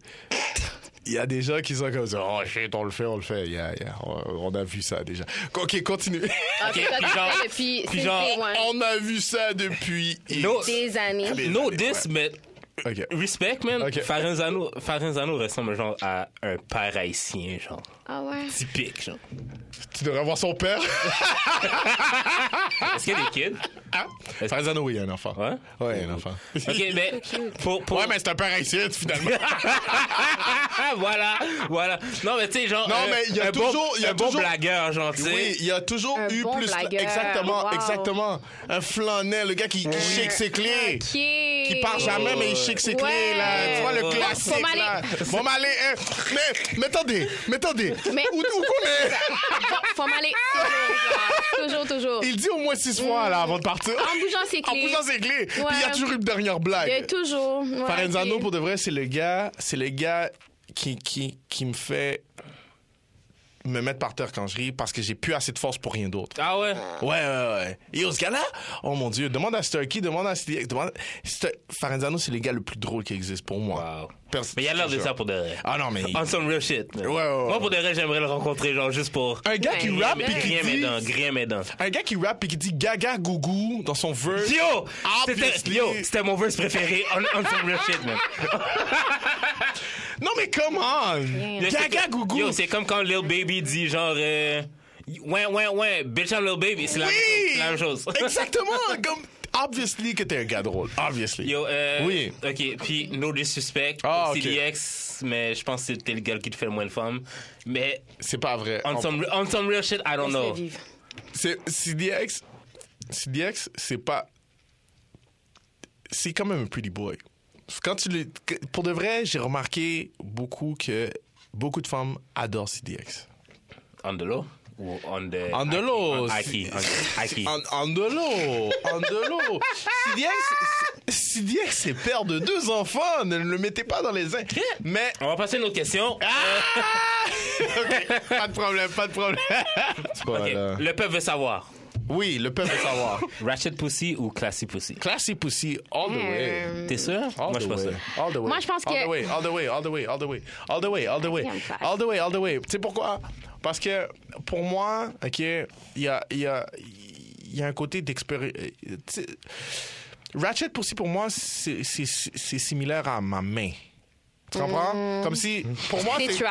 Speaker 2: Il y a des gens qui sont comme ça. Oh shit, on le fait, on le fait. Il y a- il y a- on on a vu ça déjà. Ok, continue. Ah,
Speaker 3: En tout cas,
Speaker 1: puis genre-
Speaker 3: Ah, c'est depuis,
Speaker 1: puis
Speaker 3: c'est
Speaker 1: genre,
Speaker 3: day one.
Speaker 2: on a vu ça depuis. X.
Speaker 1: No,
Speaker 3: des années.
Speaker 2: Allez.
Speaker 1: no this, mais
Speaker 2: Ok.
Speaker 1: respect, man.
Speaker 2: Ok.
Speaker 1: Farenzano, Farenzano ressemble genre à un père haïtien, genre.
Speaker 3: Ah ouais.
Speaker 1: Typique, genre.
Speaker 2: Tu devrais voir son père.
Speaker 1: Est-ce qu'il y a des kids?
Speaker 2: Ah. Farzano, oui, il y a un enfant.
Speaker 1: Ouais?
Speaker 2: Ouais, il y a un enfant.
Speaker 1: Ok, mais pour, pour...
Speaker 2: Ouais, mais c'est un père haïtien, finalement.
Speaker 1: Ah, voilà, voilà. Non, mais tu sais, genre.
Speaker 2: Non,
Speaker 1: un-
Speaker 2: mais il y a
Speaker 1: un bon-
Speaker 2: toujours- il y a
Speaker 1: un bon
Speaker 2: toujours-
Speaker 1: blagueur, genre, tu sais.
Speaker 2: Oui, il y a toujours
Speaker 3: Un
Speaker 2: eu
Speaker 3: bon
Speaker 2: plus.
Speaker 3: blagueur.
Speaker 2: Exactement,
Speaker 3: Wow.
Speaker 2: exactement. Un flanel, le gars qui, qui shake ses clés.
Speaker 3: OK.
Speaker 2: Qui part jamais, mais il shake ses clés,
Speaker 3: Ouais.
Speaker 2: là. Tu vois, le
Speaker 1: Ouais.
Speaker 2: classique,
Speaker 3: Faut m'aller.
Speaker 2: là. Bon, mais allez, hein. Mais, mais attendez, mais attendez.
Speaker 3: Mais-
Speaker 2: Où, où qu'on est?
Speaker 3: Faut- Faut m'aller. Toujours, genre, toujours, toujours.
Speaker 2: Il dit au moins six fois, là, avant de partir.
Speaker 3: En bougeant ses
Speaker 2: En
Speaker 3: clés.
Speaker 2: poussant ses clés. Puis il y a
Speaker 3: Ouais.
Speaker 2: toujours une dernière blague.
Speaker 3: De toujours. Ouais,
Speaker 2: Farenzano,
Speaker 3: ok.
Speaker 2: pour de vrai, c'est le gars, c'est le gars qui, qui, qui me fait me mettre par terre quand je ris parce que j'ai plus assez de force pour rien d'autre.
Speaker 1: Ah ouais?
Speaker 2: Ouais, ouais, ouais. Et au ce gars-là, oh mon Dieu, demande à Sturkey, demande à Sli- demande- Stu- Farenzano, c'est le gars le plus drôle qui existe pour moi.
Speaker 1: Wow.
Speaker 2: Perso-
Speaker 1: Mais il a l'air
Speaker 2: je
Speaker 1: de
Speaker 2: te
Speaker 1: ça
Speaker 2: jure.
Speaker 1: pour de vrai.
Speaker 2: Ah non, mais.
Speaker 1: On some real shit. man.
Speaker 2: Ouais, ouais, ouais.
Speaker 1: Moi, pour de vrai, j'aimerais le rencontrer, genre, juste pour.
Speaker 2: Un gars
Speaker 3: Ben,
Speaker 2: qui
Speaker 3: il est
Speaker 2: rappe
Speaker 3: là.
Speaker 2: et qui
Speaker 1: Rien
Speaker 2: dit.
Speaker 1: m'aidant, rien m'aidant.
Speaker 2: Un gars qui rappe et qui dit gaga gougou dans son verse.
Speaker 1: Yo!
Speaker 2: Ah,
Speaker 1: C'était
Speaker 2: Obviously.
Speaker 1: yo, c'était mon verse préféré. On, on some real shit, man.
Speaker 2: Non, mais come on!
Speaker 1: Yo, c'est
Speaker 2: Gaga
Speaker 1: que-
Speaker 2: gougou!
Speaker 1: Yo, c'est comme quand Lil Baby dit genre. euh, ouais, ouais, ouais, bitch, I'm Lil Baby. C'est la, même chose,
Speaker 2: Oui!
Speaker 1: c'est la même chose.
Speaker 2: Exactement! Comme. Obviously que t'es un gars drôle. Obviously.
Speaker 1: Yo, euh,
Speaker 2: Oui.
Speaker 1: Ok, puis No Disrespect,
Speaker 2: Ah, ok.
Speaker 1: CDX, mais je pense que c'était le gars qui te fait le moins de femmes. Mais
Speaker 2: C'est pas vrai.
Speaker 1: on some, on some real shit, I don't
Speaker 3: Laisse-le
Speaker 1: know.
Speaker 3: vivre.
Speaker 2: C'est CDX. CDX, c'est pas. C'est quand même un pretty boy. Quand tu le- que- Pour de vrai, j'ai remarqué beaucoup que beaucoup de femmes adorent CDX.
Speaker 1: On the low? Ou on the.
Speaker 2: On the low,
Speaker 1: on Aki,
Speaker 2: c'est-
Speaker 1: on- Aki.
Speaker 2: En, en de l'eau! En de l'eau! CDX, c'est- CDX est père de deux enfants! Ne le mettez pas dans les uns! Mais.
Speaker 1: On va passer à une autre question. Ah!
Speaker 2: ok, pas de problème, pas de problème! C'est pas
Speaker 1: Ok,
Speaker 2: mal, hein.
Speaker 1: Le peuple veut savoir.
Speaker 2: Oui, le peuple veut savoir.
Speaker 1: Ratchet Pussy ou Classy Pussy?
Speaker 2: Classy Pussy, all the way!
Speaker 3: Euh,
Speaker 1: T'es sûr?
Speaker 2: All
Speaker 1: Moi,
Speaker 2: the
Speaker 1: je pense
Speaker 2: way.
Speaker 1: ça.
Speaker 2: All the way.
Speaker 3: Moi, je pense
Speaker 2: all
Speaker 3: que-
Speaker 2: The way, all the way, all the way, all the way, all the way, all the way,
Speaker 3: Quatrième phase.
Speaker 2: all the way, all the way. Tu sais pourquoi? Parce que pour moi, OK, il y a, il y, a, il y a un côté d'expérience. Ratchet Pussy, pour moi, c'est c'est- c'est similaire à ma main. Tu comprends?
Speaker 3: Mm.
Speaker 2: Comme si, pour moi,
Speaker 3: T'es
Speaker 2: Ah, c'est...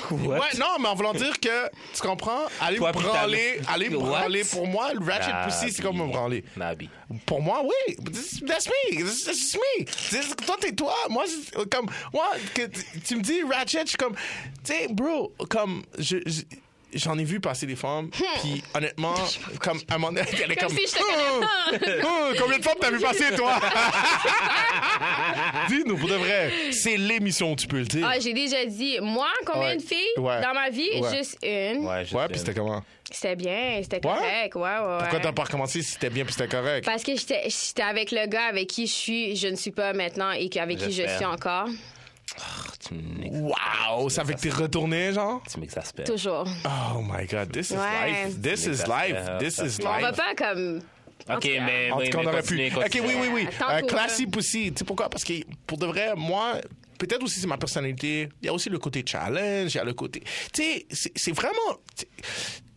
Speaker 3: trash.
Speaker 2: Ouais, non, mais en voulant dire que, tu comprends, aller
Speaker 1: Toi,
Speaker 2: me
Speaker 1: puis ta
Speaker 2: branler,
Speaker 1: main.
Speaker 2: aller me
Speaker 1: What? Ah,
Speaker 2: branler, pour moi, le Ratchet Pussy, c'est comme me branler.
Speaker 1: Nabi.
Speaker 2: Pour moi, oui. This- That's me. This- That's just me. This- Toi, t'es toi. Moi, je- comme, moi, que t- tu me dis Ratchet, je suis comme, tu sais, bro, comme, je, je- j'en ai vu passer des femmes,
Speaker 3: Hmm.
Speaker 2: puis honnêtement, comme à un moment donné, elle est
Speaker 3: Comme
Speaker 2: comme.
Speaker 3: si je te connais
Speaker 2: Oh, oh, combien de femmes t'as vu passer, toi? Dis-nous, pour de vrai. C'est l'émission où tu peux le dire.
Speaker 3: Ah, j'ai déjà dit, moi, combien
Speaker 2: Ouais.
Speaker 3: de filles
Speaker 2: Ouais.
Speaker 3: dans ma vie?
Speaker 2: Ouais.
Speaker 3: Juste une.
Speaker 1: Ouais, je
Speaker 2: ouais,
Speaker 1: sais.
Speaker 2: puis c'était comment?
Speaker 3: C'était bien, c'était
Speaker 2: Ouais?
Speaker 3: correct. Ouais, ouais, ouais.
Speaker 2: Pourquoi t'as pas recommencé si c'était bien puis c'était correct?
Speaker 3: Parce que j'étais j'étais avec le gars avec qui je suis, je ne suis pas maintenant et avec qui je
Speaker 1: J'espère.
Speaker 3: suis encore.
Speaker 1: Tu m'ex-
Speaker 2: Wow! Ça fait que t'es retourné, genre?
Speaker 1: tu m'exaspères.
Speaker 3: Toujours.
Speaker 2: Oh my god, this is
Speaker 3: Ouais.
Speaker 2: life. This is life. This is
Speaker 3: On va
Speaker 2: life.
Speaker 3: pas comme. En
Speaker 1: Ok,
Speaker 3: tout cas,
Speaker 1: mais.
Speaker 2: En
Speaker 1: oui,
Speaker 2: tout cas,
Speaker 1: mais
Speaker 2: on aurait
Speaker 1: continuez,
Speaker 2: pu. Ok,
Speaker 1: continuez.
Speaker 2: oui, oui, oui.
Speaker 3: Tantôt,
Speaker 2: Euh,
Speaker 3: là.
Speaker 2: classy pussy. Tu sais pourquoi? Parce que pour de vrai, moi, peut-être aussi c'est ma personnalité. Il y a aussi le côté challenge, il y a le côté. Tu sais, c'est- c'est vraiment. tu-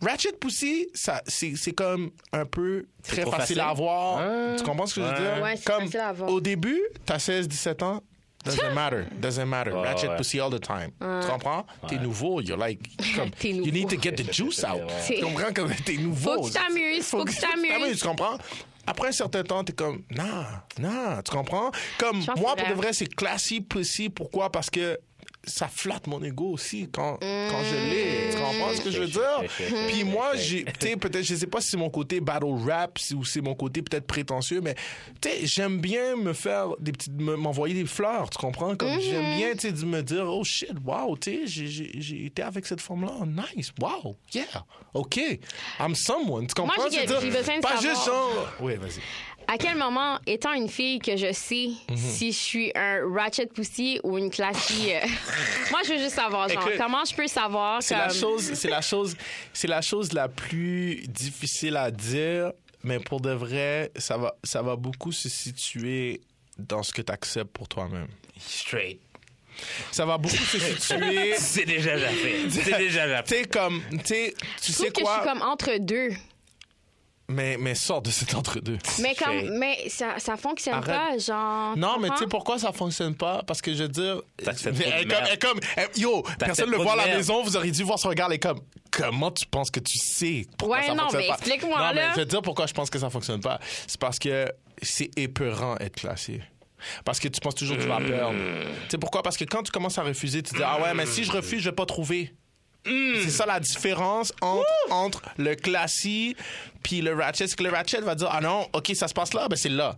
Speaker 2: Ratchet Pussy, ça, c'est c'est comme un peu très
Speaker 1: trop
Speaker 2: facile, à
Speaker 1: facile.
Speaker 2: avoir. Tu comprends ce que je veux dire?
Speaker 3: Ouais, c'est
Speaker 2: comme
Speaker 3: facile à avoir.
Speaker 2: au début, t'as 16, 17 ans. Doesn't matter, doesn't matter. Ratchet
Speaker 1: ouais.
Speaker 2: pussy all the time. Tu comprends? T'es nouveau, you're like, comme,
Speaker 3: T'es
Speaker 2: you need
Speaker 3: nouveau.
Speaker 2: to get the juice out.
Speaker 3: C'est-
Speaker 2: Tu comprends comme t'es nouveau.
Speaker 3: Faut que tu t'amuses, faut que tu t'amuses.
Speaker 2: Tu comprends? Après un certain temps, t'es comme, non, non, tu comprends? Comme,
Speaker 3: pense
Speaker 2: moi,
Speaker 3: que
Speaker 2: pour
Speaker 3: c'est
Speaker 2: de
Speaker 3: vrai.
Speaker 2: vrai, c'est classy, pussy. Pourquoi? Parce que ça flatte mon ego aussi quand, quand je l'ai. Tu comprends ce que je veux dire? Puis moi, Ah,
Speaker 3: Ben.
Speaker 2: j'ai, tu sais, peut-être, je sais pas si c'est mon côté battle rap si- ou c'est mon côté peut-être prétentieux, mais tu sais, j'aime bien me faire des petites, me- m'envoyer des fleurs, tu comprends? Comme
Speaker 3: Mm-hmm.
Speaker 2: j'aime bien, tu sais, de me dire, oh shit, wow, tu sais, j'ai- j'ai j'ai été avec cette femme-là, nice, wow, yeah, ok, I'm someone, tu comprends?
Speaker 3: Moi, j'ai-
Speaker 2: Je veux dire,
Speaker 3: j'ai besoin de
Speaker 2: Pas
Speaker 3: savoir.
Speaker 2: juste genre, oui, vas-y.
Speaker 3: À quel moment, étant une fille que je sais
Speaker 2: Mhm.
Speaker 3: si je suis un ratchet pussy ou une classique, moi je veux juste savoir, genre,
Speaker 2: Écoute,
Speaker 3: comment je peux savoir
Speaker 2: C'est la
Speaker 3: comme-
Speaker 2: chose, c'est la chose, c'est la chose la plus difficile à dire, mais pour de vrai, ça va, ça va beaucoup se situer dans ce que tu acceptes pour toi-même.
Speaker 1: Straight.
Speaker 2: Ça va beaucoup se situer.
Speaker 1: C'est déjà la fait. C'est déjà la
Speaker 2: Tu
Speaker 1: fait.
Speaker 2: sais, comme, tu sais, tu
Speaker 3: Je trouve
Speaker 2: sais
Speaker 3: que je suis
Speaker 2: quoi,
Speaker 3: comme entre deux.
Speaker 2: mais, mais sors de cet entre-deux.
Speaker 3: Mais comme,
Speaker 1: Straight.
Speaker 3: mais ça, ça fonctionne
Speaker 2: Arrête.
Speaker 3: pas, genre.
Speaker 2: Non, mais tu sais
Speaker 3: comprends?
Speaker 2: pourquoi ça fonctionne pas? Parce que je veux dire.
Speaker 1: T'acceptes trop de
Speaker 2: Elle est comme,
Speaker 1: merde.
Speaker 2: elle est comme- elle- yo, personne le
Speaker 1: trop
Speaker 2: voit à
Speaker 1: de
Speaker 2: la
Speaker 1: merde.
Speaker 2: maison, vous auriez dû voir son regard, elle est comme, comment tu penses que tu sais pourquoi
Speaker 3: Ouais,
Speaker 2: ça
Speaker 3: non,
Speaker 2: fonctionne
Speaker 3: mais
Speaker 2: pas?
Speaker 3: explique-moi,
Speaker 2: Non,
Speaker 3: là.
Speaker 2: mais je vais te dire pourquoi je pense que ça fonctionne pas. C'est parce que c'est épeurant être classé. Parce que tu penses toujours que tu vas
Speaker 1: Hmm.
Speaker 2: perdre. Tu sais pourquoi? Parce que quand tu commences à refuser, tu dis, ah ouais, mais si je refuse, je vais pas trouver.
Speaker 1: Hmm.
Speaker 2: C'est ça la différence entre, entre le classique puis le ratchet. C'est que le ratchet va dire, ah non, OK, ça se passe là, ben c'est là.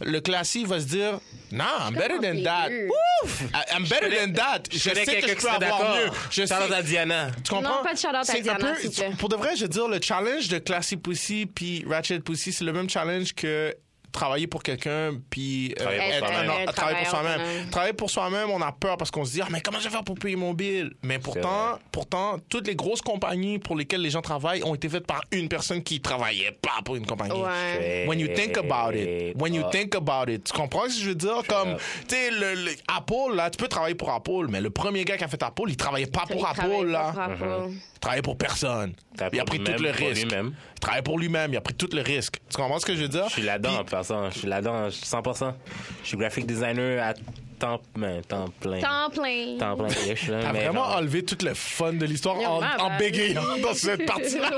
Speaker 2: Le classique va se dire, non, I'm better than
Speaker 3: les
Speaker 2: that.
Speaker 3: deux.
Speaker 2: Ouf! I- I'm better than that. Je,
Speaker 1: connais
Speaker 2: sais que je
Speaker 1: hein, quelqu'un qui
Speaker 2: peux
Speaker 1: serait
Speaker 2: avoir
Speaker 1: d'accord.
Speaker 2: mieux. Je sais-
Speaker 1: Shout-out à Diana.
Speaker 2: Tu comprends?
Speaker 3: Non, pas de shout-out à
Speaker 2: C'est un
Speaker 3: Diana,
Speaker 2: peu-
Speaker 3: s'il te plaît.
Speaker 2: Pour de vrai, je veux dire, le challenge de classique Pussy puis Ratchet Pussy, c'est le même challenge que travailler pour quelqu'un puis euh,
Speaker 1: Travailler pour
Speaker 2: être
Speaker 1: soi-même.
Speaker 2: un-
Speaker 3: Être
Speaker 2: travailler pour
Speaker 3: travailleur
Speaker 2: soi-même.
Speaker 3: autonome.
Speaker 2: Travailler pour soi-même, on a peur parce qu'on se dit ah mais comment je vais faire pour payer mon bill Mais pourtant, pourtant toutes les grosses compagnies pour lesquelles les gens travaillent ont été faites par une personne qui travaillait pas pour une compagnie.
Speaker 3: Ouais.
Speaker 2: When you think about it, when you
Speaker 1: Ah.
Speaker 2: think about it, tu comprends ce que je veux dire Comme tu sais le, le- Apple là, tu peux travailler pour Apple, mais le premier gars qui a fait Apple, il travaillait pas pour
Speaker 3: Il travaille
Speaker 2: Apple là.
Speaker 3: pas pour Apple.
Speaker 2: Il travaillait pour personne.
Speaker 1: Travaille
Speaker 2: Il a
Speaker 1: pour
Speaker 2: pris tout
Speaker 1: lui-même,
Speaker 2: le
Speaker 1: pour
Speaker 2: risque.
Speaker 1: lui-même.
Speaker 2: Il travaillait pour lui-même. Il a pris tout le risque. Tu comprends ce que je veux dire?
Speaker 1: Je suis là-dedans, en passant. Je suis là-dedans, 100%. Je suis graphic designer à temps, ben, temps plein.
Speaker 3: Temps plein.
Speaker 1: Temps plein. Je suis là,
Speaker 2: T'as
Speaker 1: mais
Speaker 2: vraiment
Speaker 1: genre-
Speaker 2: enlevé tout le fun de l'histoire en,
Speaker 3: Vraiment,
Speaker 2: en
Speaker 3: bah.
Speaker 2: bégayant dans cette partie-là.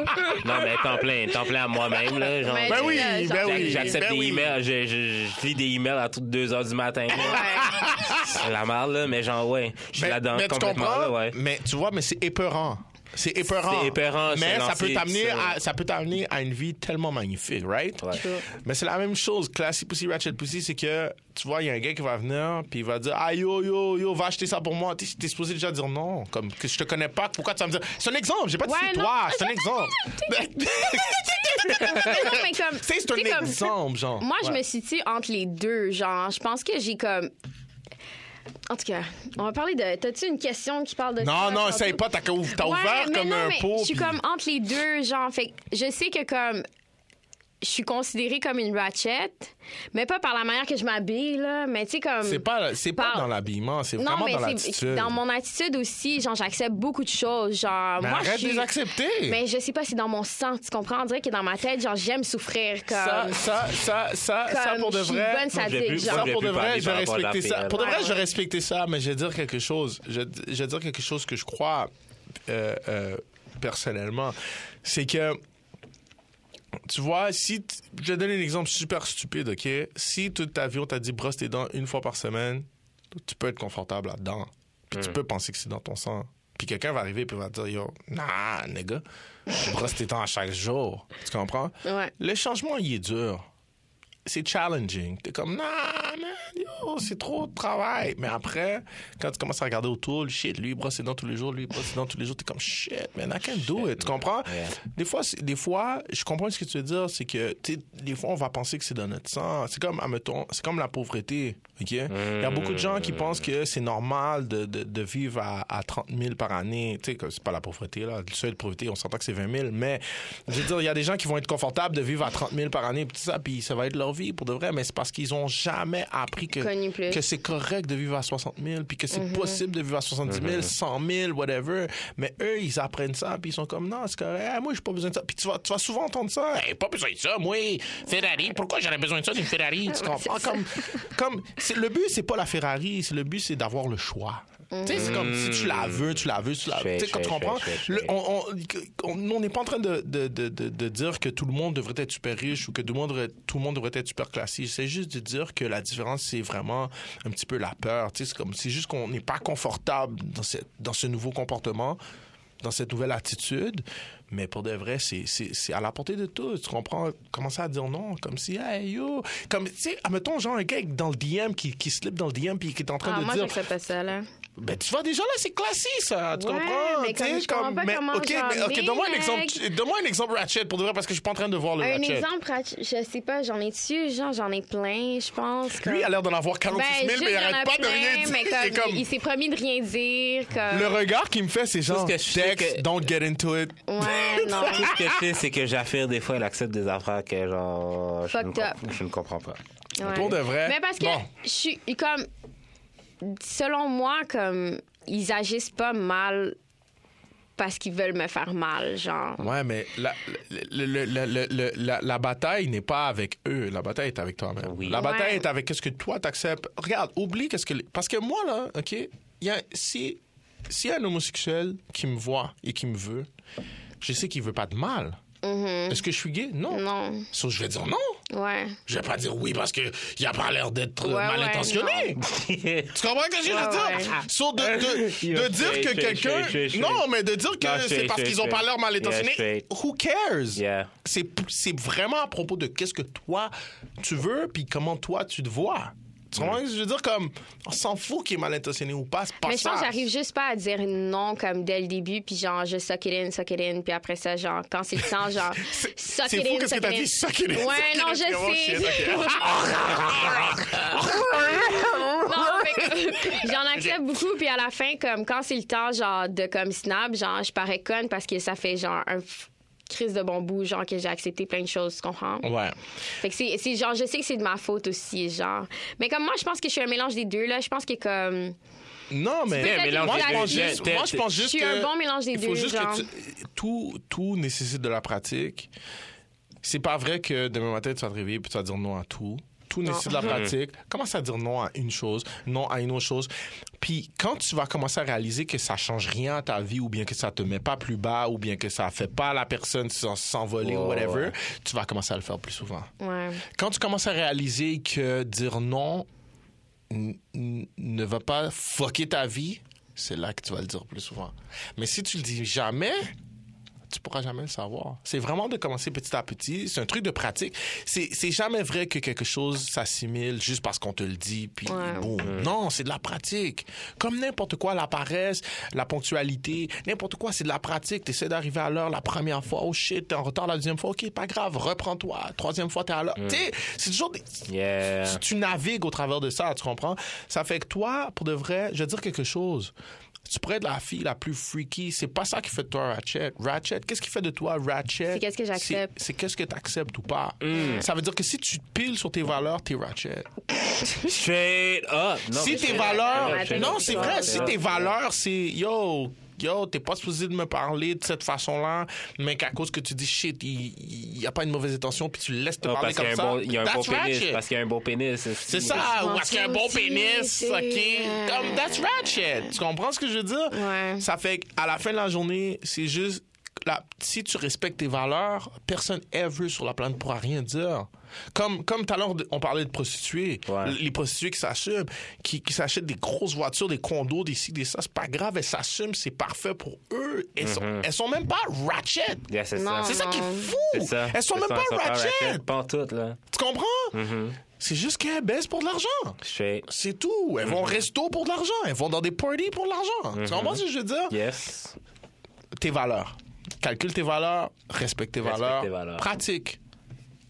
Speaker 1: Non, mais temps plein. Temps plein à moi-même, là. Genre,
Speaker 3: Mais
Speaker 2: Ben oui,
Speaker 3: là, genre,
Speaker 2: ben
Speaker 1: J'ac-
Speaker 2: oui.
Speaker 1: J'accepte
Speaker 2: ben
Speaker 1: des
Speaker 2: oui.
Speaker 1: emails, je, je- je lis des emails à toutes 2 heures du matin. là.
Speaker 3: Ouais.
Speaker 1: C'est la merde, là, mais genre, ouais, je suis
Speaker 2: Mais,
Speaker 1: là-dedans
Speaker 2: Ben, mais tu
Speaker 1: complètement.
Speaker 2: comprends?
Speaker 1: Là, ouais.
Speaker 2: Mais tu vois, mais c'est épeurant. C'est épeurant.
Speaker 1: C'est épeurant,
Speaker 2: Mais
Speaker 1: c'est
Speaker 2: ça
Speaker 1: lancé,
Speaker 2: peut t'amener
Speaker 1: c'est-
Speaker 2: à, ça peut t'amener à une vie tellement magnifique, right?
Speaker 1: Ouais.
Speaker 3: Sure.
Speaker 2: Mais c'est la même chose. Classic Pussy, Ratchet Pussy, c'est que, tu vois, il y a un gars qui va venir, puis il va dire, ah yo, yo, yo, va acheter ça pour moi. T'es t'es supposé déjà dire non. Comme, que je te connais pas, pourquoi tu vas me dire. C'est un exemple, j'ai pas dit
Speaker 3: Ouais,
Speaker 2: c'est
Speaker 3: non.
Speaker 2: toi, c'est un exemple.
Speaker 3: Non, mais comme.
Speaker 2: Tu sais, c'est
Speaker 3: tu sais,
Speaker 2: un
Speaker 3: comme-
Speaker 2: exemple, genre.
Speaker 3: Moi, je
Speaker 2: Ouais.
Speaker 3: me situe entre les deux. Genre, je pense que j'ai comme. En tout cas, on va parler de. T'as-tu une question qui parle de.
Speaker 2: Non,
Speaker 3: quoi,
Speaker 2: non,
Speaker 3: tantôt?
Speaker 2: essaye pas, t'as t'as ouvert
Speaker 3: Ouais, mais
Speaker 2: comme
Speaker 3: non,
Speaker 2: un
Speaker 3: mais
Speaker 2: pot.
Speaker 3: Je suis
Speaker 2: puis-
Speaker 3: comme entre les deux, genre. Fait que je sais que comme. Je suis considérée comme une ratchet, mais pas par la manière que je m'habille, là. Mais tu sais, comme.
Speaker 2: C'est pas, c'est pas
Speaker 3: hmm, Parle.
Speaker 2: dans l'habillement, c'est
Speaker 3: Non,
Speaker 2: vraiment
Speaker 3: mais
Speaker 2: dans
Speaker 3: c'est
Speaker 2: l'attitude.
Speaker 3: dans mon attitude aussi, genre j'accepte beaucoup de choses, genre
Speaker 2: Mais
Speaker 3: moi je
Speaker 2: Ben, arrête de
Speaker 3: suis
Speaker 2: les accepter.
Speaker 3: Mais je sais pas, c'est dans mon sang, tu comprends, on dirait que dans ma tête, genre j'aime souffrir comme
Speaker 2: Ça, ça, ça, ça, ça
Speaker 3: Comme
Speaker 2: pour de
Speaker 3: je suis
Speaker 2: vrai.
Speaker 3: bonne sadique,
Speaker 1: J'ai plus-
Speaker 3: genre.
Speaker 2: Ça
Speaker 1: J'aurais
Speaker 2: pour
Speaker 1: pu
Speaker 2: de vrai,
Speaker 1: parler
Speaker 2: je vais
Speaker 1: par rapport à la
Speaker 2: respecter ça.
Speaker 1: PL.
Speaker 2: Pour de vrai,
Speaker 3: Ouais.
Speaker 2: je vais respecter ça, mais je vais dire quelque chose. Je, je vais dire quelque chose que je crois euh, euh, personnellement, c'est que tu vois, si t- je vais donner un exemple super stupide, ok. Si toute ta vie on t'a dit brosse
Speaker 1: Mm.
Speaker 2: tes dents une fois par semaine, tu peux être confortable là-dedans. Puis tu peux penser que c'est dans ton sang. Puis Puis quelqu'un va arriver puis va dire Yo, nah, nigga, je brosse tes dents à chaque jour. Tu comprends?
Speaker 3: Ouais.
Speaker 2: Le changement, il est dur. C'est challenging. T'es comme, nah, man, yo, c'est trop de travail. Mais après, quand tu commences à regarder autour, shit, lui, il brosse ses dents tous les jours, lui, il brosse ses dents tous les jours, t'es comme, shit, man, I can do it. Tu comprends?
Speaker 1: Yeah.
Speaker 2: Des fois, c'est- des fois, je comprends ce que tu veux dire, c'est que, tu sais, des fois, on va penser que c'est dans notre sang. C'est comme, admettons, c'est comme la pauvreté, OK? Il y a beaucoup de gens qui pensent que c'est normal de, de, de vivre à, à 30 000 par année. Tu sais, que c'est pas la pauvreté, là. Le seuil de pauvreté, on s'entend que c'est 20 000, mais je veux dire, il y a des gens qui vont être confortables de vivre à 30 000 par année, puis tout ça, puis ça va être leur vie pour de vrai, mais c'est parce qu'ils ont jamais appris que,
Speaker 3: Connu plus.
Speaker 2: que c'est correct de vivre à 60 000, puis que c'est possible de vivre à 70 000, 100 000, whatever. Mais eux, ils apprennent ça, puis ils sont comme, non, c'est correct, Ah, moi, j'ai pas besoin de ça. Puis tu vas, tu vas souvent entendre ça. Hey, pas besoin de ça, moi, Ferrari, pourquoi j'aurais besoin de ça d'une Ferrari? Tu comprends? Comme, comme, c'est- le but, c'est pas la Ferrari, c'est le but, c'est d'avoir le choix. Tu sais, c'est comme si tu la veux, tu la veux, tu la
Speaker 1: Je fais,
Speaker 2: veux. Tu sais,
Speaker 1: je
Speaker 2: comme tu
Speaker 1: fais, je
Speaker 2: comprends?
Speaker 1: fais, je fais, je
Speaker 2: Le-
Speaker 1: fais.
Speaker 2: on on- on- on n'est pas en train de, de, de, de, de dire que tout le monde devrait être super riche ou que tout le monde devrait, tout le monde devrait être super classique. C'est juste de dire que la différence, c'est vraiment un petit peu la peur. Tu sais, C'est comme, c'est juste qu'on n'est pas confortable dans, cette, dans ce nouveau comportement, dans cette nouvelle attitude. Mais pour de vrai, c'est, c'est, c'est à la portée de tous. Tu comprends? Commencer à dire non, comme si, hey yo. Comme, tu sais, admettons, genre, un gars dans le DM qui, qui slip dans le DM puis qui est en train
Speaker 3: Ah,
Speaker 2: de
Speaker 3: moi,
Speaker 2: dire.
Speaker 3: j'accepte pas ça, là.
Speaker 2: Ben, tu vois, déjà là, c'est classique, ça. Tu
Speaker 3: Ouais,
Speaker 2: comprends?
Speaker 3: mais
Speaker 2: tu sais,
Speaker 3: comme je comprends pas
Speaker 2: mais,
Speaker 3: comment
Speaker 2: OK,
Speaker 3: j'en
Speaker 2: mais, OK,
Speaker 3: ai,
Speaker 2: donne-moi un
Speaker 3: mec.
Speaker 2: exemple. Donne-moi un exemple Ratchet pour de vrai, parce que je suis pas en train de voir le
Speaker 3: Un
Speaker 2: Ratchet.
Speaker 3: exemple, Ratch- je sais pas, j'en ai dessus, genre, j'en ai plein, je pense. comme- Ben,
Speaker 2: Lui, il a l'air d'en avoir 46 000,
Speaker 3: juste,
Speaker 2: mais il
Speaker 3: y en a
Speaker 2: arrête pas de
Speaker 3: plein,
Speaker 2: rien dire.
Speaker 3: mais
Speaker 2: Il est
Speaker 3: comme,
Speaker 2: comme-
Speaker 3: Il s'est promis de rien dire, comme...
Speaker 2: Le regard qu'il me fait, c'est genre,
Speaker 1: que je sais
Speaker 2: Dex,
Speaker 1: que-
Speaker 2: don't get into it.
Speaker 3: Ouais, non.
Speaker 1: Tout ce que je sais, c'est que j'affirme des fois, elle accepte des affaires que genre. Je,
Speaker 3: Fucked
Speaker 1: ne,
Speaker 3: up.
Speaker 1: comp- je ne comprends pas.
Speaker 3: Ouais.
Speaker 2: Pour de vrai,
Speaker 3: Mais parce que
Speaker 2: Euh, bon.
Speaker 3: je suis comme selon moi comme ils agissent pas mal parce qu'ils veulent me faire mal, genre.
Speaker 2: Ouais, mais la, le- le- le- le- le- la, la bataille n'est pas avec eux. La bataille est avec toi-même.
Speaker 1: Oui.
Speaker 2: La bataille
Speaker 3: Ouais.
Speaker 2: est avec qu'est-ce que toi t'acceptes. Regarde, oublie qu'est-ce que. les- Parce que moi, là, OK, il y a, si, s'il y a un homosexuel qui me voit et qui me veut, je sais qu'il veut pas de mal. Est-ce que je suis gay? Non.
Speaker 3: Mm-hmm. Non.
Speaker 2: So, je vais dire non.
Speaker 3: Ouais.
Speaker 2: Je vais pas dire oui parce qu'il a pas l'air d'être euh,
Speaker 3: Ouais,
Speaker 2: mal
Speaker 3: ouais,
Speaker 2: intentionné. Tu comprends ce que je veux
Speaker 3: Ouais,
Speaker 2: dire?
Speaker 3: ouais.
Speaker 2: So, de, de- de
Speaker 1: You're
Speaker 2: dire
Speaker 1: straight,
Speaker 2: que
Speaker 1: straight,
Speaker 2: quelqu'un.
Speaker 1: straight, straight,
Speaker 2: Non,
Speaker 1: straight.
Speaker 2: mais de dire que
Speaker 1: Non,
Speaker 2: c'est
Speaker 1: straight,
Speaker 2: parce qu'ils ont
Speaker 1: straight,
Speaker 2: pas l'air mal
Speaker 1: straight. Yeah,
Speaker 2: intentionnés.
Speaker 1: straight.
Speaker 2: Who cares?
Speaker 1: Yeah.
Speaker 2: C'est c'est vraiment à propos de qu'est-ce que toi tu veux puis comment toi tu te vois. Tu comprends ce que je veux dire? Comme, on s'en fout qu'il est mal intentionné ou pas. c'est pas
Speaker 3: Mais je pense que
Speaker 2: ça.
Speaker 3: j'arrive juste pas à dire non comme dès le début, puis genre je suck it in, suck it in, puis après ça genre quand c'est le temps genre
Speaker 2: C'est-
Speaker 3: suck
Speaker 2: c'est
Speaker 3: it
Speaker 2: fou
Speaker 3: in,
Speaker 2: qu'est-ce que
Speaker 3: suck
Speaker 2: t'as
Speaker 3: it in.
Speaker 2: dit, suck it in,
Speaker 3: Ouais,
Speaker 2: suck it
Speaker 3: non,
Speaker 2: in,
Speaker 3: je
Speaker 2: c'est vraiment
Speaker 3: sais.
Speaker 2: shit, ok.
Speaker 3: Non, mais j'en accepte beaucoup. Puis à la fin, comme quand c'est le temps, genre, de comme snap, genre, je parais conne parce que ça fait, genre, un f- crise de bon bout, genre, que j'ai accepté plein de choses, tu comprends?
Speaker 2: Ouais.
Speaker 3: Fait que c'est, c'est genre, je sais que c'est de ma faute aussi, genre. Mais comme moi, je pense que je suis un mélange des deux, là. Je pense que comme.
Speaker 2: Non, mais.
Speaker 3: peux mélanger
Speaker 2: moi, je
Speaker 3: les
Speaker 2: pense
Speaker 3: deux.
Speaker 2: juste, moi, je pense
Speaker 3: Je
Speaker 2: juste
Speaker 3: suis
Speaker 2: que-
Speaker 3: un bon mélange des
Speaker 2: Il faut
Speaker 3: deux,
Speaker 2: juste
Speaker 3: genre.
Speaker 2: que tu- tout, tout nécessite de la pratique. C'est pas vrai que demain matin, tu vas te réveiller puis tu vas dire non à tout. Tout nécessite de la pratique. Commence à dire non à une chose, non à une autre chose. Puis quand tu vas commencer à réaliser que ça change rien à ta vie ou bien que ça te met pas plus bas ou bien que ça fait pas à la personne s'en- s'envoler ou
Speaker 1: Ouais,
Speaker 2: whatever,
Speaker 1: ouais.
Speaker 2: tu vas commencer à le faire plus souvent.
Speaker 3: Ouais.
Speaker 2: Quand tu commences à réaliser que dire non n- n- ne va pas fucker ta vie, c'est là que tu vas le dire plus souvent. Mais si tu le dis jamais, tu pourras jamais le savoir. C'est vraiment de commencer petit à petit. C'est un truc de pratique. C'est c'est jamais vrai que quelque chose s'assimile juste parce qu'on te le dit, puis
Speaker 3: Ouais.
Speaker 2: boum. Oh, Non, c'est de la pratique. Comme n'importe quoi, la paresse, la ponctualité, n'importe quoi, c'est de la pratique. T'essaies d'arriver à l'heure la première fois. Oh shit, t'es en retard la deuxième fois. OK, pas grave, reprends-toi. Troisième fois, t'es à l'heure. Tu sais, c'est toujours des
Speaker 1: Yeah.
Speaker 2: tu, tu navigues au travers de ça, tu comprends? Ça fait que toi, pour de vrai, je vais dire quelque chose. Tu pourrais être la fille la plus freaky. C'est pas ça qui fait de toi un Ratchet. Ratchet, qu'est-ce qui fait de toi Ratchet?
Speaker 3: C'est qu'est-ce que j'accepte.
Speaker 2: C'est c'est qu'est-ce que t'acceptes ou pas. Ça veut dire que si tu te piles sur tes valeurs, t'es Ratchet.
Speaker 1: Straight up. Non,
Speaker 2: si
Speaker 1: mais
Speaker 2: tes
Speaker 1: straight
Speaker 2: valeurs.
Speaker 1: up, straight up,
Speaker 2: Non,
Speaker 3: Ouais,
Speaker 2: c'est
Speaker 1: straight
Speaker 2: vrai.
Speaker 1: up,
Speaker 2: Si
Speaker 1: straight
Speaker 2: tes
Speaker 1: up.
Speaker 2: valeurs, c'est yo. Yo, t'es pas supposé de me parler de cette façon-là, mais qu'à cause que tu dis shit, il n'y a pas une mauvaise intention, puis tu laisses te
Speaker 1: Ah,
Speaker 2: parler
Speaker 1: parce qu'il y
Speaker 2: comme
Speaker 1: a un
Speaker 2: ça.
Speaker 1: bon, il y a un
Speaker 2: That's
Speaker 1: bon pénis.
Speaker 2: ratchet.
Speaker 1: Parce qu'il y a un beau pénis.
Speaker 2: C'est ça, ou
Speaker 3: pense
Speaker 2: est-ce qu'il y a un bon
Speaker 3: aussi,
Speaker 2: pénis,
Speaker 3: c'est-
Speaker 2: ok? Comme, that's ratchet. Tu comprends ce que je veux dire?
Speaker 3: Ouais.
Speaker 2: Ça fait qu'à la fin de la journée, c'est juste la- si tu respectes tes valeurs, personne ever sur la planète pourra rien dire. Comme, comme tout à l'heure, on parlait de prostituées.
Speaker 1: Ouais.
Speaker 2: Les prostituées qui s'achètent, qui, qui s'achètent des grosses voitures, des condos, des ci, des ça, c'est pas grave, elles s'assument, c'est parfait pour eux. Elles, sont, elles sont même pas ratchet.
Speaker 1: Mm-hmm. Yeah, c'est
Speaker 3: Non.
Speaker 1: ça.
Speaker 2: C'est ça qui est fou!
Speaker 1: C'est ça.
Speaker 2: Elles sont
Speaker 1: C'est
Speaker 2: même
Speaker 1: ça,
Speaker 2: pas
Speaker 1: elles sont
Speaker 2: ratchet.
Speaker 1: Pas Mm-hmm. toutes, là.
Speaker 2: Tu comprends? C'est juste qu'elles baissent pour de l'argent.
Speaker 1: Straight.
Speaker 2: C'est tout. Elles
Speaker 1: Mhm.
Speaker 2: vont au resto pour de l'argent. Elles vont dans des parties pour de l'argent. Tu comprends ce que je veux dire?
Speaker 1: Yes.
Speaker 2: Tes valeurs. Calcule tes valeurs, respecte tes
Speaker 1: Respecte
Speaker 2: valeurs,
Speaker 1: tes valeurs.
Speaker 2: pratique.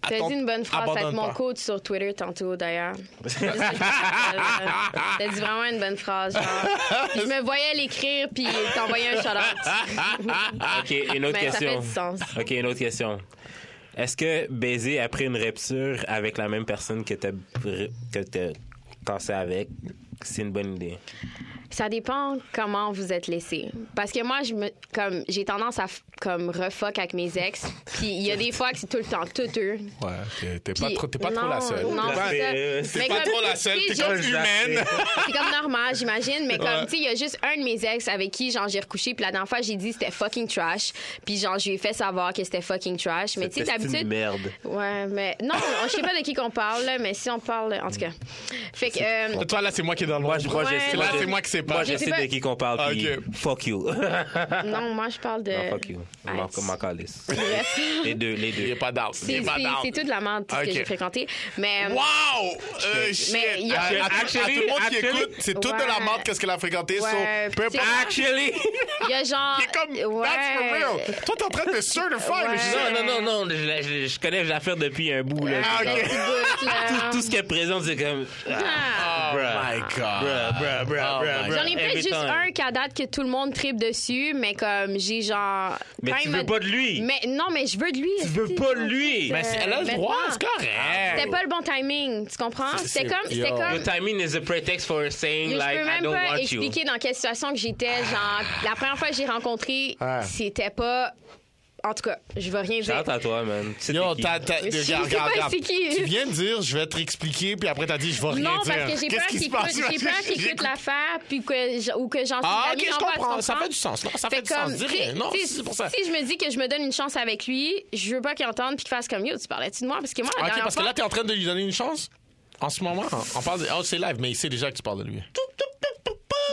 Speaker 3: T'as
Speaker 2: Attends-
Speaker 3: dit une bonne phrase avec
Speaker 2: abandonne
Speaker 3: mon
Speaker 2: pas.
Speaker 3: coach sur Twitter tantôt, d'ailleurs. C'est juste que je me rappelle, euh, T'as dit vraiment une bonne phrase, genre. Puis je me voyais l'écrire puis t'envoyer un shout-out.
Speaker 1: OK, une autre
Speaker 3: Mais Ben, ça fait
Speaker 1: question.
Speaker 3: du sens.
Speaker 1: OK, une autre question. Est-ce que baiser après une rupture avec la même personne que t'as que t'as tassé avec, c'est une bonne idée?
Speaker 3: Ça dépend comment vous êtes laissé. Parce que moi, je me, comme, j'ai tendance à f- comme refuck avec mes ex. Puis il y a des fois que c'est tout le temps tout eux.
Speaker 2: Ouais, t'es- t'es pas
Speaker 3: Puis-
Speaker 2: trop, t'es pas trop
Speaker 3: non,
Speaker 2: la seule.
Speaker 3: Non,
Speaker 1: T'es pas-
Speaker 3: c'est ça.
Speaker 1: t'es
Speaker 3: Mais
Speaker 2: Pas
Speaker 3: comme-
Speaker 2: trop la seule,
Speaker 3: tu sais,
Speaker 2: t'es
Speaker 3: j'ai-
Speaker 2: comme humaine.
Speaker 3: C'est comme normal, j'imagine, mais comme,
Speaker 2: Ouais.
Speaker 3: tu sais, il y a juste un de mes ex avec qui, genre, j'ai recouché, puis la dernière fois, j'ai dit c'était fucking trash, puis genre, je lui ai fait savoir que c'était fucking trash, mais tu sais,
Speaker 1: Cette estime
Speaker 3: d'habitude.
Speaker 1: merde.
Speaker 3: Ouais, mais non, on- je sais pas de qui qu'on parle, là, mais si on parle, en tout cas. Fait que. euh,
Speaker 2: Toi, là, c'est moi qui est dans le
Speaker 1: Moi,
Speaker 2: monde.
Speaker 1: je, moi, je-
Speaker 3: Ouais,
Speaker 1: moi,
Speaker 2: Là,
Speaker 1: je-
Speaker 2: c'est moi qui sais pas.
Speaker 1: Moi, je
Speaker 3: Je sais
Speaker 1: sais
Speaker 3: pas. Euh,
Speaker 1: de qui qu'on parle,
Speaker 2: Ah,
Speaker 1: puis
Speaker 2: ok.
Speaker 1: fuck you.
Speaker 3: non, moi, je parle de.
Speaker 1: Non, fuck you.
Speaker 3: Ah,
Speaker 1: M'en-
Speaker 3: c'est-
Speaker 1: M'en calisse. Les deux, les
Speaker 2: Il est
Speaker 1: deux.
Speaker 2: pas down. Il
Speaker 3: C'est
Speaker 2: est pas
Speaker 3: c'est-
Speaker 2: down.
Speaker 3: c'est tout de la menthe ce
Speaker 2: Ok.
Speaker 3: que j'ai fréquenté. Mais.
Speaker 2: Wow! Euh, shit.
Speaker 3: Mais il y a-
Speaker 2: à, à- à tout le monde qui
Speaker 1: Actually-
Speaker 2: écoute, c'est tout de la
Speaker 3: Ouais.
Speaker 2: merde qu'est-ce qu'elle a fréquenté. so,
Speaker 3: Ouais,
Speaker 2: peu
Speaker 3: c'est-
Speaker 2: importe.
Speaker 1: Actually!
Speaker 3: Il y a genre.
Speaker 2: Il est comme, that's for real. Toi, t'es en train de me certify. mais je dis,
Speaker 3: Ouais.
Speaker 2: ah,
Speaker 1: Non, non, non, je, je- je connais l'affaire depuis un bout. Là.
Speaker 2: Ah,
Speaker 1: Genre,
Speaker 2: ok.
Speaker 3: Écoute, là.
Speaker 1: tout, tout ce qu'elle présente, c'est comme.
Speaker 3: Ah.
Speaker 2: Oh my God.
Speaker 1: bruh, bruh, bruh,
Speaker 2: Oh my
Speaker 1: bruh.
Speaker 2: God.
Speaker 3: J'en ai peut-être
Speaker 1: Every
Speaker 3: juste
Speaker 1: time.
Speaker 3: un qu'à date que tout le monde tripe dessus, mais comme j'ai genre.
Speaker 1: Mais
Speaker 3: quand
Speaker 1: tu
Speaker 3: il
Speaker 1: veux
Speaker 3: m'a-
Speaker 1: pas de lui.
Speaker 3: Mais non, mais je veux de lui.
Speaker 1: Tu veux pas de lui.
Speaker 2: Mais si elle a le
Speaker 3: Euh,
Speaker 2: droit,
Speaker 3: maintenant.
Speaker 2: c'est correct.
Speaker 3: C'était pas le bon timing, tu comprends?
Speaker 2: C'est- c'est-
Speaker 3: C'était comme. C'était
Speaker 2: yo.
Speaker 3: comme.
Speaker 1: Your timing is a pretext for saying,
Speaker 3: Je
Speaker 1: like,
Speaker 3: peux
Speaker 1: I
Speaker 3: même
Speaker 1: don't
Speaker 3: pas
Speaker 1: want you.
Speaker 3: expliquer dans quelle situation que j'étais. Genre, la première fois que j'ai rencontré,
Speaker 2: Ah.
Speaker 3: c'était pas. En tout cas, je veux rien dire.
Speaker 1: Chante à toi, man. Tu sais
Speaker 2: Yo,
Speaker 1: t'es qui.
Speaker 2: t'as, t'as,
Speaker 3: Mais je
Speaker 2: regarde,
Speaker 3: sais pas
Speaker 2: regarde, regarde.
Speaker 3: c'est qui.
Speaker 2: Tu viens de dire, je vais te expliquer, puis après t'as dit, je vais rien
Speaker 3: Non,
Speaker 2: dire.
Speaker 3: parce que j'ai
Speaker 2: Qu'est-ce
Speaker 3: peur
Speaker 2: qui se
Speaker 3: qu'il
Speaker 2: passe?
Speaker 3: écoute- j'ai peur qu'il écoute l'affaire puis que je- ou que j'en suis
Speaker 2: Ah,
Speaker 3: jamais
Speaker 2: ok, je
Speaker 3: en face, tu
Speaker 2: comprends. Ça
Speaker 3: comprends?
Speaker 2: fait du sens. Non, ça fait,
Speaker 3: Fait
Speaker 2: du
Speaker 3: comme,
Speaker 2: sens. Dis rien.
Speaker 3: tu-
Speaker 2: Non,
Speaker 3: tu-
Speaker 2: c'est pour ça.
Speaker 3: Si je me dis que je me donne une chance avec lui, je veux pas qu'il entende puis qu'il fasse comme yo, tu parlais-tu de moi parce que moi la
Speaker 2: Ok,
Speaker 3: dernière
Speaker 2: parce que
Speaker 3: fois-
Speaker 2: là, t'es en train de lui donner une chance. En ce moment, on parle de. Oh, c'est live, mais il sait déjà que tu parles de lui.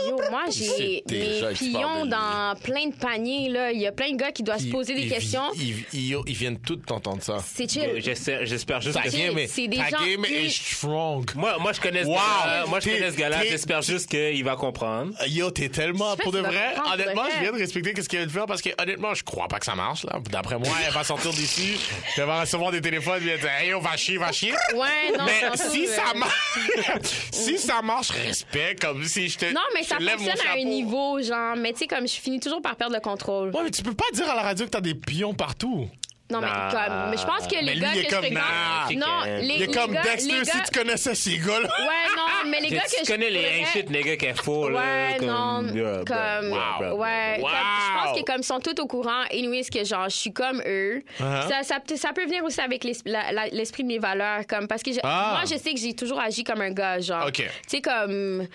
Speaker 3: Yo, moi,
Speaker 2: C'est
Speaker 3: j'ai
Speaker 2: déjà
Speaker 3: mes
Speaker 2: que tu parles de
Speaker 3: pions
Speaker 2: lui.
Speaker 3: dans plein de paniers. Là. Il y a plein de gars qui doivent se poser des
Speaker 2: Ils- ils-
Speaker 3: questions.
Speaker 2: Ils, ils- ils viennent tous t'entendre ça.
Speaker 3: C'est
Speaker 1: Yo,
Speaker 3: chill.
Speaker 1: J'espère j'espère juste
Speaker 2: Ta
Speaker 1: que.
Speaker 3: c'est-
Speaker 2: game
Speaker 3: c'est
Speaker 2: est,
Speaker 3: des
Speaker 2: ta
Speaker 3: gens
Speaker 2: game
Speaker 3: qui-
Speaker 2: est strong.
Speaker 1: Moi, moi, je connais ce
Speaker 2: Wow.
Speaker 1: gars-là. Moi, je
Speaker 2: T'es-
Speaker 1: connais ce gars-là.
Speaker 2: t'es-
Speaker 1: J'espère juste qu'il va comprendre.
Speaker 2: Euh, Yo, t'es tellement
Speaker 3: Je sais
Speaker 2: pour
Speaker 3: pas
Speaker 2: de
Speaker 3: si tu vas
Speaker 2: vrai.
Speaker 3: comprendre,
Speaker 2: Honnêtement,
Speaker 3: pour de
Speaker 2: je
Speaker 3: vrai.
Speaker 2: viens de respecter ce qu'elle veut faire parce que honnêtement, je crois pas que ça marche là. D'après moi, elle va sortir d'ici, elle va recevoir des téléphones, elle va dire "Hey, on va chier, va chier."
Speaker 3: Ouais, non,
Speaker 2: mais
Speaker 3: non,
Speaker 2: si
Speaker 3: non,
Speaker 2: ça
Speaker 3: euh,
Speaker 2: marche, si ça marche, respect comme si je te
Speaker 3: Non, mais
Speaker 2: je
Speaker 3: ça
Speaker 2: te lève mon
Speaker 3: fonctionne à un
Speaker 2: chapeau.
Speaker 3: niveau, genre. Mais tu sais, comme je finis toujours par perdre le contrôle.
Speaker 2: Ouais, mais tu peux pas dire à la radio que t'as des pions partout.
Speaker 3: Non, mais
Speaker 1: Nah.
Speaker 3: comme. mais Je pense que
Speaker 2: Mais
Speaker 3: les
Speaker 2: lui,
Speaker 3: gars
Speaker 2: il est
Speaker 3: que je
Speaker 2: comme, nah.
Speaker 3: fréquente. Non,
Speaker 1: Il est
Speaker 3: les
Speaker 2: Il est
Speaker 3: les
Speaker 2: comme
Speaker 3: gars-
Speaker 2: Dexter
Speaker 3: les
Speaker 2: si
Speaker 3: gars-
Speaker 2: tu connaissais ces gars là.
Speaker 3: Ouais, non, mais les gars que
Speaker 1: Tu
Speaker 3: je
Speaker 1: connais les hang
Speaker 3: pourrais-
Speaker 1: shit, nigga, qu'elle faut, là.
Speaker 3: Ouais,
Speaker 1: comme-
Speaker 3: non,
Speaker 1: Yeah,
Speaker 3: comme,
Speaker 1: bruh, bruh, bruh,
Speaker 3: ouais,
Speaker 1: bruh.
Speaker 3: comme-
Speaker 2: Wow.
Speaker 3: je pense que comme ils sont tous au courant, anyways, que genre, je suis comme eux.
Speaker 2: Uh-huh.
Speaker 3: ça, ça, peut- ça peut venir aussi avec l'es- la- la- l'esprit de mes valeurs, comme, parce que je-
Speaker 2: Ah.
Speaker 3: moi, je sais que j'ai toujours agi comme un gars, genre.
Speaker 2: Ok.
Speaker 3: Tu sais, comme,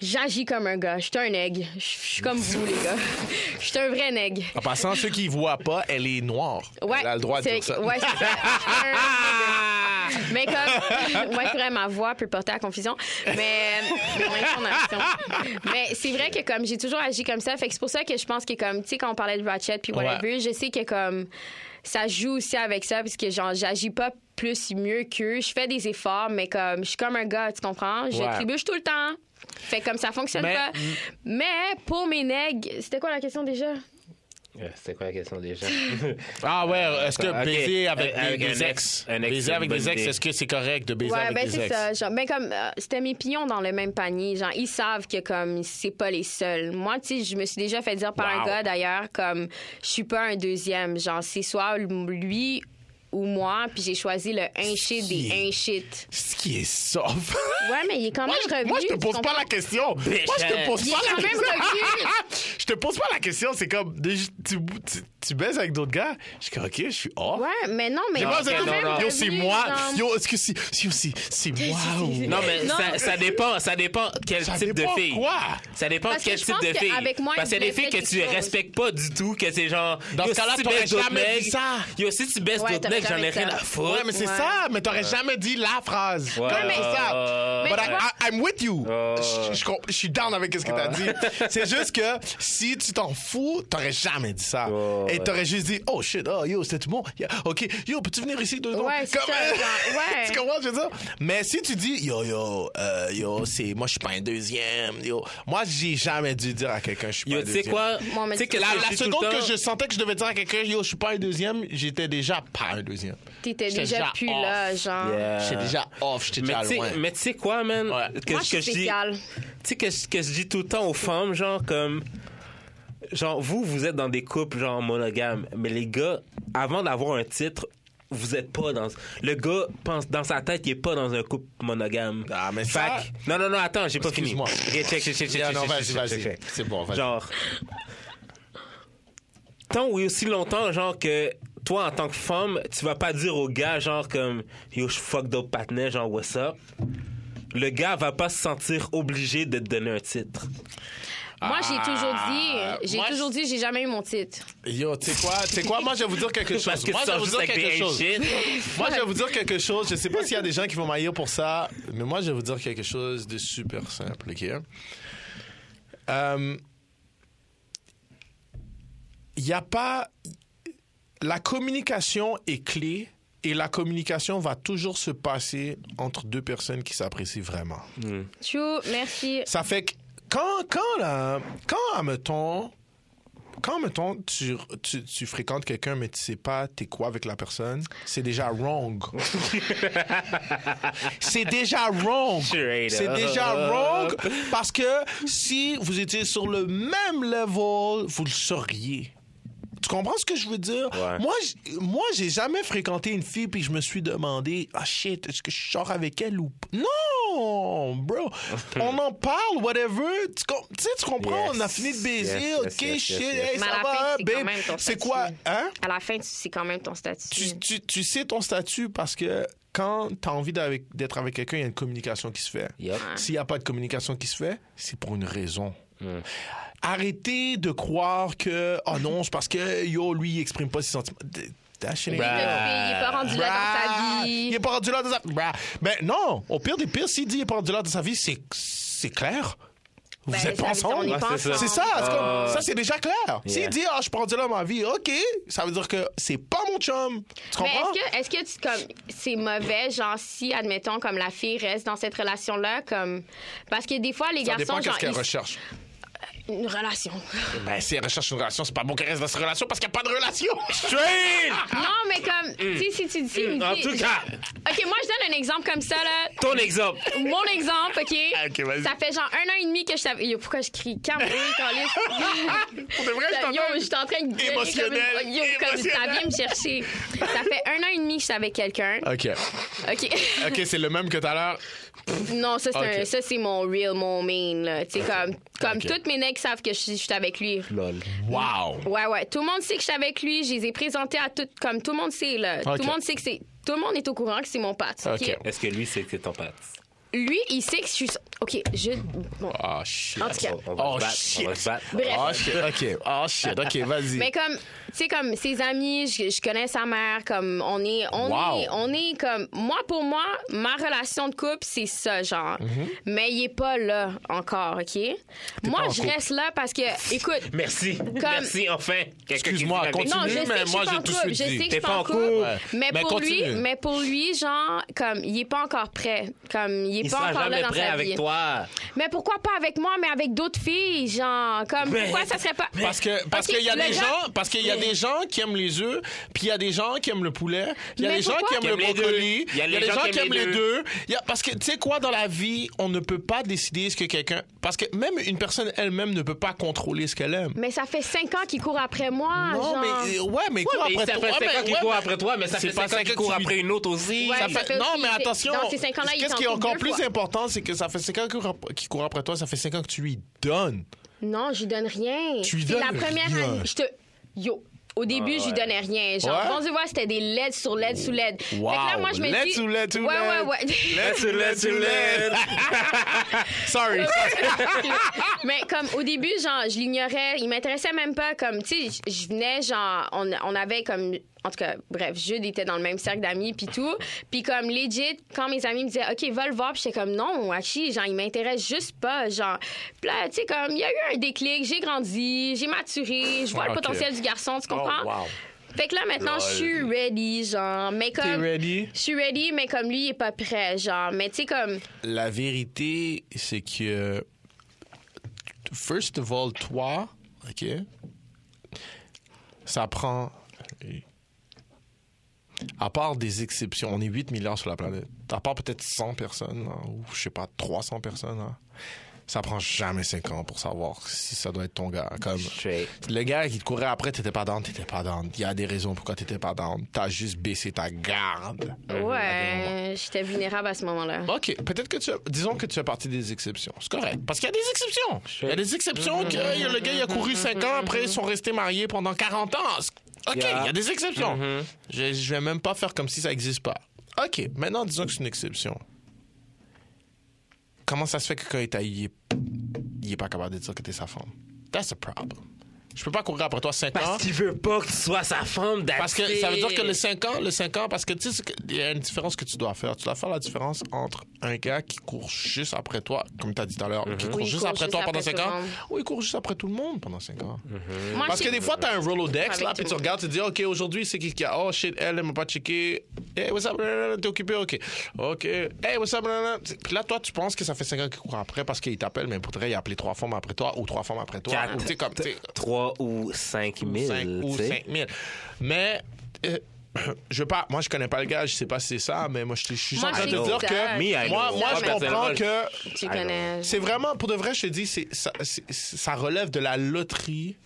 Speaker 3: j'agis comme un gars, je suis un egg, je je suis comme vous, les gars. Je suis un vrai nègre.
Speaker 2: En passant, ceux qui voient pas, elle est noire.
Speaker 3: Ouais,
Speaker 2: elle a le droit de
Speaker 3: c'est-
Speaker 2: dire ça.
Speaker 3: Ouais, c'est ça.
Speaker 2: Ah!
Speaker 3: Je suis un nègre. mais comme, moi, c'est vrai, ma voix peut porter à confusion, mais, mais on est en action. Mais c'est vrai que comme j'ai toujours agi comme ça, fait que c'est pour ça que je pense que comme, tu sais, quand on parlait de Ratchet puis whatever, je sais que comme ça joue aussi avec ça parce que genre j'agis pas plus mieux qu'eux. Je fais des efforts, mais comme je suis comme un gars, tu comprends? Je
Speaker 2: Ouais.
Speaker 3: trébuche tout le temps. Fait que comme ça fonctionne
Speaker 2: Mais-
Speaker 3: pas. Mais pour mes nègres, c'était quoi la question déjà?
Speaker 1: Yeah, C'est quoi la question déjà?
Speaker 2: Ah ouais, est-ce que
Speaker 1: Euh, Ok.
Speaker 2: baiser avec,
Speaker 1: Euh, avec
Speaker 2: des,
Speaker 1: un ex.
Speaker 2: des ex,
Speaker 1: Un ex, c'est
Speaker 2: baiser
Speaker 1: une
Speaker 2: avec
Speaker 1: bonne
Speaker 2: des ex,
Speaker 1: idée.
Speaker 2: est-ce que c'est correct de baiser
Speaker 3: Ouais,
Speaker 2: avec
Speaker 3: ben
Speaker 2: des
Speaker 3: c'est
Speaker 2: ex
Speaker 3: ça. Genre, ben comme euh, c'était mes pions dans le même panier. Genre, ils savent que comme c'est pas les seuls. Moi, tu sais, je me suis déjà fait dire par
Speaker 2: Wow.
Speaker 3: un gars d'ailleurs comme je suis pas un deuxième. Genre, c'est soit lui ou moi, puis j'ai choisi le un shit des
Speaker 2: Yeah.
Speaker 3: un shit.
Speaker 2: Ce qui est soft.
Speaker 3: Ouais, mais il est quand même
Speaker 2: Moi, je,
Speaker 3: revenu.
Speaker 2: moi, je te
Speaker 3: tu
Speaker 2: pose pas
Speaker 3: comprends?
Speaker 2: la question. Moi, je te pose
Speaker 3: Il est
Speaker 2: pas
Speaker 3: quand
Speaker 2: la
Speaker 3: même
Speaker 2: question.
Speaker 3: revenu.
Speaker 2: je te pose pas la question. C'est comme, des- tu, tu, tu baises avec d'autres gars. Je suis comme, OK, je suis off.
Speaker 3: Ouais, mais non, mais.
Speaker 2: J'ai
Speaker 3: il
Speaker 2: pas
Speaker 3: est quand
Speaker 2: besoin de-
Speaker 3: même
Speaker 2: Yo, c'est
Speaker 3: revenu,
Speaker 2: moi.
Speaker 3: genre.
Speaker 2: Yo, est-ce que c'est. si, si, c'est moi ou.
Speaker 1: Non, mais
Speaker 3: Non.
Speaker 1: Ça, ça dépend, ça dépend quel
Speaker 2: Ça
Speaker 1: type
Speaker 2: dépend
Speaker 1: de fille.
Speaker 2: quoi?
Speaker 1: Ça dépend
Speaker 3: Parce que
Speaker 1: quel
Speaker 3: je
Speaker 1: type
Speaker 3: pense
Speaker 1: de
Speaker 3: que
Speaker 1: fille.
Speaker 3: avec moi,
Speaker 1: Parce
Speaker 3: il
Speaker 1: qu'il y a des
Speaker 3: voulait
Speaker 1: filles que
Speaker 3: quelque
Speaker 1: tu
Speaker 3: chose.
Speaker 1: respectes pas du tout, que c'est genre.
Speaker 2: Dans
Speaker 1: yo,
Speaker 2: ce cas-là,
Speaker 1: si tu
Speaker 2: t'aurais
Speaker 1: baises d'autres
Speaker 2: jamais
Speaker 1: mecs-
Speaker 2: dit ça.
Speaker 1: Yo, si tu baisses
Speaker 3: Ouais,
Speaker 1: d'autres
Speaker 3: t'aurais
Speaker 1: mecs, j'en ai
Speaker 3: jamais
Speaker 1: rien
Speaker 3: dit
Speaker 1: à
Speaker 3: ça.
Speaker 1: foutre.
Speaker 2: Ouais, mais c'est
Speaker 3: Ouais.
Speaker 2: ça, mais t'aurais jamais dit la phrase.
Speaker 1: Ouais,
Speaker 2: Comme
Speaker 1: mais-
Speaker 2: ça.
Speaker 1: Mais
Speaker 2: But
Speaker 3: tu vois-
Speaker 2: I, I- I'm with you.
Speaker 1: Ouais.
Speaker 2: Je- Je comp- je suis down avec ce que t'as dit. C'est juste que si tu t'en fous, t'aurais jamais dit ça.
Speaker 1: Ouais,
Speaker 2: Et
Speaker 1: ouais.
Speaker 2: t'aurais juste dit, oh shit, oh yo, c'était tout bon. Yeah, ok, yo, peux-tu venir ici deux secondes?
Speaker 3: Ouais, c'est
Speaker 2: Comme-
Speaker 3: ça, genre, ouais.
Speaker 2: tu comprends ce que je veux dire? Mais si tu dis, yo, yo, euh, yo, c'est moi, je suis pas un deuxième. Yo, moi, j'ai jamais dû dire à quelqu'un, je suis pas
Speaker 1: Yo,
Speaker 2: un
Speaker 1: tu
Speaker 2: deuxième.
Speaker 1: sais quoi?
Speaker 3: Moi, mais
Speaker 1: Tu sais
Speaker 3: tu-
Speaker 1: que
Speaker 2: La, la
Speaker 1: je dis tout le
Speaker 2: seconde que
Speaker 1: temps-
Speaker 2: je sentais que je devais dire à quelqu'un, yo, je suis pas un deuxième, j'étais déjà pas un deuxième.
Speaker 3: T'étais
Speaker 2: J'étais
Speaker 3: déjà
Speaker 2: déjà
Speaker 3: plus
Speaker 2: off.
Speaker 3: là, genre.
Speaker 1: Yeah.
Speaker 2: J'étais déjà Euh, off, j'étais
Speaker 1: Mais
Speaker 2: déjà
Speaker 1: tu sais-
Speaker 2: loin.
Speaker 1: mais tu sais quoi, man?
Speaker 2: Ouais.
Speaker 1: Que,
Speaker 3: Moi, je suis
Speaker 1: que dis-
Speaker 3: spéciale.
Speaker 1: Tu sais, que, je- que je dis tout le temps aux femmes, genre, comme. Genre, vous, vous êtes dans des couples, genre, monogames. Mais les gars, avant d'avoir un titre, vous êtes pas dans. Le gars pense dans sa tête, il est pas dans un couple monogame.
Speaker 2: Ah, mais ça-
Speaker 1: Fait que- Non, non, non, attends, j'ai pas fini.
Speaker 2: Excuse-moi.
Speaker 1: Ok, check, check, check,
Speaker 2: Yeah,
Speaker 1: check,
Speaker 2: non,
Speaker 1: check,
Speaker 2: vas-y,
Speaker 1: check,
Speaker 2: vas-y.
Speaker 1: check, check.
Speaker 2: C'est bon, vas-y.
Speaker 1: Genre. Tant ou aussi longtemps, genre, que toi, en tant que femme, tu vas pas dire au gars, genre, comme, yo, je fuck d'autres partenaires, genre, what's up? Le gars va pas se sentir obligé de te donner un titre.
Speaker 3: Moi, j'ai toujours
Speaker 2: Ah,
Speaker 3: dit, j'ai
Speaker 2: moi,
Speaker 3: toujours dit, j'ai jamais eu mon titre.
Speaker 2: Yo, tu sais quoi, tu sais quoi, moi je vais vous dire quelque chose.
Speaker 1: Parce que
Speaker 2: moi
Speaker 1: tu
Speaker 2: je vais
Speaker 1: sors
Speaker 2: vous
Speaker 1: juste
Speaker 2: dire
Speaker 1: avec
Speaker 2: quelque
Speaker 1: des
Speaker 2: chose.
Speaker 1: shit.
Speaker 2: Moi je vais vous dire quelque chose, je sais pas s'il y a des gens qui vont m'haïr pour ça, mais moi je vais vous dire quelque chose de super simple, OK? Euh, Il n'y a pas... La communication est clé et la communication va toujours se passer entre deux personnes qui s'apprécient vraiment.
Speaker 3: Chou, merci.
Speaker 2: Ça fait que quand, quand, là, quand, mettons, quand, mettons, tu, tu, tu fréquentes quelqu'un, mais tu sais pas t'es quoi avec la personne, c'est déjà wrong. c'est déjà wrong.
Speaker 1: Straight
Speaker 2: C'est
Speaker 1: up.
Speaker 2: déjà wrong parce que si vous étiez sur le même level, vous le sauriez. Tu comprends ce que je veux dire?
Speaker 1: Ouais.
Speaker 2: Moi, j- moi, j'ai jamais fréquenté une fille puis je me suis demandé, ah shit, est-ce que je sors avec elle ou p- Non, bro, on en parle, whatever. Tu, com- tu sais, tu
Speaker 1: Yes.
Speaker 2: comprends? On a fini de baiser,
Speaker 1: Yes, yes,
Speaker 2: ok,
Speaker 1: yes, yes,
Speaker 2: shit,
Speaker 1: yes.
Speaker 2: hey,
Speaker 3: Mais à
Speaker 2: ça
Speaker 3: la
Speaker 2: va,
Speaker 3: fin,
Speaker 2: hein,
Speaker 3: c'est quand
Speaker 2: babe.
Speaker 3: même ton
Speaker 2: C'est
Speaker 3: statut. Mm.
Speaker 2: quoi, hein?
Speaker 3: À la fin, tu- c'est quand même ton statut.
Speaker 2: Tu, tu, tu sais ton statut parce que quand tu as envie d'avec- d'être avec quelqu'un, il y a une communication qui se fait.
Speaker 1: Yup.
Speaker 2: S'il n'y a pas de communication qui se fait, c'est pour une raison. Arrêtez de croire que, oh non, c'est parce que, yo, lui, il exprime pas ses sentiments. That shit ain't
Speaker 3: Le
Speaker 2: real.
Speaker 3: fille, il est pas rendu là
Speaker 2: Bruh.
Speaker 3: dans sa vie.
Speaker 2: Bah,
Speaker 3: Ben,
Speaker 2: Il est pas rendu là dans sa Bruh. Mais non, au pire des pires, s'il dit il est pas rendu là dans sa vie, c'est, c'est clair. Vous
Speaker 3: Ben,
Speaker 2: êtes pas
Speaker 3: ça veut dire, on
Speaker 2: ensemble.
Speaker 3: est
Speaker 1: Ouais,
Speaker 3: pas
Speaker 1: c'est ça.
Speaker 2: C'est
Speaker 3: ensemble.
Speaker 2: ça, c'est comme- ça c'est déjà clair.
Speaker 1: Yeah.
Speaker 2: S'il dit, ah, je suis pas rendu là dans ma vie, OK, ça veut dire que c'est pas mon chum. Tu
Speaker 3: Mais
Speaker 2: comprends?
Speaker 3: est-ce que, est-ce que tu, comme, c'est mauvais, genre, si, admettons, comme la fille reste dans cette relation-là, comme. Parce que des fois, les
Speaker 2: Ça
Speaker 3: garçons,
Speaker 2: dépend
Speaker 3: genre.
Speaker 2: qu'est-ce qu'elle
Speaker 3: ils-
Speaker 2: recherche.
Speaker 3: Une relation.
Speaker 2: Ben, si elle recherche une relation, c'est pas bon qu'elle reste dans cette relation parce qu'il n'y a pas de relation.
Speaker 1: Train!
Speaker 2: Ah.
Speaker 3: Non, mais comme.
Speaker 2: Hmm.
Speaker 3: Tu sais, si tu dis. une
Speaker 1: En
Speaker 3: fille-
Speaker 1: tout cas,
Speaker 3: OK, moi, je donne un exemple comme ça, là.
Speaker 1: ton exemple.
Speaker 3: Mon exemple, OK?
Speaker 2: Ah, OK, vas-y.
Speaker 3: Ça fait genre un an et demi que je savais. Yo, pourquoi je crie? Quand
Speaker 2: Pour de vrai, je t'en
Speaker 3: Yo,
Speaker 2: donne.
Speaker 3: j'étais en train de gueuler
Speaker 2: Émotionnel,
Speaker 3: comme une- Yo, comme ça
Speaker 2: émotionnel.
Speaker 3: vient me chercher. Ça fait un an et demi que je suis avec quelqu'un.
Speaker 2: OK.
Speaker 3: OK.
Speaker 2: OK, c'est le même que tout à l'heure.
Speaker 3: non, ça, c'est
Speaker 2: Ah, OK.
Speaker 3: un- ça, c'est mon real, mon main, là. Tu sais, comme, comme
Speaker 2: OK.
Speaker 3: toutes mes necks savent que je suis je suis avec lui.
Speaker 1: Lol.
Speaker 2: Wow.
Speaker 3: Ouais, ouais. Tout le monde sait que je suis avec lui. Je les ai présentés à tout, comme tout le monde sait, là.
Speaker 2: OK.
Speaker 3: Tout le monde sait que c'est. Tout le monde est au courant que c'est mon pote. OK?
Speaker 2: OK.
Speaker 1: Est-ce que lui, c'est que ton pâte?
Speaker 3: Lui, il sait que je suis. OK, je. Bon.
Speaker 2: Ah, shit.
Speaker 3: En tout cas.
Speaker 1: On va
Speaker 2: Oh,
Speaker 1: se battre.
Speaker 2: shit.
Speaker 1: On va se battre.
Speaker 3: Bref.
Speaker 2: Ah, shit. OK. Ah, shit. OK, vas-y.
Speaker 3: Mais comme, tu sais, comme ses amis, je, je connais sa mère, comme on est, on
Speaker 2: Wow.
Speaker 3: est, on est comme, moi pour moi, ma relation de couple, c'est ça, genre. Mais il est pas là encore, ok? Moi,
Speaker 2: Mm-hmm. pas en
Speaker 3: je
Speaker 2: couple.
Speaker 3: reste là parce que, écoute,
Speaker 1: Merci. Merci, enfin. Quelqu'un qui
Speaker 2: Excuse-moi,
Speaker 1: vient avec-
Speaker 2: continue.
Speaker 3: non, je sais
Speaker 2: mais
Speaker 3: que je
Speaker 2: moi,
Speaker 3: suis
Speaker 2: j'ai
Speaker 3: pas en
Speaker 2: tout de suite
Speaker 3: couple, je sais
Speaker 2: dit.
Speaker 3: que je
Speaker 1: T'es
Speaker 3: suis pas en couple,
Speaker 1: couple.
Speaker 2: Ouais.
Speaker 3: mais
Speaker 2: Mais
Speaker 3: pour lui,
Speaker 2: continue.
Speaker 3: mais pour lui, genre, comme, il est pas encore prêt, comme, il est
Speaker 1: il
Speaker 3: pas
Speaker 1: sera
Speaker 3: encore
Speaker 1: jamais
Speaker 3: là dans
Speaker 1: prêt
Speaker 3: sa
Speaker 1: avec
Speaker 3: vie.
Speaker 1: toi.
Speaker 3: Mais pourquoi pas avec moi, mais avec d'autres filles, genre, comme,
Speaker 1: Mais-
Speaker 3: pourquoi ça serait pas...
Speaker 2: Parce que parce
Speaker 3: Ok,
Speaker 2: qu'il y a
Speaker 3: le
Speaker 2: des
Speaker 3: gars-
Speaker 2: gens parce qu'il y a des gens qui aiment les œufs, puis il y a des gens qui aiment le poulet, il y a
Speaker 3: Mais
Speaker 2: des gens
Speaker 3: pourquoi-
Speaker 2: qui aiment le
Speaker 1: Qui aiment les
Speaker 2: brocoli,
Speaker 1: deux.
Speaker 2: il y a des gens qui aiment les deux. Il y a- parce que tu sais quoi dans la vie, on ne peut pas décider ce que quelqu'un parce que même une personne elle-même ne peut pas contrôler ce qu'elle aime.
Speaker 3: Mais ça fait cinq ans qu'il court après moi,
Speaker 2: non
Speaker 3: Ah, genre.
Speaker 2: mais euh, ouais mais
Speaker 1: Ouais,
Speaker 2: quoi
Speaker 1: mais
Speaker 2: après
Speaker 1: ça fait
Speaker 2: toi,
Speaker 1: 5
Speaker 2: ouais,
Speaker 1: ans
Speaker 2: mais-
Speaker 1: qu'il
Speaker 2: ouais,
Speaker 1: court
Speaker 2: mais-
Speaker 1: après toi, mais ça
Speaker 2: C'est
Speaker 1: fait
Speaker 2: pas
Speaker 1: 5 ans
Speaker 2: cinq
Speaker 1: qu'il
Speaker 2: ans
Speaker 1: court
Speaker 2: qu'il-
Speaker 1: après une autre aussi.
Speaker 3: Ouais,
Speaker 1: Ça
Speaker 2: ça
Speaker 1: fait-
Speaker 3: ça
Speaker 2: fait-
Speaker 3: fait
Speaker 2: non,
Speaker 3: aussi-
Speaker 2: mais attention.
Speaker 3: dans ces cinq ans-là, il
Speaker 2: Qu'est-ce
Speaker 3: t'en
Speaker 2: qui est
Speaker 3: court
Speaker 2: encore
Speaker 3: deux
Speaker 2: plus
Speaker 3: fois.
Speaker 2: important, c'est que ça fait 5 ans qu'il court après- qu'il court après toi, ça fait 5 ans que tu lui donnes.
Speaker 3: Non, je lui donne rien.
Speaker 2: Tu lui
Speaker 3: C'est
Speaker 2: donnes
Speaker 3: la première
Speaker 2: rien.
Speaker 3: année. Je te. Yo. Au début, je lui donnais rien. Genre,
Speaker 2: Ouais?
Speaker 3: bon Dieu, ouais, c'était des LED sur LED sous LED. Fait que là,
Speaker 2: Wow.
Speaker 3: moi, je me
Speaker 2: LED
Speaker 3: dis.
Speaker 2: sous LED sous
Speaker 3: ouais, ouais,
Speaker 2: LED.
Speaker 3: ouais,
Speaker 2: Let's let's Sorry.
Speaker 3: Mais comme au début, genre, je l'ignorais. Il m'intéressait même pas. Comme, tu sais, je- je venais, genre, on, on avait comme. En tout cas, bref, Jude était dans le même cercle d'amis, puis tout. Puis comme, legit, quand mes amis me disaient, OK, va le voir, puis j'étais comme, non, Hachi, genre, il m'intéresse juste pas. Genre, Puis là, tu sais, comme, il y a eu un déclic, j'ai grandi, j'ai maturé, je vois le
Speaker 2: Ok. Oh,
Speaker 3: potentiel du garçon, tu comprends? Fait que là, maintenant, je suis ready, genre. Mais
Speaker 2: T'es
Speaker 3: comme.
Speaker 2: ready?
Speaker 3: Je suis ready, mais comme lui, il est pas prêt, genre. Mais tu sais, comme.
Speaker 2: La vérité, c'est que. First of all, toi, OK? Ça prend. À part des exceptions, on est 8 milliards sur la planète. À part peut-être 100 personnes, hein, ou je sais pas, 300 personnes, hein, ça prend jamais 5 ans pour savoir si ça doit être ton gars. Comme,
Speaker 1: Straight.
Speaker 2: le gars qui te courait après, t'étais pas down, t'étais pas down. Il y a des raisons pourquoi t'étais pas down. T'as juste baissé ta garde.
Speaker 3: Ouais, j'étais vulnérable à ce moment-là.
Speaker 1: Euh.
Speaker 2: OK, peut-être que tu as- disons que tu fais partie des exceptions. C'est correct. Parce qu'il y a des exceptions. Il y a des exceptions que euh, le gars il a
Speaker 1: Mm-hmm.
Speaker 2: couru 5 ans, après ils sont restés mariés pendant 40 ans. C'est- OK, il
Speaker 1: Yeah.
Speaker 2: y a des exceptions. je, je vais même pas faire comme si ça n'existe pas. OK, maintenant disons que c'est une exception. Comment ça se fait que quand il t'a eu, il est- il est pas capable de dire que t'es sa femme? That's a problem. Je peux pas courir après toi 5 ans.
Speaker 1: Parce qu'il veut pas que tu sois sa femme d'attitude.
Speaker 2: Parce que ça veut dire que le 5 ans, le 5 ans, parce que tu sais, c'est que- il y a une différence que tu dois faire. Tu dois faire la différence entre un gars qui court juste après toi, comme tu as dit tout à l'heure, qui court
Speaker 3: Mhm. Oui, il
Speaker 2: juste
Speaker 3: court
Speaker 2: après
Speaker 3: juste
Speaker 2: toi pendant
Speaker 3: après
Speaker 2: 5
Speaker 3: tout le
Speaker 2: ans,
Speaker 3: monde. Mhm.
Speaker 2: ou il court juste après tout le monde pendant 5 ans.
Speaker 3: Moi,
Speaker 2: Parce que
Speaker 3: j'ai-
Speaker 2: des fois, t'as un Rolodex,
Speaker 3: Avec
Speaker 2: là,
Speaker 3: tout
Speaker 2: puis
Speaker 3: le
Speaker 2: tu
Speaker 3: monde.
Speaker 2: regardes, tu dis, OK, aujourd'hui, c'est qui qui a. Oh shit, elle, elle m'a pas checké. Hey, what's up, blablabla, t'es occupé, OK. OK. Hey, what's up, blablabla. Puis là, toi, tu penses que ça fait 5 ans qu'il court après parce qu'il t'appelle, mais pour de vrai, il a appelé 3 femmes après toi, ou 3 femmes après toi.
Speaker 1: Quatre.
Speaker 2: Ou tu sais, comme, tu sais,
Speaker 1: 3 ou 5 000.
Speaker 2: cinq ou
Speaker 1: tu sais.
Speaker 2: 5 000. Mais euh, je veux pas, moi je connais pas le gars, je sais pas si c'est ça, mais moi je, je suis juste
Speaker 3: Moi,
Speaker 2: en train
Speaker 1: je
Speaker 2: de
Speaker 1: sais
Speaker 2: dire
Speaker 1: que
Speaker 2: que
Speaker 1: c'est ça. Me, I
Speaker 2: moi,
Speaker 1: know.
Speaker 2: moi
Speaker 1: Moi,
Speaker 2: je comprends
Speaker 1: personnellement,
Speaker 2: que
Speaker 3: Tu connais.
Speaker 2: c'est vraiment, pour de vrai, je te dis, c'est, ça, c'est- ça relève de la loterie